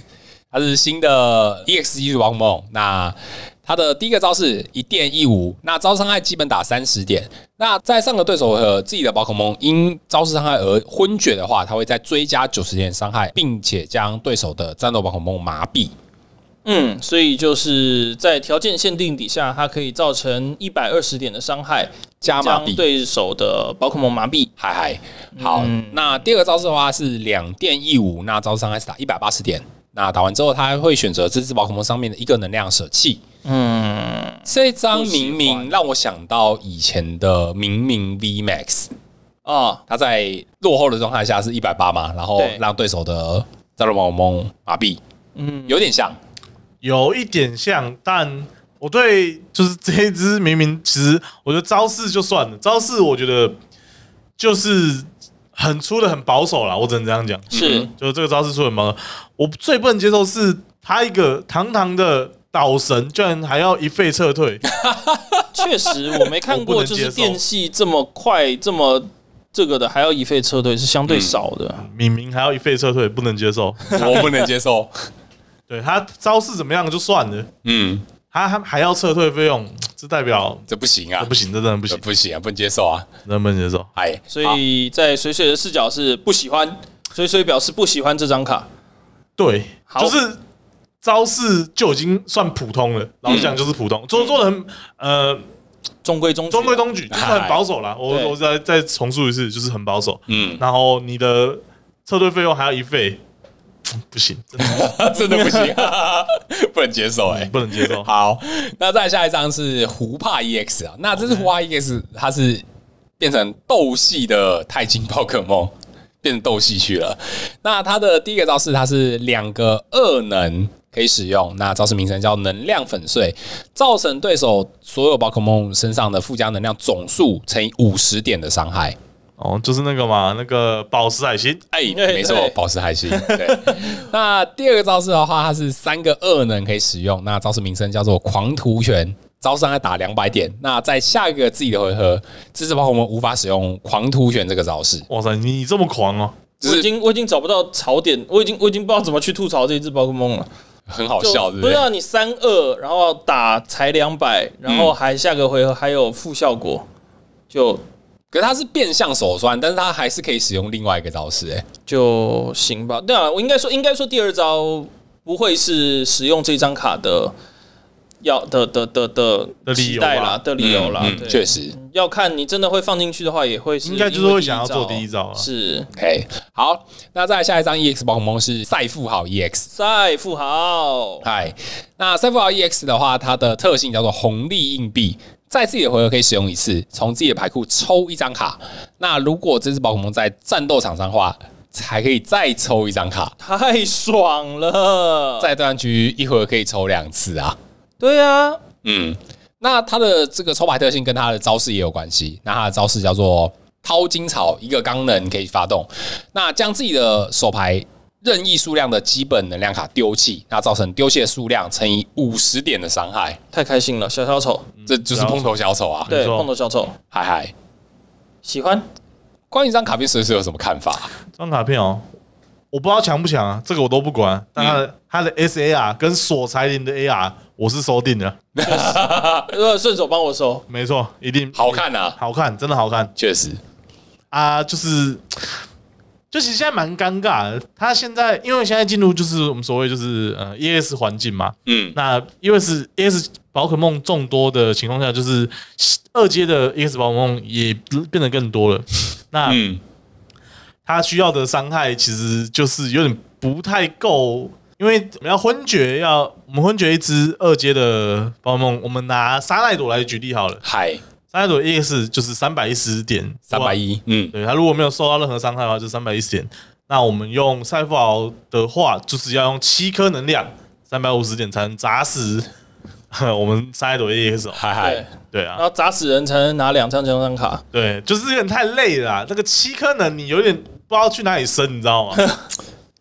Speaker 2: 它是新的 E EX 技术王梦。那它的第一个招式一电一无，那招伤害基本打三十点。那在上个对手和自己的宝可梦因招式伤害而昏厥的话，它会再追加九十点伤害，并且将对手的战斗宝可梦麻痹。
Speaker 1: 嗯，所以就是在条件限定底下，它可以造成一百二十点的伤害，
Speaker 2: 加麻
Speaker 1: 将
Speaker 2: 痹
Speaker 1: 对手的宝可梦麻痹。
Speaker 2: 嗨嗨，
Speaker 1: 嗯
Speaker 2: 好，那第二个招式的话是两电一五，那招式伤害是打一百八十点。那打完之后，他会选择这只宝可梦上面的一个能量舍弃。
Speaker 1: 嗯，
Speaker 2: 这张
Speaker 1: 不喜欢
Speaker 2: 明明让我想到以前的明明 V Max，
Speaker 1: 啊，
Speaker 2: 他在落后的状态下是一百八嘛，然后
Speaker 1: 对
Speaker 2: 让对手的呃战斗宝可梦麻痹，嗯，有
Speaker 1: (laughs)
Speaker 2: 点像，
Speaker 3: 有一点像，但我对就是这一只明明其实我觉得招式就算了，招式我觉得就是很出的很保守啦，我只能这样讲，
Speaker 1: 是
Speaker 3: 就是这个招式出的很保守。我最不能接受是他一个堂堂的岛神，居然还要一费撤退， (laughs)
Speaker 1: 确实我没看
Speaker 3: 我不
Speaker 1: 过，
Speaker 3: 能
Speaker 1: 就
Speaker 3: 接受
Speaker 1: 是电系这么快这么。这个的还要一费车队是相对少的，
Speaker 3: 明明还要一费撤退，不能接受。
Speaker 2: 我不能接受。
Speaker 3: 对他招式怎么样就算了，
Speaker 2: 嗯，
Speaker 3: 他还还要撤退费用，这代表
Speaker 2: 这不行啊
Speaker 3: 这不，行，这真的不
Speaker 2: 这
Speaker 3: 行，
Speaker 2: 不行啊，不能接受啊！
Speaker 3: 能不能接受？
Speaker 2: 哎，
Speaker 1: 所
Speaker 2: 好
Speaker 1: 以在水水的视角是不喜欢，水水表示不喜欢这张卡。
Speaker 3: 对，
Speaker 1: 好
Speaker 3: 就是招式就已经算普通了，老实讲就是普通，做做的很呃
Speaker 1: 中规中矩啊
Speaker 3: 中规中
Speaker 2: 哎
Speaker 3: 矩，就是很保守啦。
Speaker 1: 对
Speaker 3: 我我再再重述一次，就是很保守。
Speaker 2: 嗯，
Speaker 3: 然后你的撤退费用还要一费，不行，真
Speaker 2: (laughs)
Speaker 3: 的
Speaker 2: 真的
Speaker 1: (laughs)
Speaker 2: 不行、啊，不能接受哎、
Speaker 3: 不能接受。
Speaker 2: 好，那再下一张是胡帕 EX 啊，那这是胡帕 EX，它是变成斗系的钛金宝可梦，变成斗系去了。那它的第一个招式，它是两个二能可以使用，那招式名称叫能量粉碎，造成对手所有宝可梦身上的附加能量总数乘以五十点的伤害。
Speaker 3: 哦，就是那个嘛，那个宝石海星，
Speaker 2: 哎，
Speaker 1: 对
Speaker 2: 没错
Speaker 1: (laughs) 对，
Speaker 2: 宝石海星。对，那第二个招式的话，它是三个二能可以使用，那招式名称叫做狂徒拳。招伤害打两百点，那在下一个自己的回合，这次包括我们无法使用狂突拳这个招式，
Speaker 3: 哇塞，你这么狂哦！
Speaker 2: 就
Speaker 1: 我已
Speaker 2: 是
Speaker 1: 经我已经找不到槽点，我已经我已经不知道怎么去吐槽这一只宝可梦了。
Speaker 2: 很好
Speaker 1: 就
Speaker 2: 笑，对
Speaker 1: 不
Speaker 2: 不
Speaker 1: 知
Speaker 2: 对？
Speaker 1: 道你三二，然后打才两百，然后还下个回合还有负效果，就
Speaker 2: 可是它是变相手酸，但是它还是可以使用另外一个招式、哎，
Speaker 1: 就行吧。对啊，我应该说应该说第二招不会是使用这张卡的要的的的的
Speaker 3: 的理
Speaker 1: 期
Speaker 3: 由
Speaker 1: 待
Speaker 3: 吧
Speaker 1: 啦的理由啦
Speaker 2: 嗯嗯。
Speaker 1: 对
Speaker 2: 确实。
Speaker 1: 要看你真的会放进去的话，也会是
Speaker 3: 应该就是
Speaker 1: 因为
Speaker 3: 会想要做
Speaker 1: 第
Speaker 3: 第一招啊
Speaker 1: 是
Speaker 2: OK，好，那再来下一张 E EX 宝可梦是赛富豪 E EX，
Speaker 1: 赛富豪，
Speaker 2: 嗨，哎那 c y p h EX 的话，它的特性叫做红利硬币，在自己的回合可以使用一次，从自己的牌库抽一张卡。那如果这只宝可梦在战斗场上的话，还可以再抽一张卡，
Speaker 1: 太爽了！
Speaker 2: 在对战区一回合可以抽两次啊。
Speaker 1: 对啊，
Speaker 2: 嗯，那它的这个抽牌特性跟它的招式也有关系。那它的招式叫做掏金草，一个钢能可以发动。那将自己的手牌任意数量的基本能量卡丢弃，那造成丢弃的数量乘以五十点的伤害。
Speaker 1: 太开心了，小小丑，
Speaker 2: 这就是碰头小丑啊！
Speaker 1: 对，
Speaker 3: 错
Speaker 1: 碰头小丑，
Speaker 2: 嗨嗨，
Speaker 1: 喜欢。
Speaker 2: 关于这张卡片随时有什么看法？
Speaker 3: 这张卡片哦，我不知道强不强啊，这个我都不管。但它
Speaker 2: 嗯
Speaker 3: 的它的 SAR 跟索财林的 AR，我是收定的，
Speaker 1: 呃，顺手帮我收，
Speaker 3: 没错，一定
Speaker 2: 好看啊，
Speaker 3: 好看，真的好看。
Speaker 2: 确实，
Speaker 3: 啊，就是就其实现在蛮尴尬的。它现在因为现在进入就是我们所谓就是呃 ES 环境嘛，
Speaker 2: 嗯，
Speaker 3: 那 E ES ES 宝可梦众多的情况下，就是二阶的 ES 宝可梦也变得更多了。那
Speaker 2: 嗯，
Speaker 3: 它需要的伤害其实就是有点不太够，因为我们要昏厥，要我们昏厥一只二阶的宝可梦，我们拿沙奈朵来举例好了，
Speaker 2: 嗨，
Speaker 3: 沙奈朵 EX 就是三百一十点，
Speaker 2: 三百，一，嗯，
Speaker 3: 对它如果没有受到任何伤害的话，就三百一十点。那我们用赛弗劳的话，就是要用七颗能量，三百五十点才能砸死 (laughs) 我们沙奈朵 EX 哦。
Speaker 2: 嗨
Speaker 1: 对，
Speaker 2: 嗨，
Speaker 3: 对
Speaker 1: 然
Speaker 3: 啊，
Speaker 1: 后砸死人才能拿两张奖赏卡。
Speaker 3: 对，就是有点太累了啊，这个七颗能你有点不知道去哪里生，你知道吗？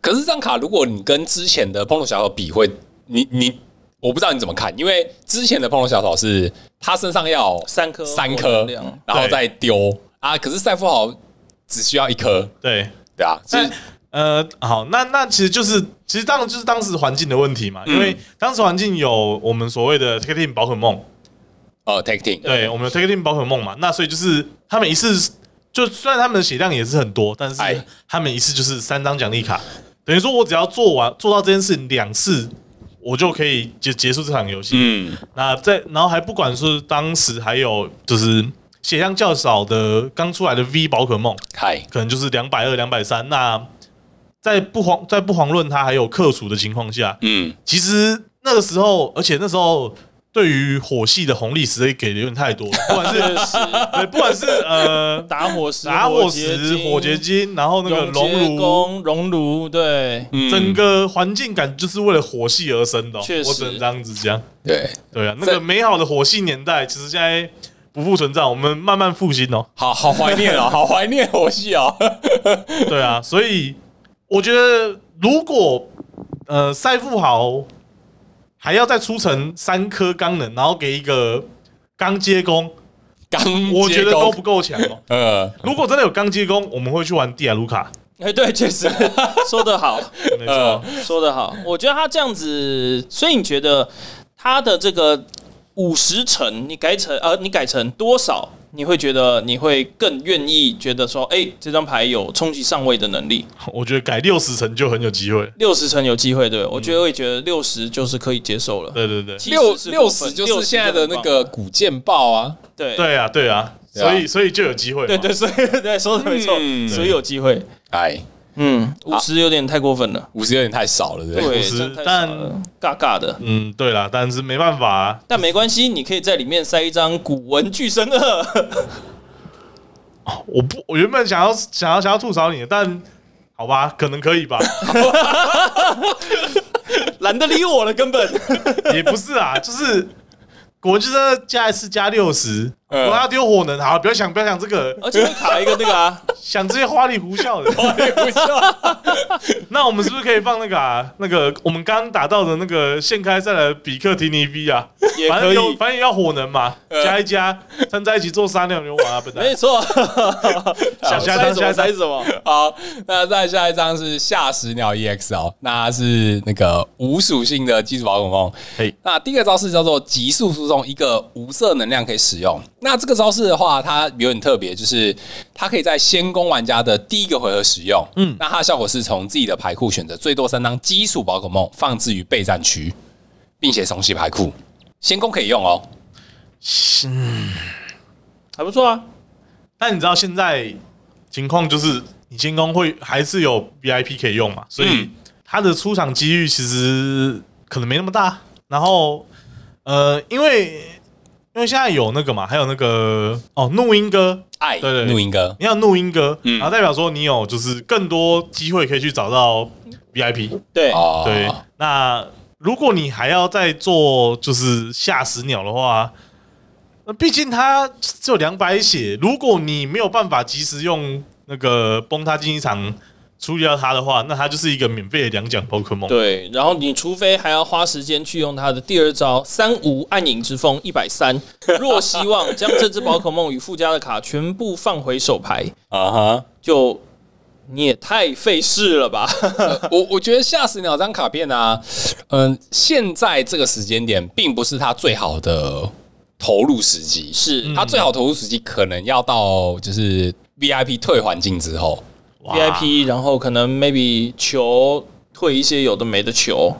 Speaker 2: 可是这张卡，如果你跟之前的碰头小草比，会你你，我不知道你怎么看，因为之前的碰头小草是他身上要
Speaker 1: 三颗
Speaker 2: 三颗
Speaker 1: 火能量，
Speaker 2: 然后再丢啊，可是赛富豪只需要一颗，
Speaker 3: 对，
Speaker 2: 对啊，所以
Speaker 3: 但呃，好，那那其实就是，其实当然就是当时环境的问题嘛，因为当时环境有我们所谓的 t a k e t i n 宝可梦，
Speaker 2: 呃，take team，
Speaker 3: 对，我们的 t a k e t i n 宝可梦嘛，那所以就是他们一次就虽然他们的血量也是很多，但是
Speaker 2: 哎
Speaker 3: 他们一次就是三张奖励卡，等于说我只要做完做到这件事情两次，我就可以结结束这场游戏。
Speaker 2: 嗯，
Speaker 3: 那在然后还不管是当时还有就是血量较少的刚出来的 V 宝可梦，
Speaker 2: 嗨，
Speaker 3: 可能就是两百二、两百三。那在不遑在不遑论它还有克数的情况下，
Speaker 2: 嗯，
Speaker 3: 其实那个时候，而且那时候对于火系的红利实在给的有点太多了，不
Speaker 1: (laughs)
Speaker 3: 管
Speaker 1: 确
Speaker 3: 是
Speaker 1: 实，
Speaker 3: 对，不管是呃
Speaker 1: 打火石、
Speaker 3: 打火石、火结
Speaker 1: 晶、
Speaker 3: 晶，然后那个
Speaker 1: 熔
Speaker 3: 熔
Speaker 1: 结
Speaker 3: 炉。
Speaker 1: 弓、熔炉，对，
Speaker 2: 嗯
Speaker 3: 整个环境感就是为了火系而生的哦、
Speaker 1: 确实
Speaker 3: 我只能这样子讲。
Speaker 2: 对，
Speaker 3: 对啊，那个
Speaker 2: 在
Speaker 3: 美好的火系年代，其实现在不复存在，我们慢慢复兴哦。
Speaker 2: 好好怀念哦，好怀念游戏 (laughs) 哦，
Speaker 3: 对啊，所以我觉得如果呃赛富豪还要再出成三颗钢能，然后给一个钢接工，
Speaker 2: 刚
Speaker 3: 我
Speaker 2: 嗯
Speaker 3: 觉
Speaker 2: 接
Speaker 3: 得都
Speaker 2: 钩
Speaker 3: 不，够强
Speaker 2: (laughs)
Speaker 3: 哦。
Speaker 2: 呃，
Speaker 3: 如果真的有钢接工，我们会去玩蒂亚卢卡，
Speaker 1: 哎，对，确实说得好，
Speaker 3: 没错，
Speaker 2: 嗯
Speaker 1: 说得好。我觉得他这样子，所以你觉得他的这个五十层，你改成呃，你改成多少？你会觉得你会更愿意觉得说，哎、这张牌有冲击上位的能力，
Speaker 3: 我觉得改六十层就很有机会。
Speaker 1: 六十层有机会，对不对我觉得会觉得六十就是可以接受了。
Speaker 3: 对对对，
Speaker 1: 其实
Speaker 2: 六
Speaker 1: 是
Speaker 2: 六
Speaker 1: 过
Speaker 2: 十
Speaker 1: 分
Speaker 2: 就是现在的那
Speaker 1: 60
Speaker 2: 个古剑豹啊，
Speaker 1: 对
Speaker 3: 对啊对啊，
Speaker 2: 对啊
Speaker 3: 所以所以就有机会嘛。
Speaker 1: 对对，所以 (laughs) 对说的没错，
Speaker 2: 嗯
Speaker 1: 所以有机会。
Speaker 2: 哎，
Speaker 1: 嗯，五十有点太过分了，
Speaker 2: 五十有点太少了，对不对？
Speaker 1: 对，
Speaker 3: 50
Speaker 1: 真的太
Speaker 3: 但
Speaker 1: 少了尬尬的。
Speaker 3: 嗯对啦，但是没办法、啊，
Speaker 1: 但没关系，你可以在里面塞一张古文巨神二， (laughs)
Speaker 3: 我不我原本想要想要想要吐槽你，但好吧，可能可以吧。
Speaker 1: 懒得理我了，根本。
Speaker 3: (laughs) 也不是啊，就是国就是加一次加六十，
Speaker 2: 嗯
Speaker 3: 我要丢火能，好，不要想不要想这个，
Speaker 1: 而且会卡一个那个 (laughs) 啊，
Speaker 3: 想这些花里胡哨的。
Speaker 2: 不是啊
Speaker 3: (laughs) 那我们是不是可以放那个啊？那个我们刚刚打到的那个现开赛的比克提尼 V 啊，
Speaker 1: 也
Speaker 3: 反
Speaker 1: 可
Speaker 3: 正有
Speaker 1: 以，
Speaker 3: 反正也要火能嘛，加一加，掺在一起做三两牛丸啊，笨蛋
Speaker 1: 没。错。想
Speaker 3: 下
Speaker 1: 啊塞什么
Speaker 3: 单下单
Speaker 1: 塞什么，
Speaker 2: 好， (laughs) 那再下一张是吓死鸟 EX 哦，那是那个无属性的基础宝可梦。
Speaker 3: 嘿
Speaker 2: 那第一个招式叫做极速输送，一个无色能量可以使用。那这个招式的话，它有点特别，就是它可以在先攻玩家的第一个回合使用。嗯，那它的效果是从自己的牌库选择最多三张基础宝可梦放置于备战区，并且重启牌库。先攻可以用哦，
Speaker 1: 还不错啊。
Speaker 3: 但你知道现在情况就是，你进攻会还是有 VIP 可以用嘛，所以
Speaker 2: 嗯
Speaker 3: 他的出场机遇其实可能没那么大。然后，呃，因为因为现在有那个嘛，还有那个哦，怒音哥，
Speaker 2: 爱
Speaker 3: 对对对
Speaker 2: 怒音哥，
Speaker 3: 你有怒音哥，
Speaker 2: 嗯
Speaker 3: 然后代表说你有就是更多机会可以去找到 VIP。
Speaker 1: 对，
Speaker 2: 哦，
Speaker 3: 对，那如果你还要再做就是吓死鸟的话，那毕竟它只有两百血，如果你没有办法及时用那个崩塌竞技场处理掉它的话，那它就是一个免费的两奖宝可梦。
Speaker 1: 对，然后你除非还要花时间去用它的第二招三无暗影之风一百三，若希望将这只宝可梦与附加的卡全部放回手牌，
Speaker 2: 啊哈。
Speaker 1: 就你也太费事了吧？ (laughs)
Speaker 2: 我我觉得吓死鸟这张卡片啊，嗯、现在这个时间点并不是它最好的投入时机，
Speaker 1: 是
Speaker 3: 嗯
Speaker 2: 它最好投入时机可能要到就是 VIP 退环境之后，
Speaker 3: 哇
Speaker 1: VIP，然后可能 maybe 球退一些有的没的球，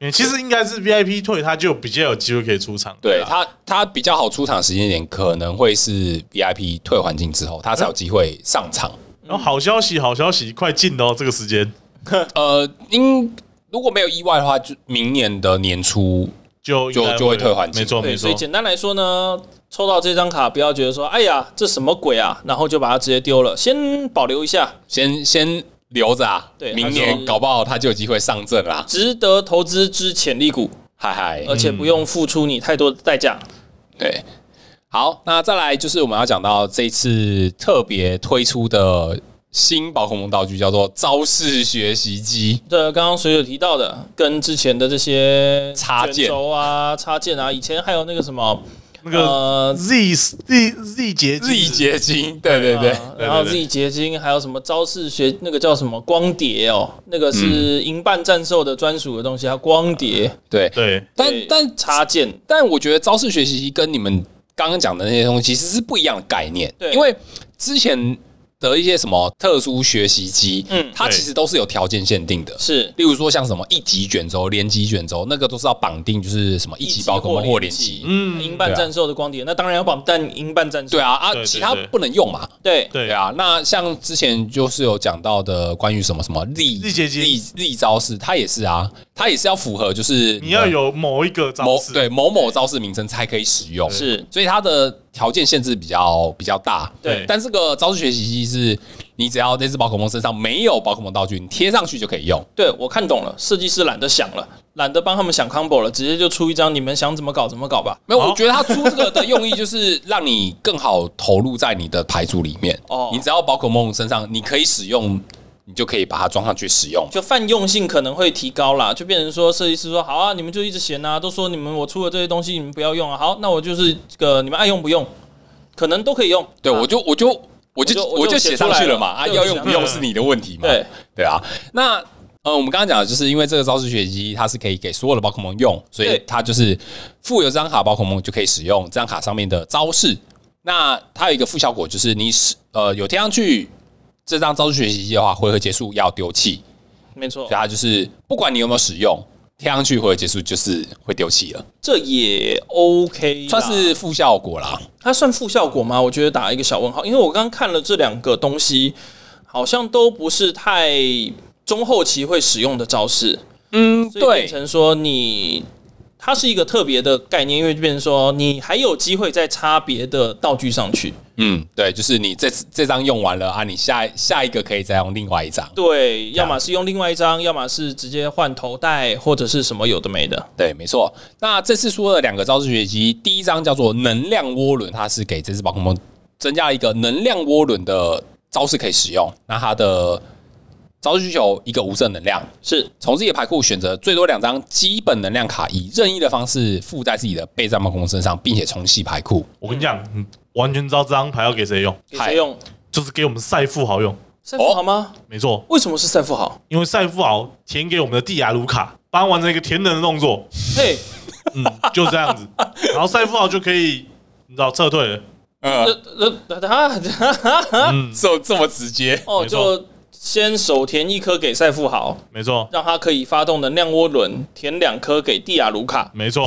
Speaker 3: 嗯其实应该是 VIP 退，他就比较有机会可以出场。
Speaker 2: 对
Speaker 3: 啊
Speaker 2: 他，他比较好出场时间点可能会是 VIP 退环境之后，他才有机会上场。
Speaker 3: 然后好消息，好消息，快进了哦，这个时间
Speaker 2: 呃，因如果没有意外的话，就明年的年初
Speaker 3: 就
Speaker 2: 就
Speaker 3: 应该
Speaker 2: 就会退环境
Speaker 3: 没错
Speaker 1: 对，
Speaker 3: 哦没
Speaker 1: 所
Speaker 3: 错
Speaker 1: 以。简单来说呢，抽到这张卡不要觉得说，哎呀，这什么鬼啊，然后就把它直接丢了，先保留一下，
Speaker 2: 先先留着啊，
Speaker 1: 对
Speaker 2: 明
Speaker 1: 他
Speaker 2: 年
Speaker 1: 说
Speaker 2: 搞不好他就有机会上阵啦。
Speaker 1: 值得投资之潜力股，
Speaker 2: 嗨嗨，
Speaker 1: 而
Speaker 3: 嗯
Speaker 1: 且不用付出你太多的代价。
Speaker 2: 对，好，那再来就是我们要讲到这一次特别推出的新宝可梦道具，叫做招式学习机。
Speaker 1: 这刚刚水手提到的，跟之前的这些
Speaker 2: 插件
Speaker 1: 卷轴啊、插件啊，以前还有那个什么
Speaker 3: 那个
Speaker 1: 呃
Speaker 3: Z Z Z 结
Speaker 2: Z 结晶，对对对，
Speaker 1: 啊然后
Speaker 3: 对
Speaker 1: Z 结晶，还有什么招式学那个叫什么光碟哦，那个
Speaker 2: 嗯
Speaker 1: 是银半战兽的专属的东西，它光碟。
Speaker 2: 对，
Speaker 3: 对，
Speaker 2: 但
Speaker 1: 对
Speaker 2: 嗯但
Speaker 1: 插件，
Speaker 2: 但我觉得招式学习机跟你们刚刚讲的那些东西其实是不一样的概念，
Speaker 1: 对
Speaker 2: 因为之前的一些什么特殊学习机，
Speaker 1: 嗯
Speaker 2: 它
Speaker 3: 对
Speaker 2: 其实都是有条件限定的，
Speaker 1: 是
Speaker 2: 例如说像什么一级卷轴、连级卷轴，那个都是要绑定，就是什么一级宝可梦或连级。
Speaker 3: 嗯，
Speaker 1: 银半战兽的光碟，那当然要绑但银半战兽
Speaker 2: 啊对。啊，啊，
Speaker 3: 对对
Speaker 2: 其他
Speaker 3: 对
Speaker 2: 不能用嘛。
Speaker 1: 对
Speaker 3: 对
Speaker 2: 对啊，那像之前就是有讲到的关于什么什么力
Speaker 3: 力竭肌
Speaker 2: 力力招式，它也是啊，它也是要符合就是
Speaker 3: 你要
Speaker 2: 的
Speaker 3: 有某一个招
Speaker 2: 某
Speaker 3: 式，
Speaker 2: 对某某招式名称才可以使用。
Speaker 1: 是
Speaker 2: 所以它的条件限制比较比较大。
Speaker 1: 对
Speaker 2: 但这个招式学习机是，你只要那只宝可梦身上没有宝可梦道具，你贴上去就可以用。
Speaker 1: 对，我看懂了，设计师懒得想了，懒得帮他们想 combo 了，直接就出一张，你们想怎么搞怎么搞吧。
Speaker 2: 没有，
Speaker 3: 好
Speaker 2: 我觉得它出这个的用意就是让你更好投入在你的牌组里面。
Speaker 1: 哦
Speaker 2: 哦，你只要宝可梦身上你可以使用，你就可以把它装上去使用。
Speaker 1: 就泛用性可能会提高啦，就变成说设计师说好啊，你们就一直嫌啊，都说你们我出了这些东西你们不要用啊，好，那我就是这个你们爱用不用，可能都可以用。
Speaker 2: 对，
Speaker 1: 啊
Speaker 2: 我就我就我
Speaker 1: 就
Speaker 2: 就
Speaker 1: 我
Speaker 2: 我
Speaker 1: 就
Speaker 2: 就
Speaker 1: 写
Speaker 2: 写
Speaker 1: 出
Speaker 2: 上
Speaker 1: 来
Speaker 2: 去
Speaker 1: 了
Speaker 2: 了嘛，啊，
Speaker 1: 对
Speaker 2: 要
Speaker 1: 我写
Speaker 2: 用
Speaker 1: 上
Speaker 2: 不
Speaker 1: 去
Speaker 2: 用
Speaker 3: 了
Speaker 2: 是你的问题嘛。
Speaker 1: 对
Speaker 2: 对啊，那呃，我们刚刚讲的就是因为这个招式学习机，它是可以给所有的宝可梦用，所以
Speaker 1: 对
Speaker 2: 它就是附有这张卡，宝可梦就可以使用这张卡上面的招式。那它有一个副效果，就是你使呃有贴上去这张招式学习机的话，回合结束要丢弃，
Speaker 1: 没错
Speaker 2: 所以，它就是不管你有没有使用，贴上去回合结束就是会丢弃了，
Speaker 1: 这也 OK，啦
Speaker 2: 算是副效果啦。
Speaker 1: 它算负效果吗？我觉得打一个小问号，因为我刚刚看了这两个东西，好像都不是太中后期会使用的招式，
Speaker 2: 嗯，
Speaker 1: 所以变
Speaker 2: 对，
Speaker 1: 成说你。它是一个特别的概念，因为就变成说你还有机会再插别的道具上去，
Speaker 2: 嗯，对，就是你这次这张用完了啊，你下下一个可以再用另外一张。
Speaker 1: 对，要
Speaker 2: 样
Speaker 1: 么是用另外一张，要么是直接换头带或者是什么有的没的。
Speaker 2: 对，没错。那这次出了两个招式学习，第一张叫做能量涡轮，它是给这只宝可梦增加了一个能量涡轮的招式可以使用。那它的招式需求一个无色能量，
Speaker 1: 是
Speaker 2: 从自己的牌库选择最多两张基本能量卡，以任意的方式附在自己的备战宝可梦身上，并且重启牌库。
Speaker 3: 我跟你讲，你完全知道这张牌要给谁用，
Speaker 1: 给
Speaker 2: 嗨
Speaker 1: 谁用？
Speaker 3: 就是给我们赛富豪用，
Speaker 1: 赛富豪吗？
Speaker 3: 没错，
Speaker 1: 为什么是赛富豪？
Speaker 3: 因为赛富豪填给我们的蒂亚卢卡，帮他完成一个填能的动作，
Speaker 1: 嘿，
Speaker 3: 嗯，就这
Speaker 1: (laughs)
Speaker 3: 样子，然后赛富豪就可以，你知道撤退了，
Speaker 1: 呃
Speaker 2: 呃，
Speaker 1: 呃，他啊
Speaker 3: 嗯，
Speaker 2: 就这么直接。
Speaker 1: 哦，
Speaker 3: 没错
Speaker 1: 就先手填一颗给赛富豪，
Speaker 3: 没错，
Speaker 1: 让他可以发动能量涡轮；填两颗给蒂亚卢
Speaker 3: (laughs)
Speaker 1: 卡。
Speaker 3: 没错，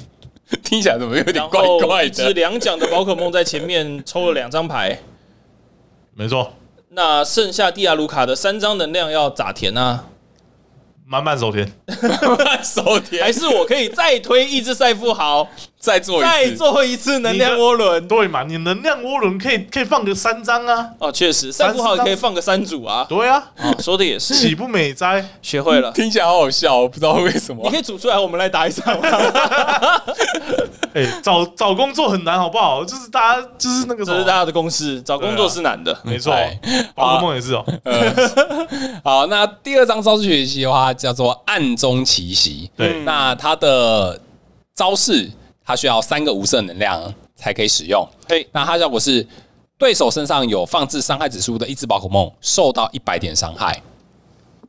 Speaker 2: (laughs) 听起来怎么有点
Speaker 1: 然
Speaker 2: 怪
Speaker 1: 后
Speaker 2: 怪
Speaker 1: 一只
Speaker 2: 的？
Speaker 1: 两奖的宝可梦在前面抽了两张牌，
Speaker 3: 没错，
Speaker 1: 那剩下蒂亚卢卡的三张能量要咋填啊？
Speaker 3: 慢慢手填，
Speaker 2: 手
Speaker 1: 还
Speaker 2: 甜，
Speaker 1: 是我可以再推一只赛富豪，
Speaker 2: 再做
Speaker 1: 再
Speaker 2: 一次。
Speaker 1: 做一次能量
Speaker 3: 你的
Speaker 1: 涡轮？
Speaker 3: 对嘛，你能量涡轮可以可以放个三张啊，
Speaker 1: 哦，确实，赛富豪也可以放个三组啊。
Speaker 3: 对啊，
Speaker 1: 啊，说的也是
Speaker 3: 岂，不美哉？
Speaker 1: 学会了。
Speaker 2: 听起来好好笑哦，不知道为什么
Speaker 1: 你。可以组出来，我们来打一场吗。
Speaker 3: 哎、找找工作很难，好不好？就是大家就是那个什
Speaker 1: 这是大
Speaker 3: 么，
Speaker 1: 家的公式，找工作是难的。
Speaker 3: 没错
Speaker 2: 哎，
Speaker 3: 宝可梦也是
Speaker 1: 啊
Speaker 3: 哦、
Speaker 2: 好，那第二张招式学习的话叫做暗中奇袭。
Speaker 3: 对
Speaker 1: 嗯
Speaker 2: 那它的招式，它需要三个无色能量才可以使用。
Speaker 1: 嘿，
Speaker 2: 那它效果是对手身上有放置伤害指数的一只宝可梦受到一百点伤害，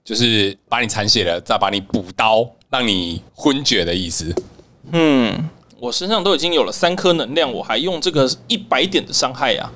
Speaker 2: 就是把你残血了，再把你补刀，让你昏厥的意思。
Speaker 1: 嗯，我身上都已经有了三颗能量，我还用这个一百点的伤害呀、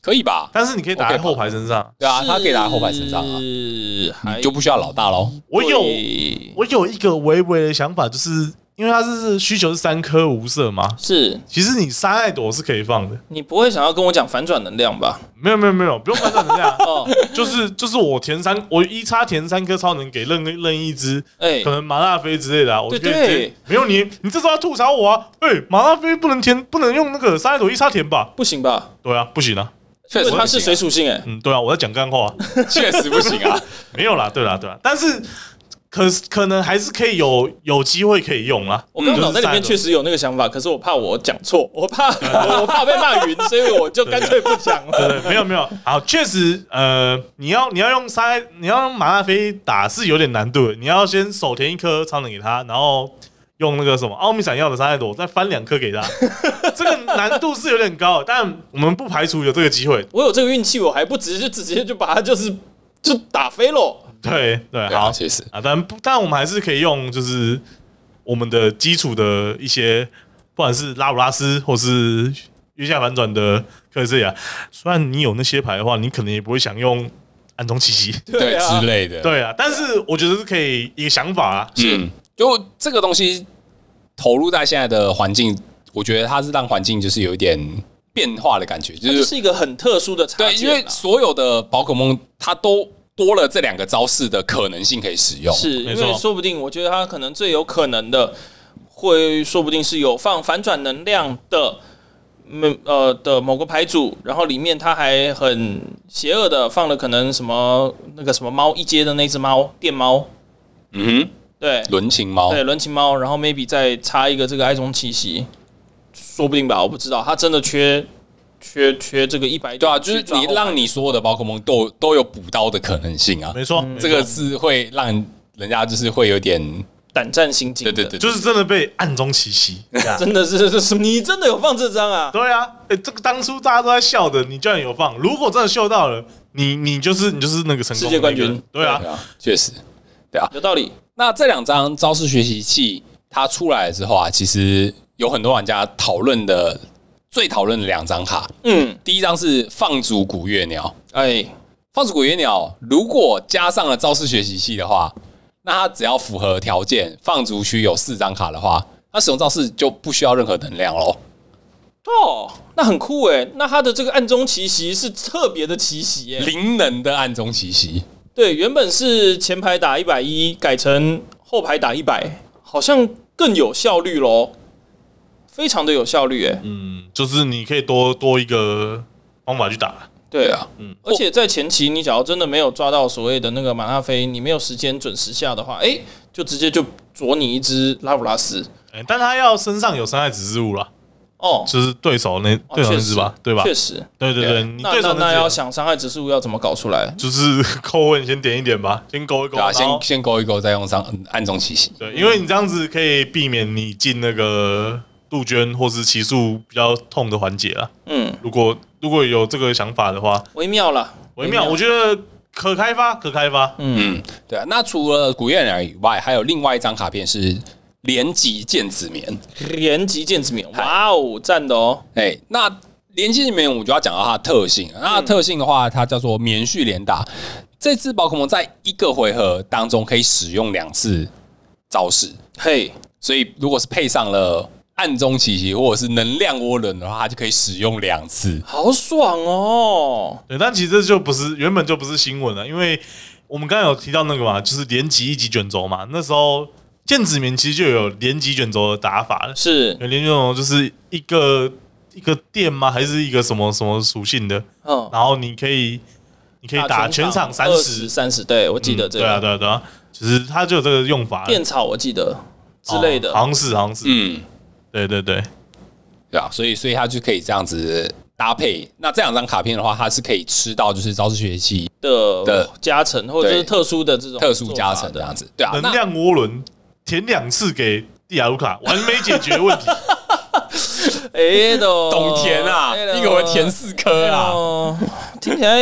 Speaker 2: 可以吧？
Speaker 3: 但是你可以打在后排身上。
Speaker 2: 对啊，他可以打在后排身上啊，
Speaker 1: 是还
Speaker 2: 你就不需要老大
Speaker 1: (laughs)
Speaker 2: 喽。
Speaker 3: 我有
Speaker 1: 对
Speaker 3: 我有一个微微的想法，就是因为它是需求是三颗无色嘛，
Speaker 1: 是
Speaker 3: 其实你三爱朵是可以放的。
Speaker 1: 你不会想要跟我讲反转能量吧？，
Speaker 3: 没有没有没有，不用换成这样
Speaker 1: (laughs) 哦，
Speaker 3: 就是就是我填三，我一叉填三颗超能给任任意一只，
Speaker 1: 哎
Speaker 3: 可，能麻辣飞之类的啊，我就
Speaker 1: 对
Speaker 3: 可以直接
Speaker 1: 对
Speaker 3: 没有你，你这时候要吐槽我啊，哎、麻辣飞不能填，不能用那个三爱朵一叉填吧？
Speaker 1: 不行吧？
Speaker 3: 对啊，不行啊，
Speaker 2: 确
Speaker 1: 因
Speaker 2: 实
Speaker 1: 为它是
Speaker 2: 不行
Speaker 1: 水属性哎，
Speaker 3: 嗯，对啊，我在讲干话、
Speaker 1: (laughs)
Speaker 3: 啊，
Speaker 2: 啊，确实不行啊。
Speaker 3: 没有啦，对啦对啦，但是可是可能还是可以有有机会可以用啦。
Speaker 1: 我刚刚脑袋里面确实有那个想法，可是我怕我讲
Speaker 2: (laughs)
Speaker 1: 错，我怕我我怕被骂晕，所以我就干脆不讲
Speaker 2: (laughs)
Speaker 1: 了。
Speaker 3: (laughs) 对，没有没有，好，确实，呃，你要你要用沙，你要用麻辣飞打是有点难度的，你要先手填一颗超能给他，然后用那个什么奥秘闪耀的沙袋朵再翻两颗给他， (laughs) 这个难度是有点高，但我们不排除有这个机会。
Speaker 1: 我有这个运气，我还不直接直接就把它就是就打飞喽。
Speaker 3: 对对，
Speaker 2: 对啊
Speaker 3: 好
Speaker 2: 确实
Speaker 3: 啊，但不但我们还是可以用，就是我们的基础的一些，不管是拉普拉斯或是月下反转的克里斯亚，虽然你有那些牌的话，你可能也不会想用暗中奇袭。
Speaker 2: 对
Speaker 1: 啊
Speaker 2: 之，类的。
Speaker 3: 对啊，但是我觉得是可以一个想法啊，
Speaker 2: 嗯，就这个东西投入在现在的环境，我觉得它是让环境就是有一点变化的感觉，就
Speaker 1: 这
Speaker 2: 是
Speaker 1: 是一个很特殊的插件啊
Speaker 2: 对，因为所有的宝可梦它都多了这两个招式的可能性可以使用。
Speaker 1: 是因
Speaker 3: 哦没错
Speaker 1: 为说不定，我觉得它可能最有可能的，会说不定是有放反转能量的。嗯呃的某个牌组，然后里面它还很邪恶的放了可能什么那个什么猫一阶的那只猫电猫，
Speaker 2: 嗯
Speaker 1: 对
Speaker 2: 哼，，轮琴猫
Speaker 1: 对，轮琴猫，然后 maybe 再插一个这个爱中气息，说不定吧，我不知道，他真的缺缺缺这个一百，
Speaker 2: 对啊，就是你
Speaker 1: 哦
Speaker 2: 让你所有的宝可梦都都有补刀的可能性啊，
Speaker 3: 没错，
Speaker 1: 嗯
Speaker 2: 这个是会让人家就是会有点
Speaker 1: 胆战心惊
Speaker 2: 对
Speaker 1: 的，
Speaker 2: 对对，
Speaker 3: 就是真的被暗中
Speaker 1: (laughs)
Speaker 3: 奇袭。对啊
Speaker 1: 真的是是 (laughs) 是，你真的有放这张啊？
Speaker 3: 对啊，哎、这个当初大家都在笑的，你居然有放。如果真的秀到了，你你就是你就是那个成功的
Speaker 1: 世界冠军
Speaker 3: 那个人对啊
Speaker 2: 对，啊，确实。
Speaker 1: 有道理，
Speaker 2: 那这两张招式学习器它出来之后啊，其实有很多玩家讨论的最讨论的两张卡，
Speaker 1: 嗯，
Speaker 2: 第一张是放逐古月鸟，
Speaker 1: 哎，
Speaker 2: 放逐古月鸟如果加上了招式学习器的话，那它只要符合条件，放逐区有四张卡的话，它使用招式就不需要任何能量喽。
Speaker 1: 哦，那很酷哎，那他的这个暗中奇袭是特别的奇袭哎，
Speaker 2: 灵能的暗中奇袭，
Speaker 1: 对，原本是前排打一百一，改成后排打一百，好像更有效率喽，非常的有效率哎，
Speaker 3: 嗯，就是你可以多多一个方法去打。
Speaker 1: 对
Speaker 2: 对啊，
Speaker 1: 而且在前期，你假如真的没有抓到所谓的那个马纳菲，你没有时间准时下的话，哎、就直接就啄你一只拉普拉斯
Speaker 3: 哎，但他要身上有伤害指示物啦，
Speaker 1: 哦，
Speaker 3: 就是对手那
Speaker 1: 哦
Speaker 3: 对手那只吧，对吧？
Speaker 1: 确实，
Speaker 3: 对对
Speaker 2: 对
Speaker 3: 对，你
Speaker 1: 那
Speaker 3: 对
Speaker 1: 那
Speaker 3: 手
Speaker 1: 那要
Speaker 3: 那只
Speaker 1: 想伤害指数要怎么搞出来？
Speaker 3: 就是扣问先点一点吧，先勾一勾，
Speaker 2: 对啊，
Speaker 3: 然后
Speaker 2: 先先勾一勾，再用上嗯暗中奇袭。
Speaker 3: 对，因为你这样子可以避免你进那个杜鹃或是奇数比较痛的环节啦。
Speaker 1: 嗯，
Speaker 3: 如果如果有这个想法的话，
Speaker 1: 微妙啦，
Speaker 3: 微妙，我觉得可开发，可开发。
Speaker 2: 嗯，对啊。那除了古月鸟以外，还有另外一张卡片是连击剑子棉。
Speaker 1: 连级剑之冕，哇哦，赞的哦，
Speaker 2: 哎、那连击里面我们就要讲到它的特性。那它的特性的话，它叫做棉絮连打。这只宝可梦在一个回合当中可以使用两次招式，
Speaker 1: 嘿，
Speaker 2: 所以如果是配上了暗中奇袭或者是能量涡轮的话，它就可以使用两次。
Speaker 1: 好爽哦，
Speaker 3: 对，但其实这就不是原本就不是新闻了，啊因为我们刚才有提到那个嘛，就是连级一级卷轴嘛，那时候剑子棉其实就有连级卷轴的打法了。
Speaker 1: 是，
Speaker 3: 有连级卷轴就是一个一个电吗？还是一个什么什么属性的？
Speaker 1: 嗯，
Speaker 3: 然后你可以你可以哦打全场三十，
Speaker 1: 三十，对我记得
Speaker 3: 嗯
Speaker 1: 这
Speaker 3: 对啊，
Speaker 1: 个
Speaker 3: 对啊，对啊，其实它就有这个用法
Speaker 1: 电草，我记得之类的
Speaker 3: 哦，好像是，好像是，
Speaker 2: 嗯，
Speaker 3: 对对对，
Speaker 2: 对啊，所以所以它就可以这样子搭配。那这两张卡片的话，它是可以吃到就是招式学习器
Speaker 1: 的
Speaker 2: 的
Speaker 1: 加成，或者是
Speaker 2: 对
Speaker 1: 特殊的这种
Speaker 2: 特殊加
Speaker 1: 做
Speaker 2: 成
Speaker 1: 法
Speaker 2: 这
Speaker 1: 的，
Speaker 2: 样子，对啊，
Speaker 3: 能
Speaker 2: 那
Speaker 3: 量涡轮填两次给蒂亚卢卡，完美解决问题。
Speaker 1: 哎
Speaker 2: (laughs)
Speaker 1: 的，
Speaker 2: 懂甜啊，
Speaker 1: 哎的
Speaker 2: 一个会啊甜四颗啦，
Speaker 1: 哦，听起来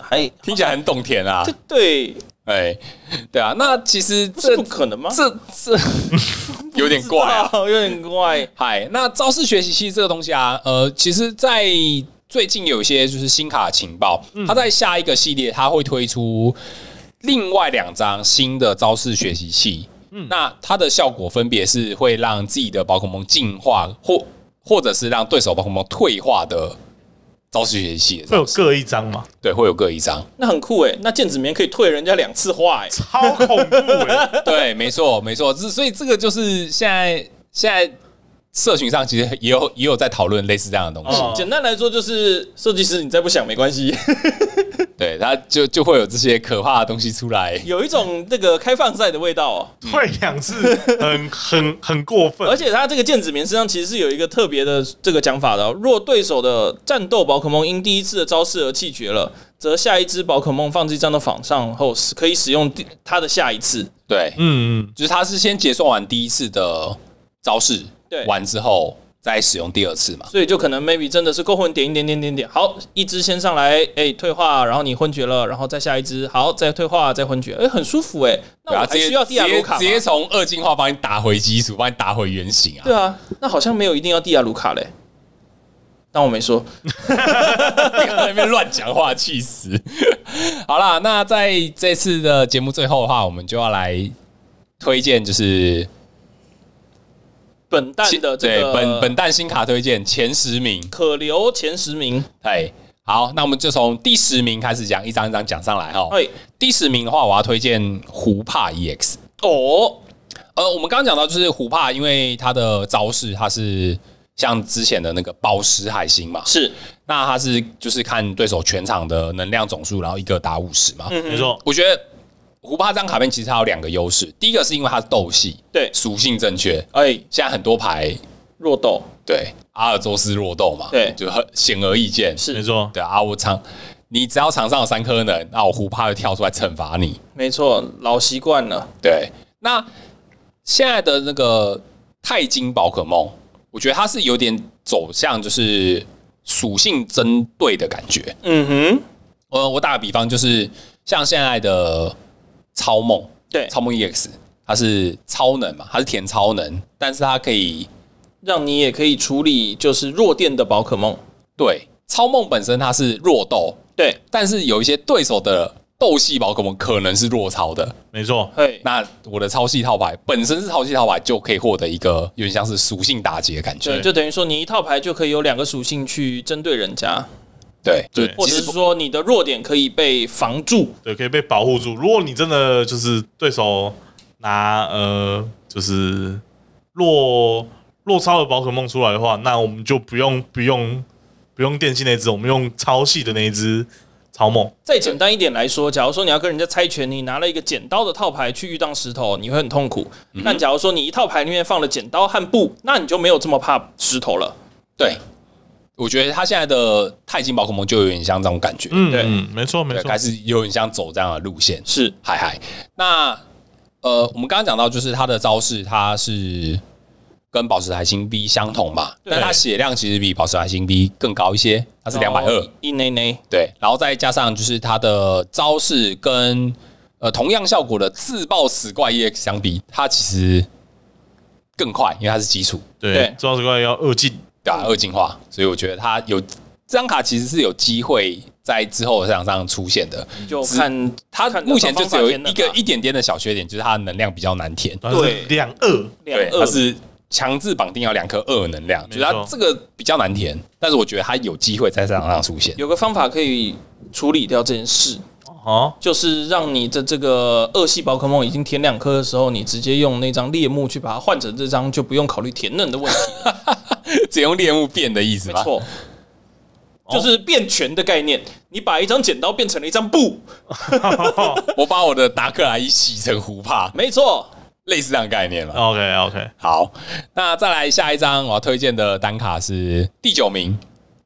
Speaker 1: 还
Speaker 2: 听起来很懂甜啊
Speaker 1: 这，对，
Speaker 2: 哎，对啊，那其实
Speaker 1: 不啊是
Speaker 2: 这
Speaker 1: 不可能吗？
Speaker 2: 这这 (laughs) 有点怪啊，
Speaker 1: 啊，有点怪。
Speaker 2: 嗨，那招式学习器这个东西啊，呃，其实在最近有一些就是新卡情报，
Speaker 1: 嗯
Speaker 2: 它在下一个系列它会推出另外两张新的招式学习器。
Speaker 1: 嗯
Speaker 2: 那它的效果分别是会让自己的宝可梦进化，或或者是让对手宝可梦退化的招式学习
Speaker 1: (laughs)
Speaker 2: 器的
Speaker 3: 会有
Speaker 2: 招式，
Speaker 3: 各一张嘛？
Speaker 2: 对，会有各一张。
Speaker 1: 那很酷哎、那剑子棉可以退人家两次画哎、
Speaker 3: 超恐怖哎！
Speaker 2: (laughs) 对，没错，没错，这所以这个就是现在现在社群上其实也有也有在讨论类似这样的东西，
Speaker 3: 哦
Speaker 1: 简单来说就是设计师，你再不想没关系。
Speaker 2: 对，它就就会有这些可怕的东西出来。
Speaker 1: 有一种那个开放赛的味道哦。
Speaker 3: 退两次很很很过分，
Speaker 1: 而且它这个剑子棉身上其实是有一个特别的这个讲法的、哦，若对手的战斗宝可梦因第一次的招式而弃绝了，则下一只宝可梦放置战斗场上后，可以使用第它的下一次。
Speaker 2: 对，
Speaker 3: 嗯，嗯，
Speaker 2: 就是它是先结算完第一次的招式，
Speaker 1: 对
Speaker 2: 完之后再使用第二次嘛。
Speaker 1: 所以就可能 maybe 真的是够混点一点点点点，好，一只先上来，哎、退化，然后你昏厥了，然后再下一只，好，再退化，再昏厥，哎、很舒服哎、那
Speaker 2: 对啊
Speaker 1: 我还需要
Speaker 2: 直
Speaker 1: 蒂亚
Speaker 2: 接
Speaker 1: 卢卡吗
Speaker 2: 直接从二进化把你打回基础，把你打回原形啊
Speaker 1: 对！啊，那好像没有一定要蒂亚卢卡嘞，当我没说。
Speaker 2: 不要在那边乱讲话，气死！好啦，那在这次的节目最后的话，我们就要来推荐，就是
Speaker 1: 本蛋的这
Speaker 2: 对
Speaker 1: 个
Speaker 2: 本本蛋新卡推荐前十名。
Speaker 1: 可留前十名，
Speaker 2: 哎，好，那我们就从第十名开始讲，一张一张讲上来哈。
Speaker 1: 哎
Speaker 2: 第十名的话，我要推荐胡帕 EX。
Speaker 1: 哦，
Speaker 2: 呃，我们刚刚讲到就是胡帕，因为它的招式它是像之前的那个暴尸海星嘛，
Speaker 1: 是
Speaker 2: 那它是就是看对手全场的能量总数，然后一个打五十嘛。
Speaker 1: 嗯
Speaker 3: 没错，
Speaker 2: 我觉得胡帕这张卡片其实它有两个优势，第一个是因为它是斗系，
Speaker 1: 对
Speaker 2: 属性正确，
Speaker 1: 哎，
Speaker 2: 现在很多牌
Speaker 1: 弱斗
Speaker 2: 对阿尔宙斯弱斗嘛，
Speaker 1: 对
Speaker 2: 就很显而易见。
Speaker 1: 是
Speaker 3: 没错，
Speaker 2: 对啊，我场你只要场上有三颗能，那我胡帕就跳出来惩罚你。
Speaker 1: 没错，老习惯了，
Speaker 2: 对，那现在的那个钛金宝可梦，我觉得它是有点走向就是属性针对的感觉。
Speaker 1: 嗯哼，
Speaker 2: 呃，我打个比方，就是像现在的超梦，
Speaker 1: 对，
Speaker 2: 超梦 EX，它是超能嘛，它是填超能，但是它可以
Speaker 1: 让你也可以处理就是弱电的宝可梦，
Speaker 2: 对超梦本身它是弱斗，
Speaker 1: 对，
Speaker 2: 但是有一些对手的斗系宝可梦可能是弱超的，
Speaker 3: 没错，
Speaker 1: 嘿，
Speaker 2: 那我的超系套牌本身是超系套牌，就可以获得一个有点像是属性打击的感
Speaker 1: 对，
Speaker 2: 觉。
Speaker 1: 就等于说你一套牌就可以有两个属性去针对人家，
Speaker 2: 对，就
Speaker 3: 对
Speaker 1: 或
Speaker 2: 其
Speaker 1: 者
Speaker 2: 实
Speaker 1: 是说你的弱点可以被防住，
Speaker 3: 对，可以被保护住。如果你真的就是对手拿呃，就是落落超的宝可梦出来的话，那我们就不用不用不用电信那只，我们用超系的那一只超梦。
Speaker 1: 再简单一点来说，假如说你要跟人家猜拳，你拿了一个剪刀的套牌去遇当石头，你会很痛苦。但假如说你一套牌里面放了剪刀和布，那你就没有这么怕石头了。
Speaker 2: 对，我觉得他现在的钛金宝可梦就有点像这种感觉，
Speaker 3: 嗯，
Speaker 1: 对
Speaker 3: 嗯，没错没
Speaker 2: 对，
Speaker 3: 错
Speaker 2: 开，始有点像走这样的路线。
Speaker 1: 是
Speaker 2: 嗨嗨，那呃，我们刚刚讲到就是他的招式，它是跟宝石海星 B 相同嘛，
Speaker 1: 对哦
Speaker 2: 但它血量其实比宝石海星 B 更高一些，它是两百二。
Speaker 1: 一内内，
Speaker 2: 对，然后再加上就是它的招式跟呃同样效果的自爆死怪 EX 相比，它其实更快，因为它是基础，
Speaker 1: 对
Speaker 3: 对，重要是怪要二进，
Speaker 2: 对吧、二进化，所以我觉得它有这张卡其实是有机会在之后的赛场上出现的。
Speaker 1: 就看
Speaker 2: 它
Speaker 1: 看得
Speaker 2: 目前就只有
Speaker 1: 方法
Speaker 2: 一
Speaker 1: 填
Speaker 2: 个
Speaker 1: 能啊
Speaker 2: 一点点的小缺点，就是它的能量比较难填，
Speaker 3: 然后是两二，
Speaker 1: 两
Speaker 2: 对，
Speaker 1: 二
Speaker 2: 它是。强制绑定要两颗二能量，就是它
Speaker 3: 没错
Speaker 2: 这个比较难填，但是我觉得它有机会在赛场上出 (laughs) 现。
Speaker 1: 有个方法可以处理掉这件事，
Speaker 3: 哦，
Speaker 1: 就是让你的这个恶系宝可梦已经填两颗的时候，你直接用那张猎木去把它换成这张，就不用考虑填嫩的问题。
Speaker 2: 只用猎物变的意思
Speaker 1: 没
Speaker 2: 吗？
Speaker 1: 错， (laughs) 就是变全的概念，你把一张剪刀变成了一张布，
Speaker 2: 我把我的达克莱伊洗成胡帕，
Speaker 1: 没错。
Speaker 2: 类似这样的概念了。
Speaker 3: OK OK，
Speaker 2: 好，那再来下一张，我要推荐的单卡是第九名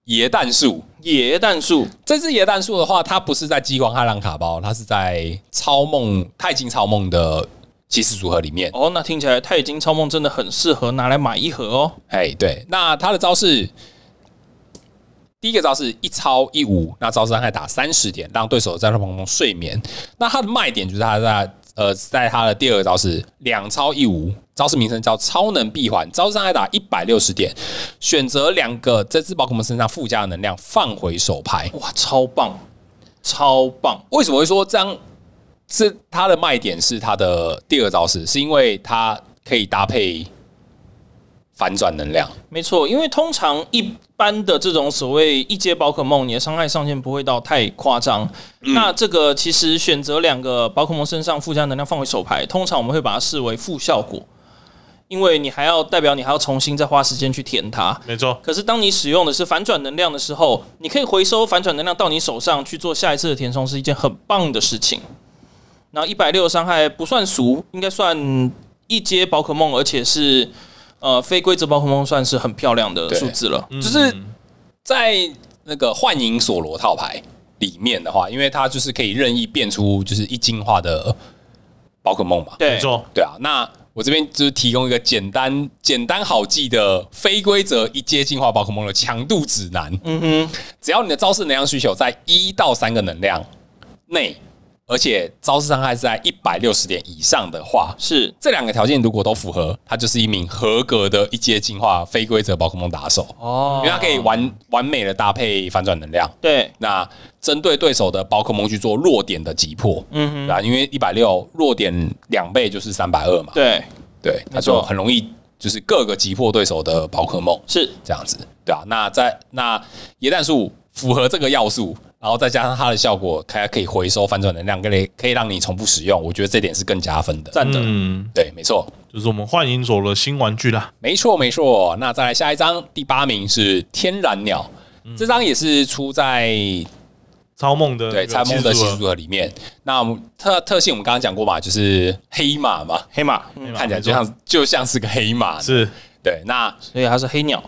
Speaker 2: 椰蛋树。
Speaker 1: 野蛋树
Speaker 2: 这只椰蛋树的话，它不是在激光汉浪卡包，它是在超梦钛金超梦的骑士组合里面。
Speaker 1: 哦，那听起来钛金超梦真的很适合拿来买一盒哦。
Speaker 2: 哎，对，那它的招式。第一个招式一超一五，那招式伤害打三十点，让对手的战斗朋友睡眠。那它的卖点就是它在呃，在它的第二个招式两超一无，招式名称叫超能闭环，招式伤害打一百六十点，选择两个这只宝可梦身上附加的能量放回手牌。
Speaker 1: 哇，超棒，超棒！
Speaker 2: 为什么会说这样？是它的卖点是它的第二招式，是因为它可以搭配反转能量。
Speaker 1: 没错，因为通常一般的这种所谓一阶宝可梦，你的伤害上限不会到太夸张。那这个其实选择两个宝可梦身上附加能量放回手牌，通常我们会把它视为负效果，因为你还要代表你还要重新再花时间去填它。
Speaker 3: 没错，
Speaker 1: 可是当你使用的是反转能量的时候，你可以回收反转能量到你手上去做下一次的填充，是一件很棒的事情。然后一百六伤害不算俗，应该算一阶宝可梦，而且是呃非规则宝可梦，算是很漂亮的
Speaker 2: 对
Speaker 1: 数字了。
Speaker 2: 就是在那个幻影索罗套牌里面的话，因为它就是可以任意变出就是一进化的宝可梦嘛。
Speaker 3: 没
Speaker 1: 对，
Speaker 3: 错，
Speaker 2: 对啊，那我这边就是提供一个简单、简单好记的非规则一阶进化宝可梦的强度指南。
Speaker 1: 嗯哼，
Speaker 2: 只要你的招式能量需求在一到三个能量内，而且招式伤害是在一百六十点以上的话，
Speaker 1: 是
Speaker 2: 这两个条件如果都符合，它就是一名合格的一阶进化非规则宝可梦打手，
Speaker 1: 哦
Speaker 2: 因为它可以完完美的搭配反转能量。
Speaker 1: 对，
Speaker 2: 那针对对手的宝可梦去做弱点的击破，
Speaker 1: 嗯
Speaker 2: 对
Speaker 1: 哼，
Speaker 2: 啊吧、因为一百六弱点两倍就是三百二嘛，
Speaker 1: 对，
Speaker 2: 对，它
Speaker 1: 没错
Speaker 2: 就很容易就是各个击破对手的宝可梦。
Speaker 1: 是
Speaker 2: 这样子，对啊，那在那椰蛋树符合这个要素，然后再加上它的效果，它可以回收翻转能量，可以可以让你重复使用，我觉得这点是更加分的。
Speaker 1: 赞的。
Speaker 3: 嗯，
Speaker 2: 对，没错，
Speaker 3: 就是我们幻影佐的新玩具啦。
Speaker 2: 没错，没错。那再来下一张，第八名是天然鸟，这张也是出在
Speaker 3: 超梦的
Speaker 2: 对
Speaker 3: 那
Speaker 2: 参
Speaker 3: 个
Speaker 2: 梦的习
Speaker 3: 技术啊
Speaker 2: 俗盒里面。那我们特特性我们刚刚讲过嘛，就是黑马嘛，
Speaker 1: 黑马，嗯
Speaker 2: 看起来就像就像是个黑马。
Speaker 3: 是
Speaker 2: 对，那
Speaker 1: 所以它是黑鸟，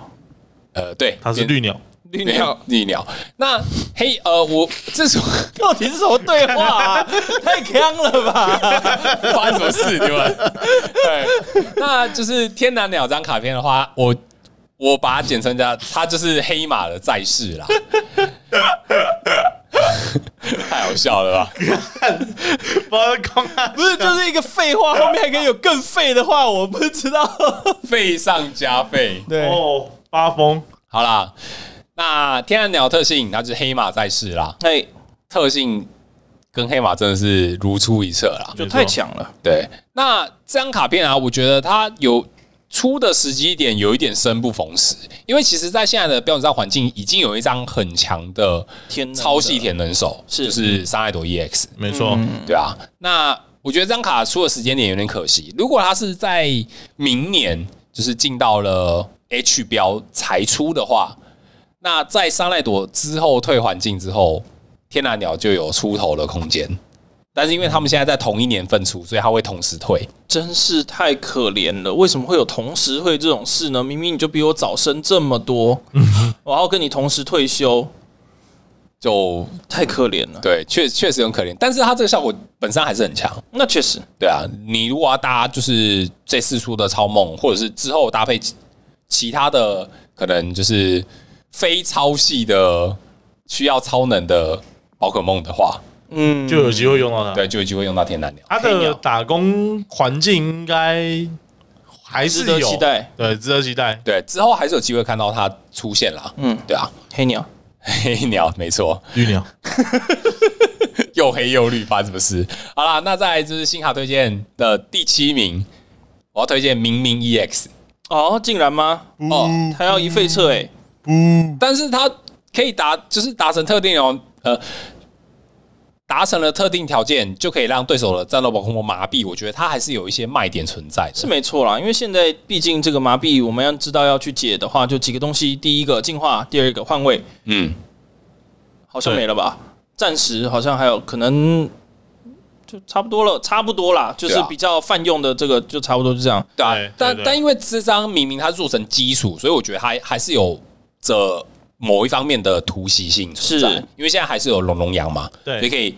Speaker 2: 呃，对，
Speaker 3: 它是绿鸟，
Speaker 1: 绿
Speaker 2: 绿鸟，，绿鸟。那黑呃，我这是。
Speaker 1: (laughs) 到底是什么对话啊？ (laughs) 太坑了吧！
Speaker 2: 发生什么事？你们？对，那就是天南鸟这张卡片的话，我我把它简称叫它就是黑马的在世啦。太好笑了吧？
Speaker 3: 包公啊，
Speaker 1: 不是，就是一个废话，后面还可以有更废的话，我不知道。
Speaker 2: 费上加费。
Speaker 1: 对
Speaker 3: 哦，八风
Speaker 2: 好啦，那天然鸟特性它就是黑马在世啦，
Speaker 1: 哎，
Speaker 2: 特性跟黑马真的是如出一辙啦。
Speaker 1: 就
Speaker 3: 没错
Speaker 1: 太强了。
Speaker 2: 对，那这张卡片啊，我觉得它有出的时机点有一点生不逢时，因为其实在现在的标准赛环境已经有一张很强的
Speaker 1: 天能的
Speaker 2: 超系铁能手，
Speaker 1: 是
Speaker 2: 就是伤害朵 E EX，
Speaker 3: 没错，
Speaker 2: 对啊。那我觉得这张卡出的时间点有点可惜，如果它是在明年就是进到了 H 标才出的话，那在伤害朵之后退环境之后，天蓝鸟就有出头的空间。但是因为他们现在在同一年份出，所以它会同时退。
Speaker 1: 真是太可怜了！为什么会有同时会这种事呢？明明你就比我早生这么
Speaker 2: (laughs)
Speaker 1: 多，我还要跟你同时退休，
Speaker 2: 就
Speaker 1: 太可怜了。
Speaker 2: 对，确确实很可怜，但是它这个效果本身还是很强。
Speaker 1: 那确实，
Speaker 2: 对啊，你如果要搭就是这四出的超梦，或者是之后搭配其其他的，可能就是非超系的需要超能的宝可梦的话，
Speaker 1: 嗯，
Speaker 3: 就有机会用到它。
Speaker 2: 对，就有机会用到天蓝鸟。
Speaker 3: 它
Speaker 1: 黑鸟
Speaker 3: 的打工环境应该还是
Speaker 1: 值得
Speaker 3: 有
Speaker 1: 期，待。
Speaker 3: 对，值得期待。
Speaker 2: 对，之后还是有机会看到它出现啦。
Speaker 1: 嗯，
Speaker 2: 对啊， (laughs)
Speaker 1: 黑鸟，
Speaker 2: 黑鸟没错，
Speaker 3: 绿鸟，
Speaker 2: 又黑又绿，发生什么事？好啦，那再来就是新卡推荐的第七名，我要推荐明明 E EX
Speaker 1: 哦，竟然吗？
Speaker 2: 哦。
Speaker 1: 他要一废撤哎、欸，
Speaker 2: 但是它可以达，就是达成特定哦，呃，达成了特定条件，就可以让对手的战斗宝可梦麻痹。我觉得它还是有一些卖点存在
Speaker 1: 是
Speaker 2: 的。
Speaker 1: 没错啦。因为现在毕竟这个麻痹，我们要知道要去解的话，就几个东西：第一个进化，第二个换位，
Speaker 2: 嗯，
Speaker 1: 好像
Speaker 3: 对
Speaker 1: 没了吧？暂时好像还有可能，就差不多了，差不多啦，就是
Speaker 2: 对啊
Speaker 1: 比较泛用的这个，就差不多就这样。
Speaker 2: 对啊
Speaker 3: 对对。
Speaker 2: 但
Speaker 3: 对
Speaker 2: 但因为这张明明它做成基础，所以我觉得它还是有着某一方面的突袭性存在。
Speaker 1: 是
Speaker 2: 因为现在还是有龙龙羊嘛，
Speaker 3: 对
Speaker 2: 所以可以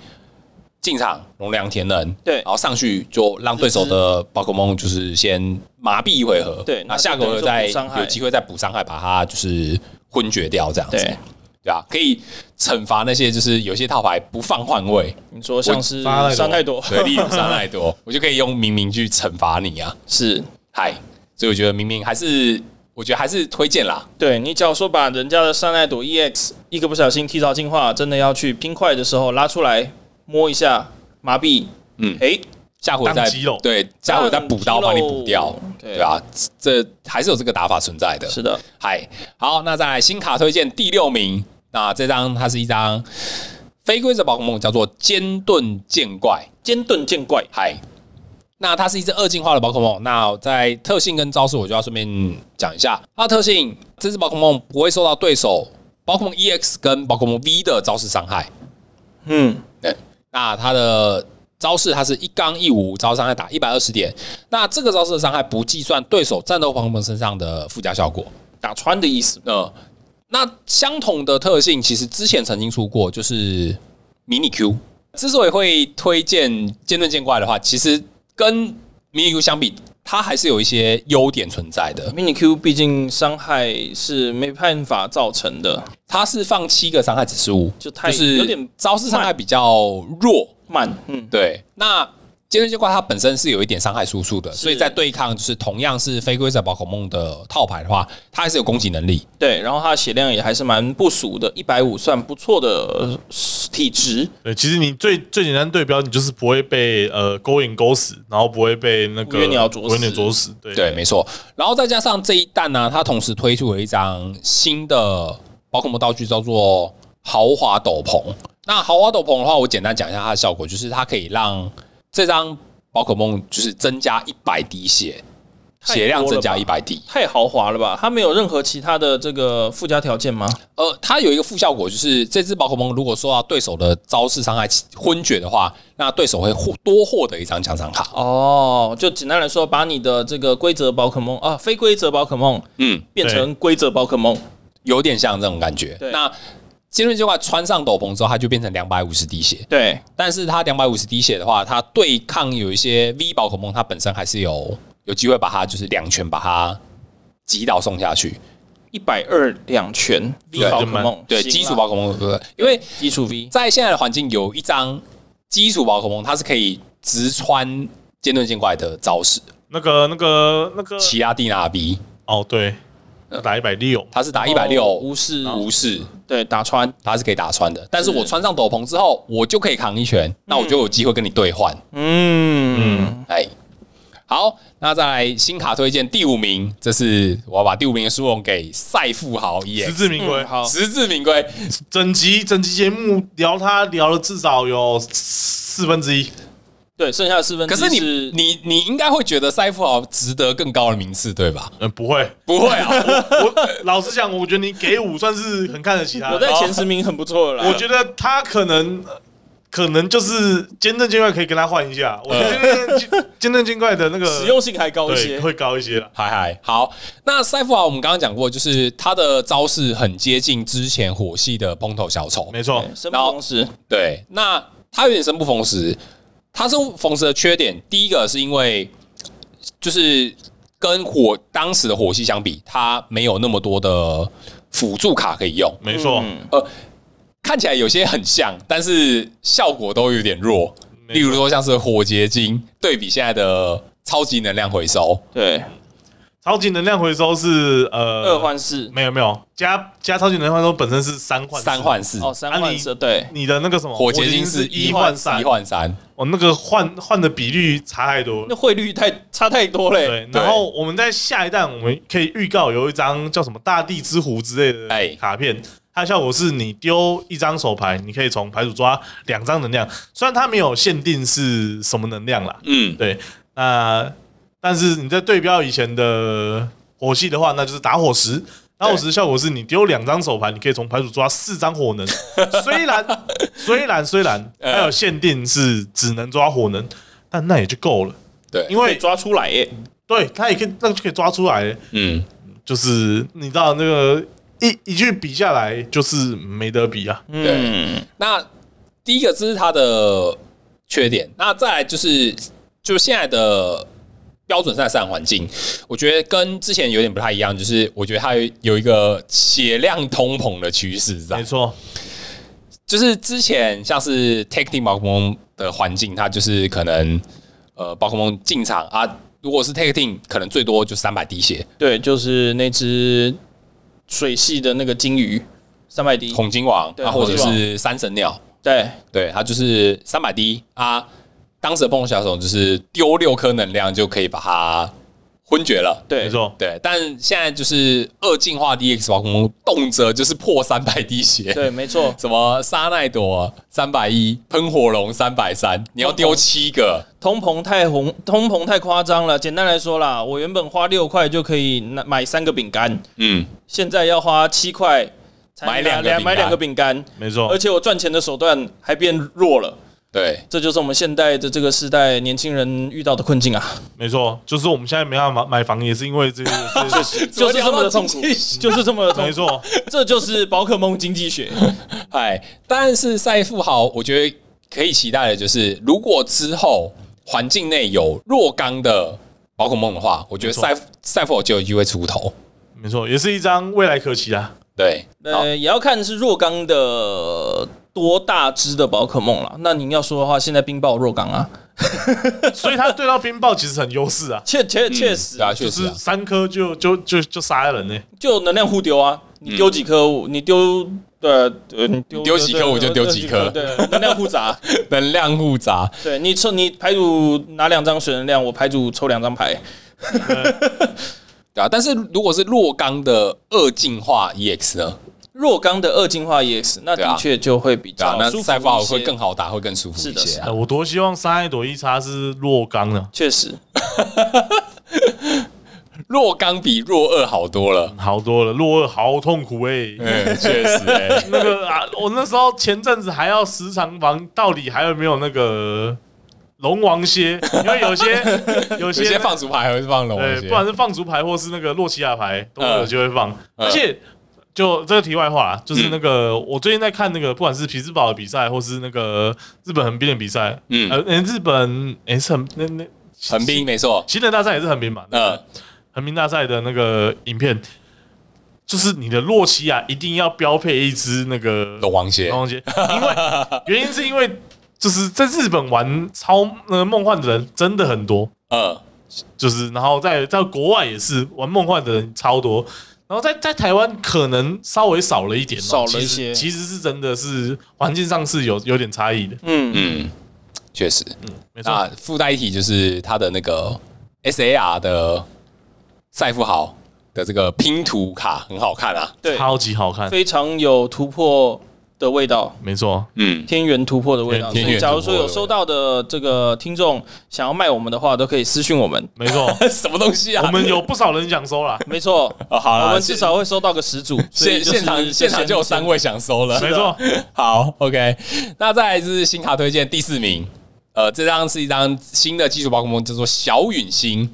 Speaker 2: 进场龙羊田能。
Speaker 1: 对
Speaker 2: 然，后上去就让对手的宝可梦就是先麻痹一回合，
Speaker 1: 对
Speaker 2: 那下个回合再
Speaker 1: 那就等于说补伤害
Speaker 2: 有机会再补伤害，把它就是昏厥掉这样子。
Speaker 1: 对
Speaker 2: 对吧？可以惩罚那些就是有些套牌不放换位，
Speaker 1: 你说像是
Speaker 3: 杀太多
Speaker 1: 山太多， (laughs)
Speaker 2: 对，例如沙奈多，我就可以用明明去惩罚你啊。
Speaker 1: 是
Speaker 2: 嗨，所以我觉得明明还是，我觉得还是推荐啦。
Speaker 1: 对你，假如说把人家的善奈朵 EX ，E 一个不小心提早进化，真的要去拼快的时候拉出来摸一下麻痹，
Speaker 2: 嗯
Speaker 1: 诶，
Speaker 2: 下回再
Speaker 3: 当肌肉
Speaker 2: 对，下回再补刀
Speaker 1: 当
Speaker 2: 帮
Speaker 1: 肌
Speaker 2: 你
Speaker 1: 肉
Speaker 2: 补掉，
Speaker 1: 对
Speaker 2: 对吧、这还是有这个打法存在的。
Speaker 1: 是的，
Speaker 2: 嗨，好，那再来新卡推荐第六名，那这张它是一张非规则宝可梦，叫做尖盾剑怪。
Speaker 1: 尖盾见怪，
Speaker 2: 嗨，那它是一只二进化的宝可梦。那在特性跟招式，我就要顺便讲一下。它的特性，这只宝可梦不会受到对手宝可梦 EX 跟宝可梦 V 的招式伤害。
Speaker 1: 嗯，
Speaker 2: 那它的招式，它是一刚一武，招伤害打一百二十点。那这个招式的伤害不计算对手战斗宝可梦身上的附加效果。
Speaker 1: 打穿的意思，
Speaker 3: 嗯
Speaker 2: 呃，那相同的特性，其实之前曾经出过，就是迷你 Q。之所以会推荐《剑盾见怪》的话，其实跟迷你 Q 相比，它还是有一些优点存在的。
Speaker 1: mini Q 毕竟伤害是没办法造成的，
Speaker 2: 它是放七个伤害指示物，
Speaker 1: 就太
Speaker 2: 就是
Speaker 1: 有点
Speaker 2: 招式伤害比较弱。
Speaker 1: 慢，嗯，
Speaker 2: 对，那剑盾见怪它本身是有一点伤害输出的，所以在对抗就是同样是非规则宝可梦的套牌的话，它还是有攻击能力。
Speaker 1: 对，然后它的血量也还是蛮不俗的，一百五算不错的呃体值，
Speaker 3: 对，其实你最最简单对标，你就是不会被呃勾引勾死，然后不会被那
Speaker 1: 捕
Speaker 3: 个
Speaker 1: 鱼鸟啄死
Speaker 3: 捕鱼鸟啄死。对
Speaker 2: 对，没错。然后再加上这一弹呢，它同时推出了一张新的宝可梦道具，叫做豪华斗篷。那豪华斗篷的话，我简单讲一下它的效果，就是它可以让这张宝可梦就是增加一百滴血，
Speaker 1: 太
Speaker 2: 血量增加
Speaker 1: 多
Speaker 2: 一
Speaker 1: 了吧
Speaker 2: 百滴。
Speaker 1: 太豪华了吧？它没有任何其他的这个附加条件吗？
Speaker 2: 呃，它有一个副效果，就是这只宝可梦如果受到对手的招式伤害昏厥的话，那对手会获多获得一张奖赏卡。
Speaker 1: 哦，就简单来说，把你的这个规则宝可梦啊，非规则宝可梦
Speaker 2: 嗯，
Speaker 1: 变成规则宝可梦，
Speaker 2: 有点像这种感觉
Speaker 1: 对。
Speaker 2: 那杰伦就怪穿上斗篷之后，它就变成两百五十滴血。
Speaker 1: 对，
Speaker 2: 但是它两百五十滴血的话，它对抗有一些 V 宝可梦，它本身还是有有机会把它就是两拳把它击倒送下去。
Speaker 1: 一百二两全 V
Speaker 3: 对
Speaker 1: 宝可梦，
Speaker 2: 对，
Speaker 1: 行啦
Speaker 2: 基础宝可梦，对因为
Speaker 1: 基础 V，
Speaker 2: 在现在的环境，有一张基础宝可梦，它是可以直穿剑盾剑怪的招式，
Speaker 3: 那个那个那个
Speaker 2: 奇亚蒂娜 V，
Speaker 3: 哦，对，打一百六，
Speaker 2: 它是打一百六
Speaker 1: 哦无视
Speaker 2: 无视，
Speaker 1: 对打穿，
Speaker 2: 它是可以打穿的。但是
Speaker 1: 是
Speaker 2: 我穿上斗篷之后，我就可以扛一拳，那我就有机会跟你兑换。
Speaker 1: 嗯
Speaker 2: 哎，好，那再来新卡推荐第五名，这是我要把第五名的殊荣给赛富豪耶
Speaker 3: 实，至名归。
Speaker 1: 嗯好，
Speaker 2: 实至名归。
Speaker 3: 整集整集节目聊他聊了至少有四分之一，
Speaker 1: 对，剩下的四分之
Speaker 2: 可
Speaker 1: 一
Speaker 2: 是你
Speaker 1: 是
Speaker 2: 你你应该会觉得赛富豪值得更高的名次，对吧？
Speaker 3: 嗯，不会。
Speaker 2: 不会 (laughs) 啊，
Speaker 3: 我老实讲，我觉得你给五算是很看得起他的。
Speaker 1: 我在前十名很不错了啦，
Speaker 3: (laughs) 我觉得他可能可能就是监正监怪可以跟他换一下，我觉得监正监怪的那个
Speaker 1: 实用性还高一
Speaker 3: 对
Speaker 1: 些，
Speaker 3: 会高一些啦。
Speaker 2: 嗨嗨，好。那赛富豪我们刚刚讲过，就是他的招式很接近之前火系的蓬头小丑，
Speaker 3: 没错，
Speaker 1: 生不
Speaker 2: 然后
Speaker 1: 逢时，
Speaker 2: 对，那他有点生不逢时。他生不逢时的缺点，第一个是因为就是跟火当时的火系相比，他没有那么多的辅助卡可以用，
Speaker 3: 没错，
Speaker 1: 嗯
Speaker 2: 看起来有些很像，但是效果都有点弱。
Speaker 3: 没错
Speaker 2: 例如说像是火结晶，对比现在的超级能量回收，
Speaker 1: 对，
Speaker 3: 超级能量回收是呃
Speaker 1: 二换四
Speaker 3: 没有没有加加超级能量回收本身是三换四
Speaker 2: 三，换四，
Speaker 1: 哦，三
Speaker 3: 啊
Speaker 1: 换
Speaker 3: 你
Speaker 1: 四，对，
Speaker 3: 你的那个什么
Speaker 2: 火结晶
Speaker 3: 是
Speaker 2: 是一
Speaker 3: 换
Speaker 2: 换
Speaker 3: 三
Speaker 2: 一，换三，
Speaker 3: 哦，那个换换的比率差太多
Speaker 1: 那
Speaker 3: 了。
Speaker 1: 汇率太差太多嘞，
Speaker 3: 对，然后我们在下一弹，我们可以预告有一张叫什么“大地之湖”之类
Speaker 2: 哎
Speaker 3: 的卡片，它的效果是你丢一张手牌，你可以从牌组抓两张能量，虽然它没有限定是什么能量啦，
Speaker 2: 嗯，
Speaker 3: 对，那但是你在对标以前的火系的话，那就是打火石。打火石的效果是你丢两张手牌，你可以从牌组抓四张
Speaker 2: (laughs)
Speaker 3: 火能。虽然虽然虽然
Speaker 2: 哎
Speaker 3: 它有限定是只能抓火能，但那也就够了，
Speaker 2: 对，
Speaker 3: 因
Speaker 1: 可以
Speaker 3: 为
Speaker 1: 抓出来耶，
Speaker 3: 对它也可以，那就可以抓出来。
Speaker 2: 嗯，
Speaker 3: 就是你知道那个一一句比下来，就是没得比啊。
Speaker 1: 嗯，
Speaker 2: 那第一个这是它的缺点，那再来就是就是现在的标准赛赛场环境，我觉得跟之前有点不太一样，就是我觉得它有有一个血量通膨的趋势在
Speaker 3: 没。错，
Speaker 2: 就是之前像是 Take Team 宝可梦的环境，它就是可能呃宝可梦进场啊，如果是 Take Team，可能最多就三百滴血，
Speaker 1: 对，就是那只水系的那个金鱼，三百滴，
Speaker 2: 红金王
Speaker 1: 嗯对
Speaker 2: 啊，或者
Speaker 1: 红
Speaker 2: 是三神鸟，
Speaker 1: 对，
Speaker 2: 对，它就是三百滴啊。当时的碰小手就是丢六颗能量就可以把它昏厥了。
Speaker 1: 对，
Speaker 3: 没错，
Speaker 2: 对，但现在就是二进化 DX 宝可梦，动辄就是破三百滴血，
Speaker 1: 对，没错，
Speaker 2: 什么沙奈朵三百一，喷火龙三百三，你要丢七个，
Speaker 1: 通膨太红，通膨太夸张了。简单来说啦，我原本花六块就可以拿买三个饼干，
Speaker 2: 嗯，
Speaker 1: 现在要花七块才
Speaker 2: 买
Speaker 1: 拿
Speaker 2: 两个饼干哦
Speaker 1: 买两个饼干，
Speaker 3: 没错
Speaker 1: 而，且我赚钱的手段还变弱了。
Speaker 2: 对，
Speaker 1: 这就是我们现代的这个时代年轻人遇到的困境啊，
Speaker 3: 没错，就是我们现在没办法买房，也
Speaker 1: (laughs)
Speaker 3: 是因为这个，这个
Speaker 1: 就是这么的痛苦
Speaker 2: 怎么聊到经济学，
Speaker 1: 就是这么的痛
Speaker 3: 没
Speaker 1: 苦，
Speaker 3: 错，
Speaker 1: 这就是宝可梦经济学。
Speaker 2: 哎，但是赛富豪，我觉得可以期待的就是，如果之后环境内有若干的宝可梦的话，我觉得
Speaker 3: 没错
Speaker 2: 赛赛富豪就有机会出头。
Speaker 3: 没错，也是一张未来可期啊。
Speaker 2: 对，好
Speaker 1: 呃，也要看是若干的多大只的宝可梦啦。那您要说的话，现在冰爆若干啊，
Speaker 3: 所以他对到冰豹其实很优势啊，
Speaker 1: 确确确实
Speaker 2: 对啊，
Speaker 3: 就
Speaker 2: 确实
Speaker 3: 是
Speaker 2: 啊，
Speaker 3: 三颗就就就就杀人呢、
Speaker 1: 就能量互丢啊，你丢几颗，你丢对呃，你丢
Speaker 2: 嗯你丢几颗我就丢几颗
Speaker 1: 对，对能量互砸。
Speaker 2: 能量互砸。
Speaker 1: (laughs) 对你抽你牌组拿两张水能量，我牌组抽两张牌，
Speaker 2: 对啊，但是如果是若干的二进化 EX 呢？
Speaker 1: 若干的二进化 EX，那
Speaker 2: 对啊
Speaker 1: 的确就会比
Speaker 2: 对啊
Speaker 1: 较，
Speaker 2: 那
Speaker 1: 舒服
Speaker 2: 赛富豪
Speaker 1: 一些
Speaker 2: 会更好打，会更舒服一
Speaker 1: 是的
Speaker 2: 些
Speaker 1: 是
Speaker 2: 啊
Speaker 3: 呃。我多希望三爱朵一叉是啊落刚呢、
Speaker 1: 确实
Speaker 2: 若干比若二好多
Speaker 3: (laughs)
Speaker 2: 了。
Speaker 3: 好多了，落二好痛苦哎、
Speaker 2: 嗯，确实、欸，
Speaker 3: 那个啊，我那时候前阵子还要时常防，到底还有没有那个龙王蝎？因为有
Speaker 2: (laughs)
Speaker 3: 些有
Speaker 2: (laughs) 有
Speaker 3: 些
Speaker 2: 些放。竹牌还会放龙
Speaker 3: 对
Speaker 2: 一，些
Speaker 3: 不，然是放竹牌或是那个洛奇亚牌都有机会放，
Speaker 2: 嗯
Speaker 3: 而且就这个题外话啊，就是那个、我最近在看那个，不管是匹兹堡的比赛，或是那个日本横滨的比赛，
Speaker 2: 嗯
Speaker 3: 呃，诶日本诶是横那那
Speaker 2: 横滨没错，
Speaker 3: 新人大赛也是横滨嘛，
Speaker 2: 嗯
Speaker 3: 嗯，横滨大赛的那个影片，就是你的洛奇亚一定要标配一只那个
Speaker 2: 龙王鞋
Speaker 3: 龙，王鞋，因
Speaker 1: (laughs)
Speaker 3: 为原因是因为就是在日本玩超那个梦幻的人真的很多，
Speaker 2: 嗯，
Speaker 3: 就是然后在在国外也是玩梦幻的人超多，然后在在台湾可能稍微少了一点
Speaker 1: 少
Speaker 3: 哦，
Speaker 1: 了一
Speaker 3: 其实
Speaker 1: 些
Speaker 3: 其实是真的是环境上是有有点差异的，
Speaker 1: 嗯
Speaker 2: 嗯，确实。
Speaker 3: 没错
Speaker 1: 啊
Speaker 2: 那，附带一题就是它的那个 SAR 的赛富豪的这个拼图卡很好看啊。
Speaker 1: 对，
Speaker 3: 超级好看，
Speaker 1: 非常有突破的味道。
Speaker 3: 没错，
Speaker 2: 嗯，
Speaker 1: 天元突破的味道，所
Speaker 2: 天元
Speaker 1: 以假如说
Speaker 2: 突破的
Speaker 1: 有
Speaker 2: 味道
Speaker 1: 收到的这个听众想要卖我们的话，都可以私讯我们。
Speaker 3: 没
Speaker 1: (laughs)
Speaker 3: 错，
Speaker 2: (laughs) 什么东西啊？
Speaker 3: 我们有不少人想收啦。
Speaker 1: 没错，
Speaker 2: 哦 (laughs) 好
Speaker 1: 我
Speaker 2: 了，
Speaker 1: 们至少会收到个十
Speaker 2: (laughs)
Speaker 1: 组，所以就
Speaker 2: 现
Speaker 1: 是
Speaker 2: 现场现场就有三。位想收了。
Speaker 3: 没错，
Speaker 2: (laughs) 好，OK。那再来就是新卡推荐第四名，呃，这张是一张新的基础宝可梦，叫做小陨星。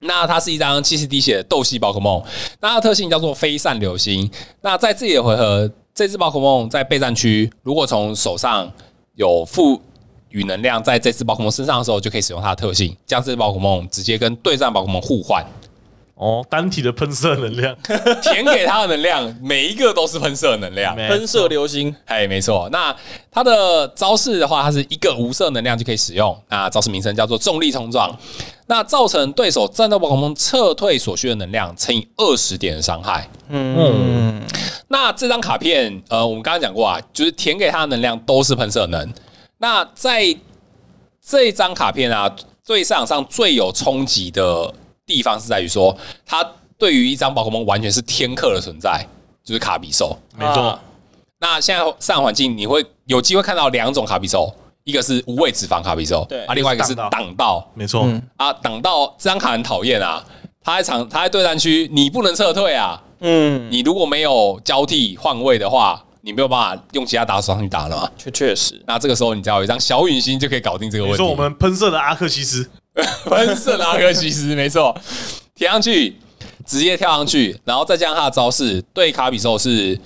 Speaker 2: 那它是一张七十滴血的斗系宝可梦，那它的特性叫做飞散流星。那在自己的回合，这只宝可梦在备战区，如果从手上有赋予能量在这只宝可梦身上的时候，就可以使用它的特性，将这只宝可梦直接跟对战宝可梦互换，
Speaker 3: 哦，单体的喷射能量，
Speaker 1: (laughs)
Speaker 2: 填给它的能量， (laughs) 每一个都是喷射能量。
Speaker 1: 喷射流星，
Speaker 2: 哎，没错。那它的招式的话，它是一个无色能量就可以使用。那招式名称叫做重力冲撞。那造成对手战斗宝可梦撤退所需的能量乘以二十点的伤害。
Speaker 1: 嗯，
Speaker 2: 那这张卡片，呃，我们刚刚讲过啊，就是填给它的能量都是喷射能。那在这张卡片啊，对赛场上最有冲击的地方是在于说，它对于一张宝可梦完全是天克的存在，就是卡比兽。
Speaker 3: 没错
Speaker 1: 啊，
Speaker 2: 那现在赛场环境，你会有机会看到两种卡比兽，一个是无畏脂肪卡比兽，
Speaker 1: 对
Speaker 2: 啊，另外一个是
Speaker 3: 就是挡
Speaker 2: 挡道
Speaker 3: 没
Speaker 1: 嗯
Speaker 3: 错，
Speaker 2: 啊，挡道这张卡很讨厌啊，他在场他在对战区，你不能撤退啊，
Speaker 1: 嗯，
Speaker 2: 你如果没有交替换位的话，你没有办法用其他打手上去打了嘛。
Speaker 1: 确确实，
Speaker 2: 那这个时候，你只要有一张小陨星就可以搞定这个问
Speaker 3: 你
Speaker 2: 题。
Speaker 3: 说我们喷射的阿克西斯，
Speaker 2: 喷射拉克西斯，没错，贴上去，直接跳上去，然后再加上他的招式，对卡比兽是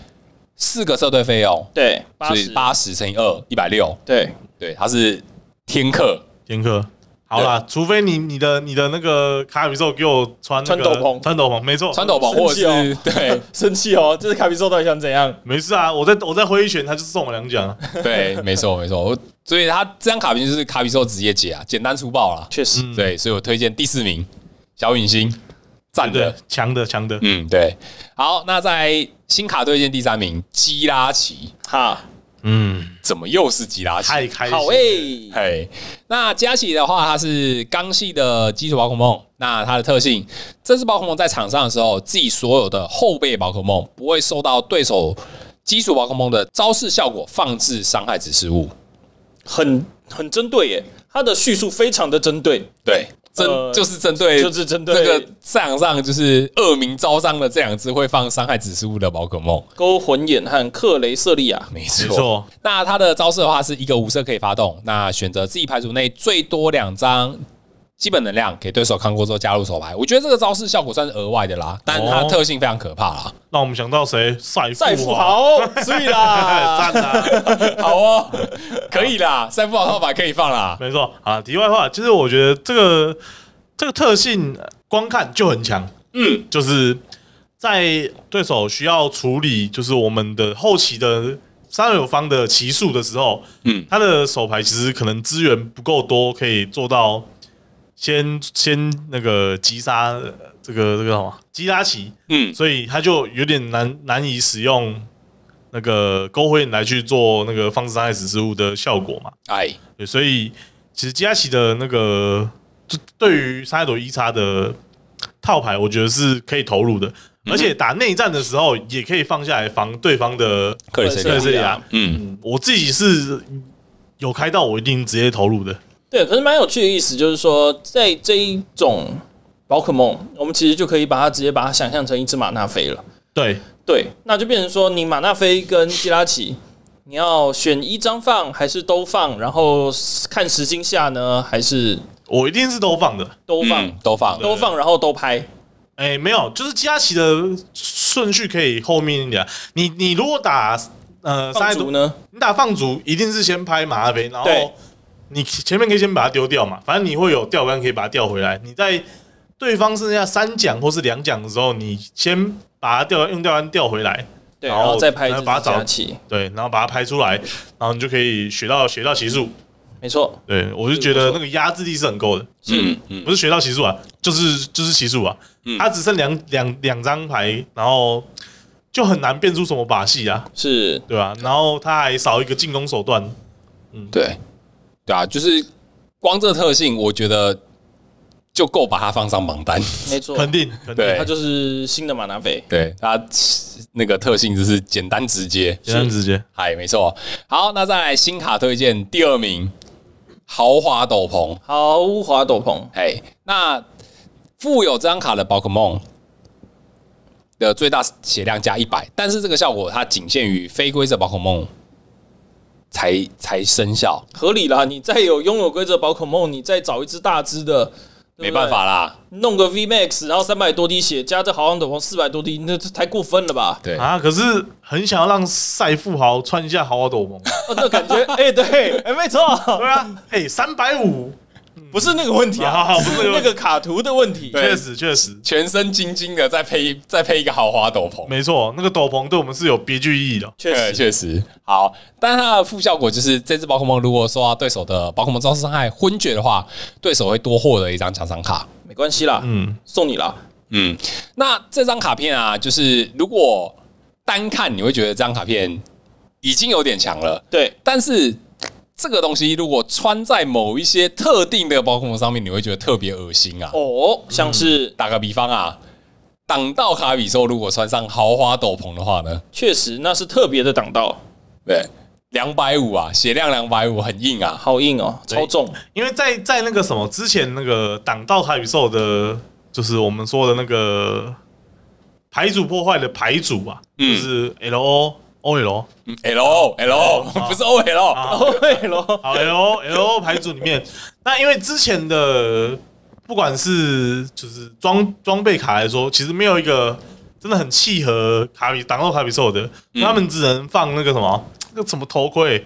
Speaker 2: 四个撤退费用，
Speaker 1: 对，八
Speaker 2: 所以
Speaker 1: 十，
Speaker 2: 八十乘以二，一百六。
Speaker 1: 对，
Speaker 2: 对，它是天克，
Speaker 3: 严克，好啦，除非你你的你的那个卡比兽给我穿那个
Speaker 1: 穿斗篷
Speaker 3: 穿斗篷，没错，
Speaker 2: 穿斗篷
Speaker 1: 生
Speaker 2: 或
Speaker 1: 气
Speaker 2: 者
Speaker 1: 哦
Speaker 2: 是对
Speaker 1: (laughs) 生气哦，这是卡比兽到底想怎样？
Speaker 3: 没事啊，我在我在挥一拳，他就是送我两奖啊，
Speaker 2: (laughs) 对，没错没错。我所以他这张卡片就是卡比兽职业解啊，简单粗暴啦。
Speaker 1: 确实，
Speaker 3: 嗯
Speaker 2: 对，所以我推荐第四名小陨星，赞
Speaker 3: 对
Speaker 2: 的。，
Speaker 3: 强的强的，
Speaker 2: 嗯，对。好，那在新卡推荐第三名基拉奇，
Speaker 1: 哈，
Speaker 3: 嗯，
Speaker 2: 怎么又是基拉奇？
Speaker 3: 太开心
Speaker 1: 好哎
Speaker 3: 了，
Speaker 1: 诶、
Speaker 2: 嘿，那加奇的话，它是刚系的基础宝可梦。那它的特性，这只宝可梦在场上的时候，自己所有的后备宝可梦不会受到对手基础宝可梦的招式效果放置伤害指示物。
Speaker 1: 很很针对耶，他的叙述非常的针对，
Speaker 2: 对，针、
Speaker 1: 呃
Speaker 2: 就是针对
Speaker 1: 就是针
Speaker 2: 这个
Speaker 1: 对
Speaker 2: 战场上就是恶名昭彰的这两只会放伤害指示物的宝可梦。
Speaker 1: 勾魂眼和克雷瑟利亚，
Speaker 2: 没
Speaker 3: 没错，
Speaker 2: 那它的招式的话是一个无色可以发动，那选择自己牌组内最多两张基本能量给对手看过之后加入手牌。我觉得这个招式效果算是额外的啦，但它的特性非常可怕啦。
Speaker 3: 让我们想到谁？赛
Speaker 1: 赛
Speaker 3: 富
Speaker 1: 富
Speaker 3: 豪，
Speaker 1: 豪，所以啦，
Speaker 3: (laughs) 赞啊，
Speaker 2: 好哦， (laughs) 可以啦，三副好套牌可以放啦。
Speaker 3: 没错啊。题外话，其实我觉得这个这个特性呃光看就很强，嗯，就是在对手需要处理就是我们的后期的三友方的奇数的时候，
Speaker 2: 嗯
Speaker 3: 嗯，他的手牌其实可能资源不够多，可以做到先先那个击杀呃这个这个叫什么击杀棋，
Speaker 2: 嗯，
Speaker 3: 所以他就有点难难以使用那个勾回来去做那个放置伤害指示物的效果嘛。
Speaker 2: 哎，
Speaker 3: 对，所以其实基亚奇的那个就对于沙耶朵一叉的套牌，我觉得是可以投入的，而且打内战的时候也可以放下来防对方的
Speaker 2: 克里斯
Speaker 1: 克
Speaker 2: 利
Speaker 1: 里斯利
Speaker 2: 亚，
Speaker 3: 对这里啊。
Speaker 2: 嗯，
Speaker 3: 嗯我自己是有开到，我一定直接投入的。
Speaker 1: 对，可是蛮有趣的意思，就是说在这一种宝可梦，我们其实就可以把它直接把它想象成一只马纳菲了。
Speaker 3: 对，
Speaker 1: 对，那就变成说，你马纳菲跟基拉奇，你要选一张放还是都放？然后看时间下呢，还是
Speaker 3: 我一定是都放的。
Speaker 1: 都放？
Speaker 2: 嗯都放，
Speaker 1: 都放，然后都拍。
Speaker 3: 哎，没有，就是基亚奇的顺序可以后面一点啊。你你如果打呃沙
Speaker 1: 放
Speaker 3: 耶朵
Speaker 1: 逐呢？
Speaker 3: 你打放逐一定是先拍马拉杯，然
Speaker 1: 对
Speaker 3: 后你前面可以先把它丢掉嘛，反正你会有钓竿可以把它钓回来。你在对方剩下三奖或是两奖的时候，你先把它钓用钓竿钓回来，
Speaker 1: 对，
Speaker 3: 然
Speaker 1: 然后
Speaker 3: 后
Speaker 1: 再拍一
Speaker 3: 然
Speaker 1: 只
Speaker 3: 后把它找
Speaker 1: 加奇，
Speaker 3: 对，然后把它拍出来，然后你就可以学到学到奇数。
Speaker 1: 没错，
Speaker 3: 对我就觉得那个压制力是很够的，
Speaker 2: 嗯嗯
Speaker 3: 不是学到奇数啊，就是就是奇数啊，它只剩两两两张牌，然后就很难变出什么把戏啊，
Speaker 1: 是
Speaker 3: 对吧、然后它还少一个进攻手段，
Speaker 2: 对，对啊，就是光这特性，我觉得就够把它放上榜单。
Speaker 1: 没错，
Speaker 3: 肯定肯定
Speaker 2: (laughs) 对
Speaker 1: 它就是新的马纳菲。
Speaker 2: 对，它那个特性就是简单直接。
Speaker 3: 简单直接。
Speaker 2: 嗨，没错。好，那再来新卡推荐第二名，豪华斗篷。
Speaker 1: 豪华斗篷，
Speaker 2: 哎，那富有这张卡的宝可梦的最大血量加一百，但是这个效果它仅限于非规则宝可梦才才生效，
Speaker 1: 合理啦。你再有拥有规则宝可梦，你再找一只大只的，对不对
Speaker 2: 没办，法啦。
Speaker 1: 弄个 V Max，然后三百多滴血，加这豪华斗篷四百多滴，那这太过分了
Speaker 2: (laughs)
Speaker 1: 吧？
Speaker 2: 对，
Speaker 3: (laughs) 啊，可是很想要让赛富豪穿一下豪华斗
Speaker 2: (laughs)
Speaker 3: 篷。
Speaker 1: 哦，那感觉， (laughs) 哎，对，哎，没错，
Speaker 3: 对啊，哎、三百五，
Speaker 1: (laughs) 不是那个问题
Speaker 3: 好
Speaker 1: 啊，
Speaker 3: 好不是那
Speaker 1: 是
Speaker 3: 个
Speaker 1: 那个卡图的问题。
Speaker 2: 对
Speaker 3: 确实确实，
Speaker 2: 全身晶晶的，再配一再配一个豪华斗篷。
Speaker 3: 没错，那个斗篷对我们是有别具意义的。
Speaker 1: 确
Speaker 2: 对，
Speaker 1: 实，
Speaker 2: 哎 (laughs) 确实好，但它的副效果就是这只宝可梦如果受到对手的宝可梦招式伤害昏厥的话，对手会多获得一张奖赏卡。
Speaker 1: 没关系啦，
Speaker 3: 嗯，
Speaker 1: 送你啦。
Speaker 2: 嗯，那这张卡片啊，就是如果单看你会觉得这张卡片已经有点强了，
Speaker 1: 对，
Speaker 2: 但是这个东西如果穿在某一些特定的宝可梦上面，你会觉得特别恶心啊。
Speaker 1: 哦，像是
Speaker 2: 打个比方啊，挡道卡比兽如果穿上豪华斗篷的话呢，
Speaker 1: 确实那是特别的挡道，
Speaker 2: 对，两百五啊，血量两百五，很硬啊。
Speaker 1: 好硬哦，
Speaker 3: 对
Speaker 1: 超重，
Speaker 3: 因为在在那个什么之前那个挡道卡宇宙的，就是我们说的那个牌组破坏的牌组啊，
Speaker 2: 嗯
Speaker 3: 就是 L O O L，
Speaker 2: 嗯 L O L O 不是 O L，
Speaker 3: 啊
Speaker 1: 哦，对咯，
Speaker 3: 好 L O L O 哎牌组里面，那因为之前的不管是就是装装备卡来说，其实没有一个真的很契合卡比挡到卡比兽的，
Speaker 2: 嗯
Speaker 3: 他们只能放那个什么那个什么头盔，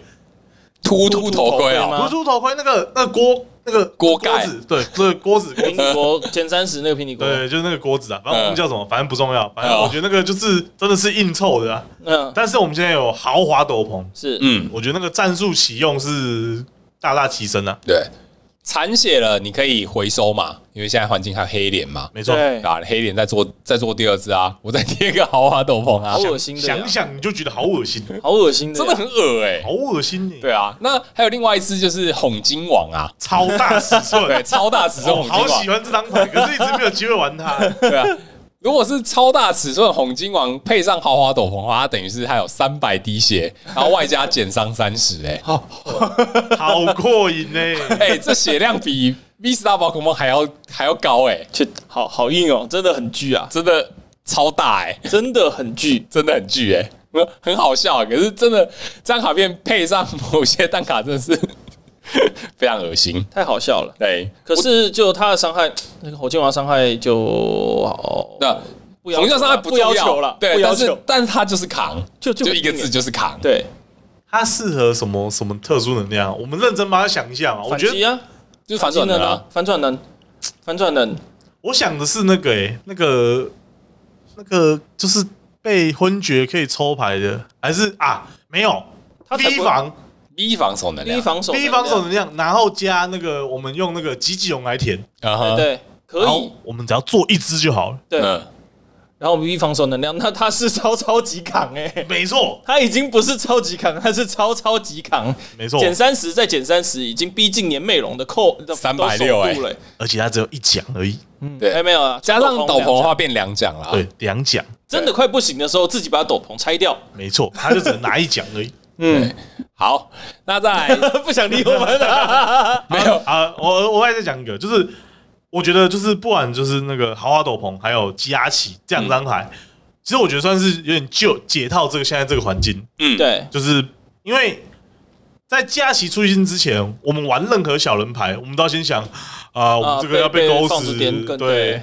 Speaker 2: 秃秃头
Speaker 1: 秃秃头
Speaker 2: 盔
Speaker 1: 盔
Speaker 2: 啊，
Speaker 1: 吗
Speaker 3: 不是头盔那个那个锅那个
Speaker 2: 锅盖
Speaker 3: 子，对，对，锅
Speaker 2: (laughs)
Speaker 3: 子，锅子
Speaker 1: 苹果前三十那个平底锅，
Speaker 3: 对，就是那个锅子啊，反正我
Speaker 2: 嗯
Speaker 3: 们叫什么，反正不重要，反正
Speaker 2: 哦
Speaker 3: 我觉得那个就是真的是硬凑的、啊。
Speaker 1: 嗯，
Speaker 3: 但是我们现在有豪华斗篷，
Speaker 1: 是，
Speaker 2: 嗯，
Speaker 3: 我觉得那个战术启用是大大提升啊，
Speaker 2: 对，残血了你可以回收嘛，因为现在环境还有黑脸嘛，
Speaker 3: 没错。
Speaker 1: 对，
Speaker 2: 啊，黑脸再做再做第二只啊，我再贴个豪华斗篷啊
Speaker 3: 哦
Speaker 1: 好，恶心的呀
Speaker 3: 想，想你就觉得好
Speaker 1: (laughs)
Speaker 3: 恶心，
Speaker 1: 好恶心的
Speaker 2: 真
Speaker 1: 呀，
Speaker 2: 的很恶哎、
Speaker 3: 好恶心你，
Speaker 2: 对啊，那还有另外一只就是红金王啊，
Speaker 3: 超大尺
Speaker 1: (laughs)
Speaker 3: 寸，
Speaker 2: 对，超大尺寸
Speaker 3: 我
Speaker 2: 红金
Speaker 3: 好
Speaker 2: 王
Speaker 3: 喜，欢这张牌，可是一直没有机会
Speaker 1: (laughs)
Speaker 3: 玩它。
Speaker 2: 对啊。如果是超大尺寸红金王配上豪华斗篷的话，它等于是它有三百滴血，然后外加减伤三十，哎，
Speaker 3: 好过瘾欸呢、
Speaker 2: 哎，这血量比 V Star 宝可梦还要还要高哎、
Speaker 1: 去，好好硬哦，真的很巨啊，
Speaker 2: 真的超大哎、
Speaker 1: 真的很巨，
Speaker 2: 真的很巨哎、很好笑、啊可是真的这张卡片配上某些蛋卡真的是 (laughs) 非常恶心。
Speaker 1: 太好笑了。
Speaker 2: 对，
Speaker 1: 可是就他的伤害，那个火箭王伤害就好，
Speaker 2: 那
Speaker 1: 不要
Speaker 2: 红教伤害
Speaker 1: 不要求了，
Speaker 2: 对，
Speaker 1: 不要
Speaker 2: 但是
Speaker 1: 求，
Speaker 2: 但是它就是扛，
Speaker 1: 就
Speaker 2: 就
Speaker 1: 就
Speaker 2: 一个字就是扛。
Speaker 1: 对，
Speaker 3: 它适合什么什么特殊能量？我们认真帮它想一下嘛。我
Speaker 1: 反
Speaker 3: 觉得
Speaker 1: 击啊，
Speaker 2: 就是反转
Speaker 1: 技能
Speaker 2: 的啊，，
Speaker 1: 反转能，反转能，
Speaker 3: 我想的是那个、欸，那个，那个就是被昏厥可以抽牌的，还是啊？没有
Speaker 1: 他才
Speaker 3: ，B
Speaker 1: 不
Speaker 3: 防
Speaker 2: 第一防守能
Speaker 1: 第
Speaker 2: 量
Speaker 1: 一，防守能
Speaker 3: B
Speaker 1: 量，
Speaker 3: 防守能量，然后加那个我们用那个吉吉龙来填，
Speaker 1: 对
Speaker 2: 啊哈，
Speaker 1: 对，可
Speaker 3: 然
Speaker 1: 以
Speaker 3: 后，我们只要做一只就好了。
Speaker 1: 对，
Speaker 2: 嗯，
Speaker 1: 然后我们一防守能量，那他是超超级扛哎、
Speaker 3: 没错，
Speaker 1: 他已经不是超级扛，他是超超级扛，
Speaker 3: 没错，
Speaker 1: 减三十再减三十，已经逼近年魅龙的扣的
Speaker 2: 360
Speaker 1: 都守住了
Speaker 3: 而且它只有一奖而已，
Speaker 2: 对
Speaker 1: 哎没有啊，
Speaker 2: 哎加上斗篷的
Speaker 1: 两
Speaker 2: 话
Speaker 1: 奖
Speaker 2: 变两奖啊啦。
Speaker 3: 对，啊两奖，
Speaker 1: 真的快不行的时候，自己把斗篷拆掉。
Speaker 3: 没错，它就只能拿一奖而已。 (laughs)
Speaker 1: 嗯，
Speaker 2: 好，那
Speaker 1: (laughs)
Speaker 2: 再来
Speaker 1: 不想理我们了。
Speaker 2: 没有
Speaker 3: 啊，我我还再讲一个，就是我觉得就是不管就是那个豪华斗篷，还有基亚奇这两张牌，其实我觉得算是有点旧解套这个现在这个环境，
Speaker 1: (laughs)
Speaker 2: 嗯
Speaker 1: 对，
Speaker 3: 就是因为在基亚奇出现之前，我们玩任何小人牌，我们都要先想啊、我们这个要
Speaker 1: 被
Speaker 3: 被勾
Speaker 1: 放
Speaker 3: 死
Speaker 1: 置，点更
Speaker 3: 对，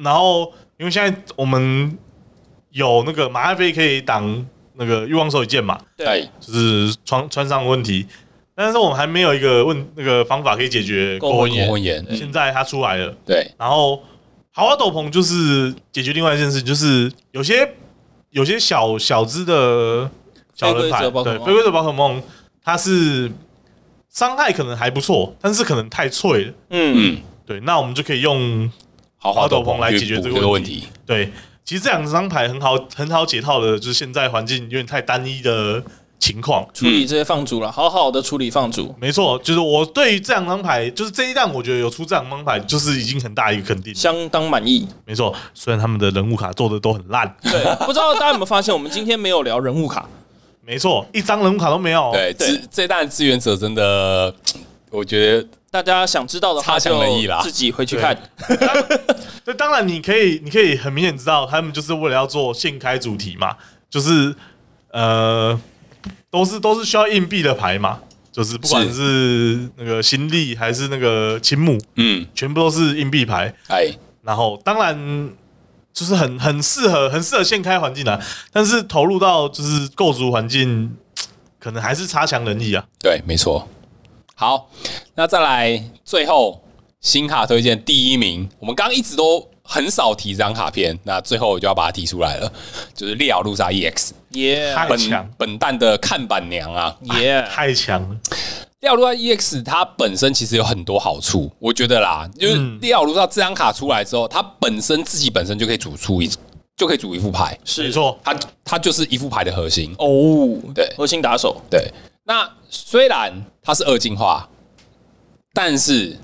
Speaker 3: 然后因为现在我们有那个马艾菲可以挡那个欲望手一剑嘛，
Speaker 1: 对，
Speaker 2: 哎
Speaker 3: 就是穿穿上的问题。但是我们还没有一个问那个方法可以解决
Speaker 1: 勾魂
Speaker 3: 勾魂
Speaker 2: 红
Speaker 3: 眼，
Speaker 2: 婚炎，
Speaker 1: 嗯
Speaker 3: 现在它出来了，
Speaker 2: 对，
Speaker 3: 然后豪华斗篷就是解决另外一件事，就是有些有些小小只的小人牌，
Speaker 1: 非规则宝可
Speaker 3: 对
Speaker 1: 梦
Speaker 3: 非规则宝可梦，它是伤害可能还不错，但是可能太脆了。
Speaker 1: 嗯，
Speaker 2: 嗯，
Speaker 3: 对，那我们就可以用
Speaker 2: 豪华斗
Speaker 3: 斗
Speaker 2: 篷
Speaker 3: 篷来解
Speaker 2: 去
Speaker 3: 决
Speaker 2: 补
Speaker 3: 这个
Speaker 2: 这个问
Speaker 3: 问
Speaker 2: 题。
Speaker 3: 对，其实这两张牌很好很好解套的，就是现在环境有点太单一的情况。
Speaker 1: 处理这些放逐了，好好的处理放逐。
Speaker 3: 没错，就是我对于这两张牌，就是这一弹，我觉得有出这两张牌，就是已经很大一个肯定。
Speaker 1: 相当满意，
Speaker 3: 没错，虽然他们的人物卡做的都很烂，
Speaker 2: (laughs)
Speaker 1: 对，不知道大家有没有发现，我们今天没有聊人物卡，
Speaker 3: 没错，一张人物卡都没有哦。
Speaker 2: 对，
Speaker 1: 对
Speaker 2: 这这一代的志愿者真的，我觉得
Speaker 1: 大家想知道的
Speaker 3: (laughs)
Speaker 1: 话
Speaker 2: 差强
Speaker 1: 就
Speaker 2: 人意啦
Speaker 1: 自己回去看。
Speaker 3: 那当然，你可以，你可以很明显知道，他们就是为了要做现开主题嘛，就是呃，都是都是需要硬币的牌嘛，就是不管是那个新力还是那个青木，
Speaker 2: 嗯，
Speaker 3: 全部都是硬币牌。
Speaker 2: 哎，
Speaker 3: 然后当然就是很很适合很适合现开环境啊，但是投入到就是构筑环境，可能还是差强人意啊。
Speaker 2: 对，没错。好，那再来最后新卡推荐第一名，我们刚刚一直都很少提这张卡片，那最后我就要把它提出来了，就是烈咬路杀 EX
Speaker 1: 耶
Speaker 3: 太强
Speaker 2: E 本本蛋的看板娘啊，
Speaker 1: 耶，
Speaker 3: 太强
Speaker 2: 嗯
Speaker 3: 了，
Speaker 2: 廖如萨 EX 它本身其实有很多好处，我觉得啦，就是
Speaker 3: 嗯
Speaker 2: 廖如萨这张卡出来之后，它本身自己本身就可以组出一就可以组一副牌，
Speaker 1: 是
Speaker 3: 没错，
Speaker 2: 它它就是一副牌的核心。
Speaker 1: 哦，
Speaker 2: 对
Speaker 1: 核心打手
Speaker 2: 对，那虽然它是二进化，但是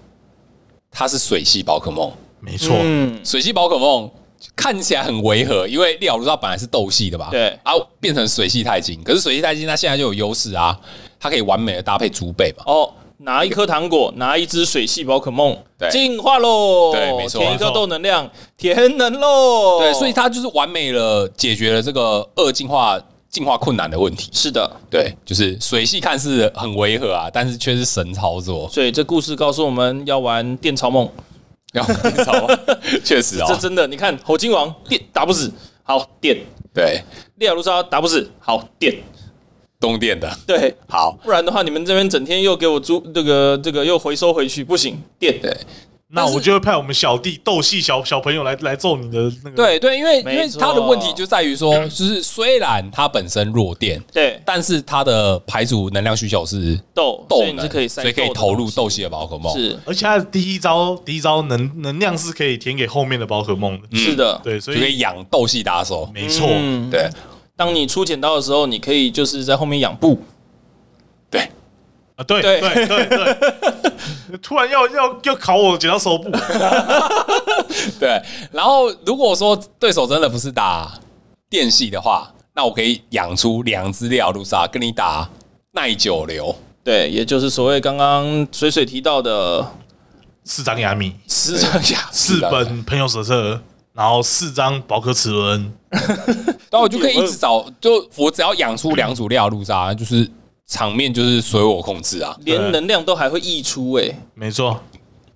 Speaker 2: 它是水系宝可梦，
Speaker 3: 没错，
Speaker 1: 嗯，
Speaker 2: 水系宝可梦看起来很违和，因为廖如萨本来是斗系的吧？
Speaker 1: 对
Speaker 2: 啊，变成水系钛金，可是水系钛金它现在就有优势啊，它可以完美的搭配猪背嘛。
Speaker 1: 哦，拿一颗糖果，拿一只水系宝可梦
Speaker 2: 对，
Speaker 1: 进化喽，
Speaker 2: 对没错
Speaker 1: 填一
Speaker 3: 没
Speaker 1: 颗
Speaker 3: 错
Speaker 1: 豆能量，填能喽，
Speaker 2: 对，所以它就是完美了解决了这个二进化进化困难的问题。
Speaker 1: 是的，
Speaker 2: 对，就是水系看似很违和啊，但是却是神操作， (laughs)
Speaker 1: 所以这故事告诉我们要玩电超梦，
Speaker 2: 然后你知道吗？ (laughs) 确实啊、
Speaker 1: 这真的，你看猴金王电打不死，好电，
Speaker 2: 对
Speaker 1: 利亚卢莎打不死，好电，
Speaker 2: 东电的。
Speaker 1: 对，
Speaker 2: 好，
Speaker 1: 不然的话你们这边整天又给我租这个这个又回收回去，不行，电
Speaker 2: 对
Speaker 3: 那
Speaker 2: 但是
Speaker 3: 我就会派我们小弟斗戏小小朋友来来揍你的那个。，
Speaker 2: 对对，因为因
Speaker 1: 没
Speaker 2: 为他的
Speaker 1: 错
Speaker 2: 问题就在
Speaker 1: (clears throat)
Speaker 2: 于说，就是虽然它本身弱电，
Speaker 1: 对
Speaker 2: 但是它的排除能量需求是
Speaker 1: 斗，
Speaker 2: 斗
Speaker 1: 所以你是
Speaker 2: 能
Speaker 1: 可以塞
Speaker 2: 所以可以
Speaker 1: 斗的
Speaker 2: 投入
Speaker 1: 东西
Speaker 2: 斗系的宝可梦。
Speaker 1: 是
Speaker 3: 而且他的第一招第一招能能量是可以填给后面的宝可梦的。
Speaker 1: 是的，
Speaker 3: 对，
Speaker 2: 嗯
Speaker 3: 所
Speaker 2: 就可
Speaker 3: 以
Speaker 2: 以养斗系打手。
Speaker 3: 没错，
Speaker 1: 嗯，
Speaker 2: 对
Speaker 1: 当你出剪刀的时候，你可以就是在后面养布，
Speaker 2: 对，
Speaker 3: 啊，对
Speaker 1: 对
Speaker 3: 对对对， (laughs) 突然要要要考我剪刀手部，
Speaker 2: 对，然后如果说对手真的不是打电系的话，那我可以养出两只廖路萨跟你打耐久流。
Speaker 1: 对，也就是所谓刚刚水水提到的
Speaker 3: 四张牙米，
Speaker 1: 十张牙，
Speaker 3: 四
Speaker 2: 的
Speaker 3: 本朋友手册，然后四张宝可齿轮，
Speaker 2: 然后啊我就可以一直找，就我只要养出两组廖路萨，就是场面就是随我控制啊。
Speaker 1: (laughs) 连能量都还会溢出哎、
Speaker 3: 没错，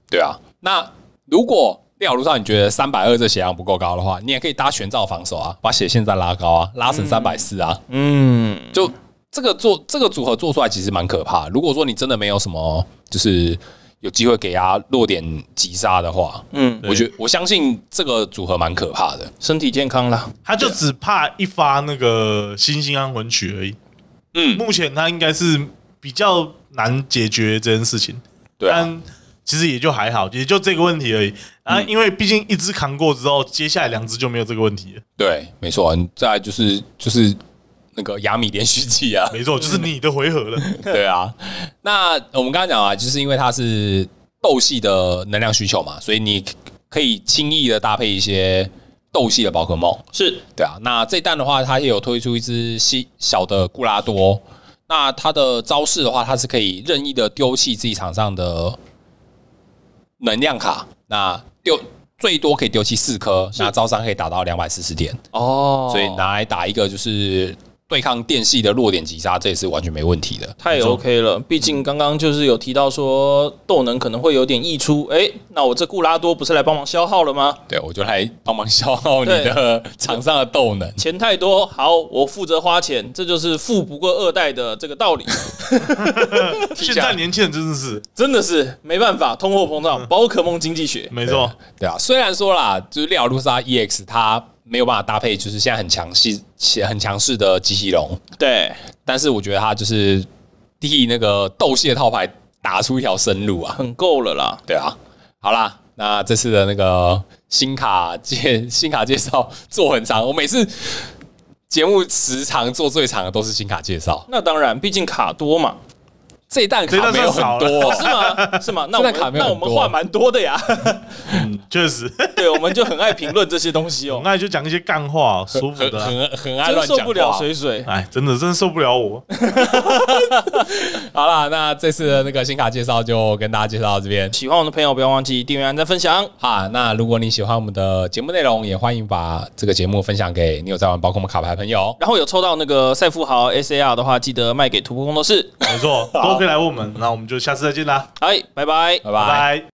Speaker 2: 对啊，那如果廖路萨你觉得三百二这血量不够高的话，你也可以搭全罩防守啊，把血线再拉高啊，拉成三百四啊。
Speaker 1: 嗯，
Speaker 2: 就这个做这个组合做出来其实蛮可怕的。如果说你真的没有什么，就是有机会给他落点击杀的话，
Speaker 1: 嗯，
Speaker 2: 我觉得我相信这个组合蛮可怕的。
Speaker 1: 身体健康啦，
Speaker 3: 他就只怕一发那个星星安魂曲而已。
Speaker 2: 嗯
Speaker 3: 目前他应该是比较难解决这件事情，
Speaker 2: 对啊，
Speaker 3: 但其实也就还好，也就这个问题而已啊。因为毕竟一只扛过之后，接下来两只就没有这个问题了。
Speaker 2: 对，没错。你再来就是就是那个亚米连续技啊，
Speaker 3: 没错，就是你的回合了。
Speaker 2: 对啊。那我们刚刚讲啊，就是因为它是斗系的能量需求嘛，所以你可以轻易的搭配一些斗系的宝可梦。
Speaker 1: 是
Speaker 2: 对啊，那这一弹的话，它也有推出一只西小的固拉多。那它的招式的话，它是可以任意的丢弃自己场上的能量卡，那丢最多可以丢弃四颗，那招伤可以打到两百四十点，
Speaker 1: 哦，
Speaker 2: 所以拿来打一个就是对抗电系的弱点击杀，这也是完全没问题的。
Speaker 1: 太 OK 了，毕竟刚刚就是有提到说斗能可能会有点溢出，哎、那我这固拉多不是来帮忙消耗了吗？
Speaker 2: 对，我就来帮忙消耗你的 (laughs) 场上的斗能。
Speaker 1: 钱太多，好，我负责花钱，这就是富不过二代的这个
Speaker 2: (laughs)
Speaker 1: 道理，
Speaker 3: 现在年轻人真的是
Speaker 1: 真的是没办法，通货膨胀，宝可梦经济学，
Speaker 3: 没错，
Speaker 2: 对啊，虽然说啦，就是利奥路莎 EX 它没有办法搭配，就是现在很强势、很强势的机器龙，
Speaker 1: 对，
Speaker 2: 但是我觉得它就是替那个斗蟹套牌打出一条生路啊。
Speaker 1: 很够了啦，
Speaker 2: 对啊，好啦，那这次的那个新卡介 (laughs) 新卡介绍做很长，我每次节目时长做最长的都是新卡介绍，
Speaker 1: 那当然，毕竟卡多嘛，
Speaker 2: 这一弹
Speaker 3: 这一
Speaker 2: 卡
Speaker 3: 弹
Speaker 2: 没有
Speaker 3: 算少
Speaker 2: 很多、
Speaker 1: 是
Speaker 2: (laughs)
Speaker 1: 吗？是吗？那我
Speaker 2: 这段卡
Speaker 1: 们
Speaker 2: 没有
Speaker 1: 那我
Speaker 2: 很多啊
Speaker 1: 们话蛮多
Speaker 2: (laughs)
Speaker 1: 的呀，
Speaker 3: 嗯确实，
Speaker 1: 对，我们就很爱评论这些东西
Speaker 2: (laughs)
Speaker 1: 哦，
Speaker 3: 那就讲一些干话，舒服
Speaker 2: 很 (laughs)
Speaker 3: 的啊。
Speaker 2: 很很爱
Speaker 1: 真
Speaker 2: 乱
Speaker 1: 受
Speaker 2: 讲
Speaker 1: 不了
Speaker 2: 话
Speaker 1: 水水，
Speaker 3: 哎，真的真的受不了我。
Speaker 2: 好啦，那这次的那个新卡介绍就跟大家介绍到这边。
Speaker 1: 喜欢我们的朋友不要忘记订阅、按赞、分享，
Speaker 2: 好，那如果你喜欢我们的节目内容，也欢迎把这个节目分享给你有在玩宝可梦卡牌的朋友。
Speaker 1: 然后有抽到那个赛富豪 SAR 的话，记得卖给徒步工作室，
Speaker 3: 没错，都可以来问我们，那我们就下次再见啦，
Speaker 1: 哎，拜拜。
Speaker 2: 拜
Speaker 3: 拜
Speaker 2: 拜。
Speaker 3: 拜。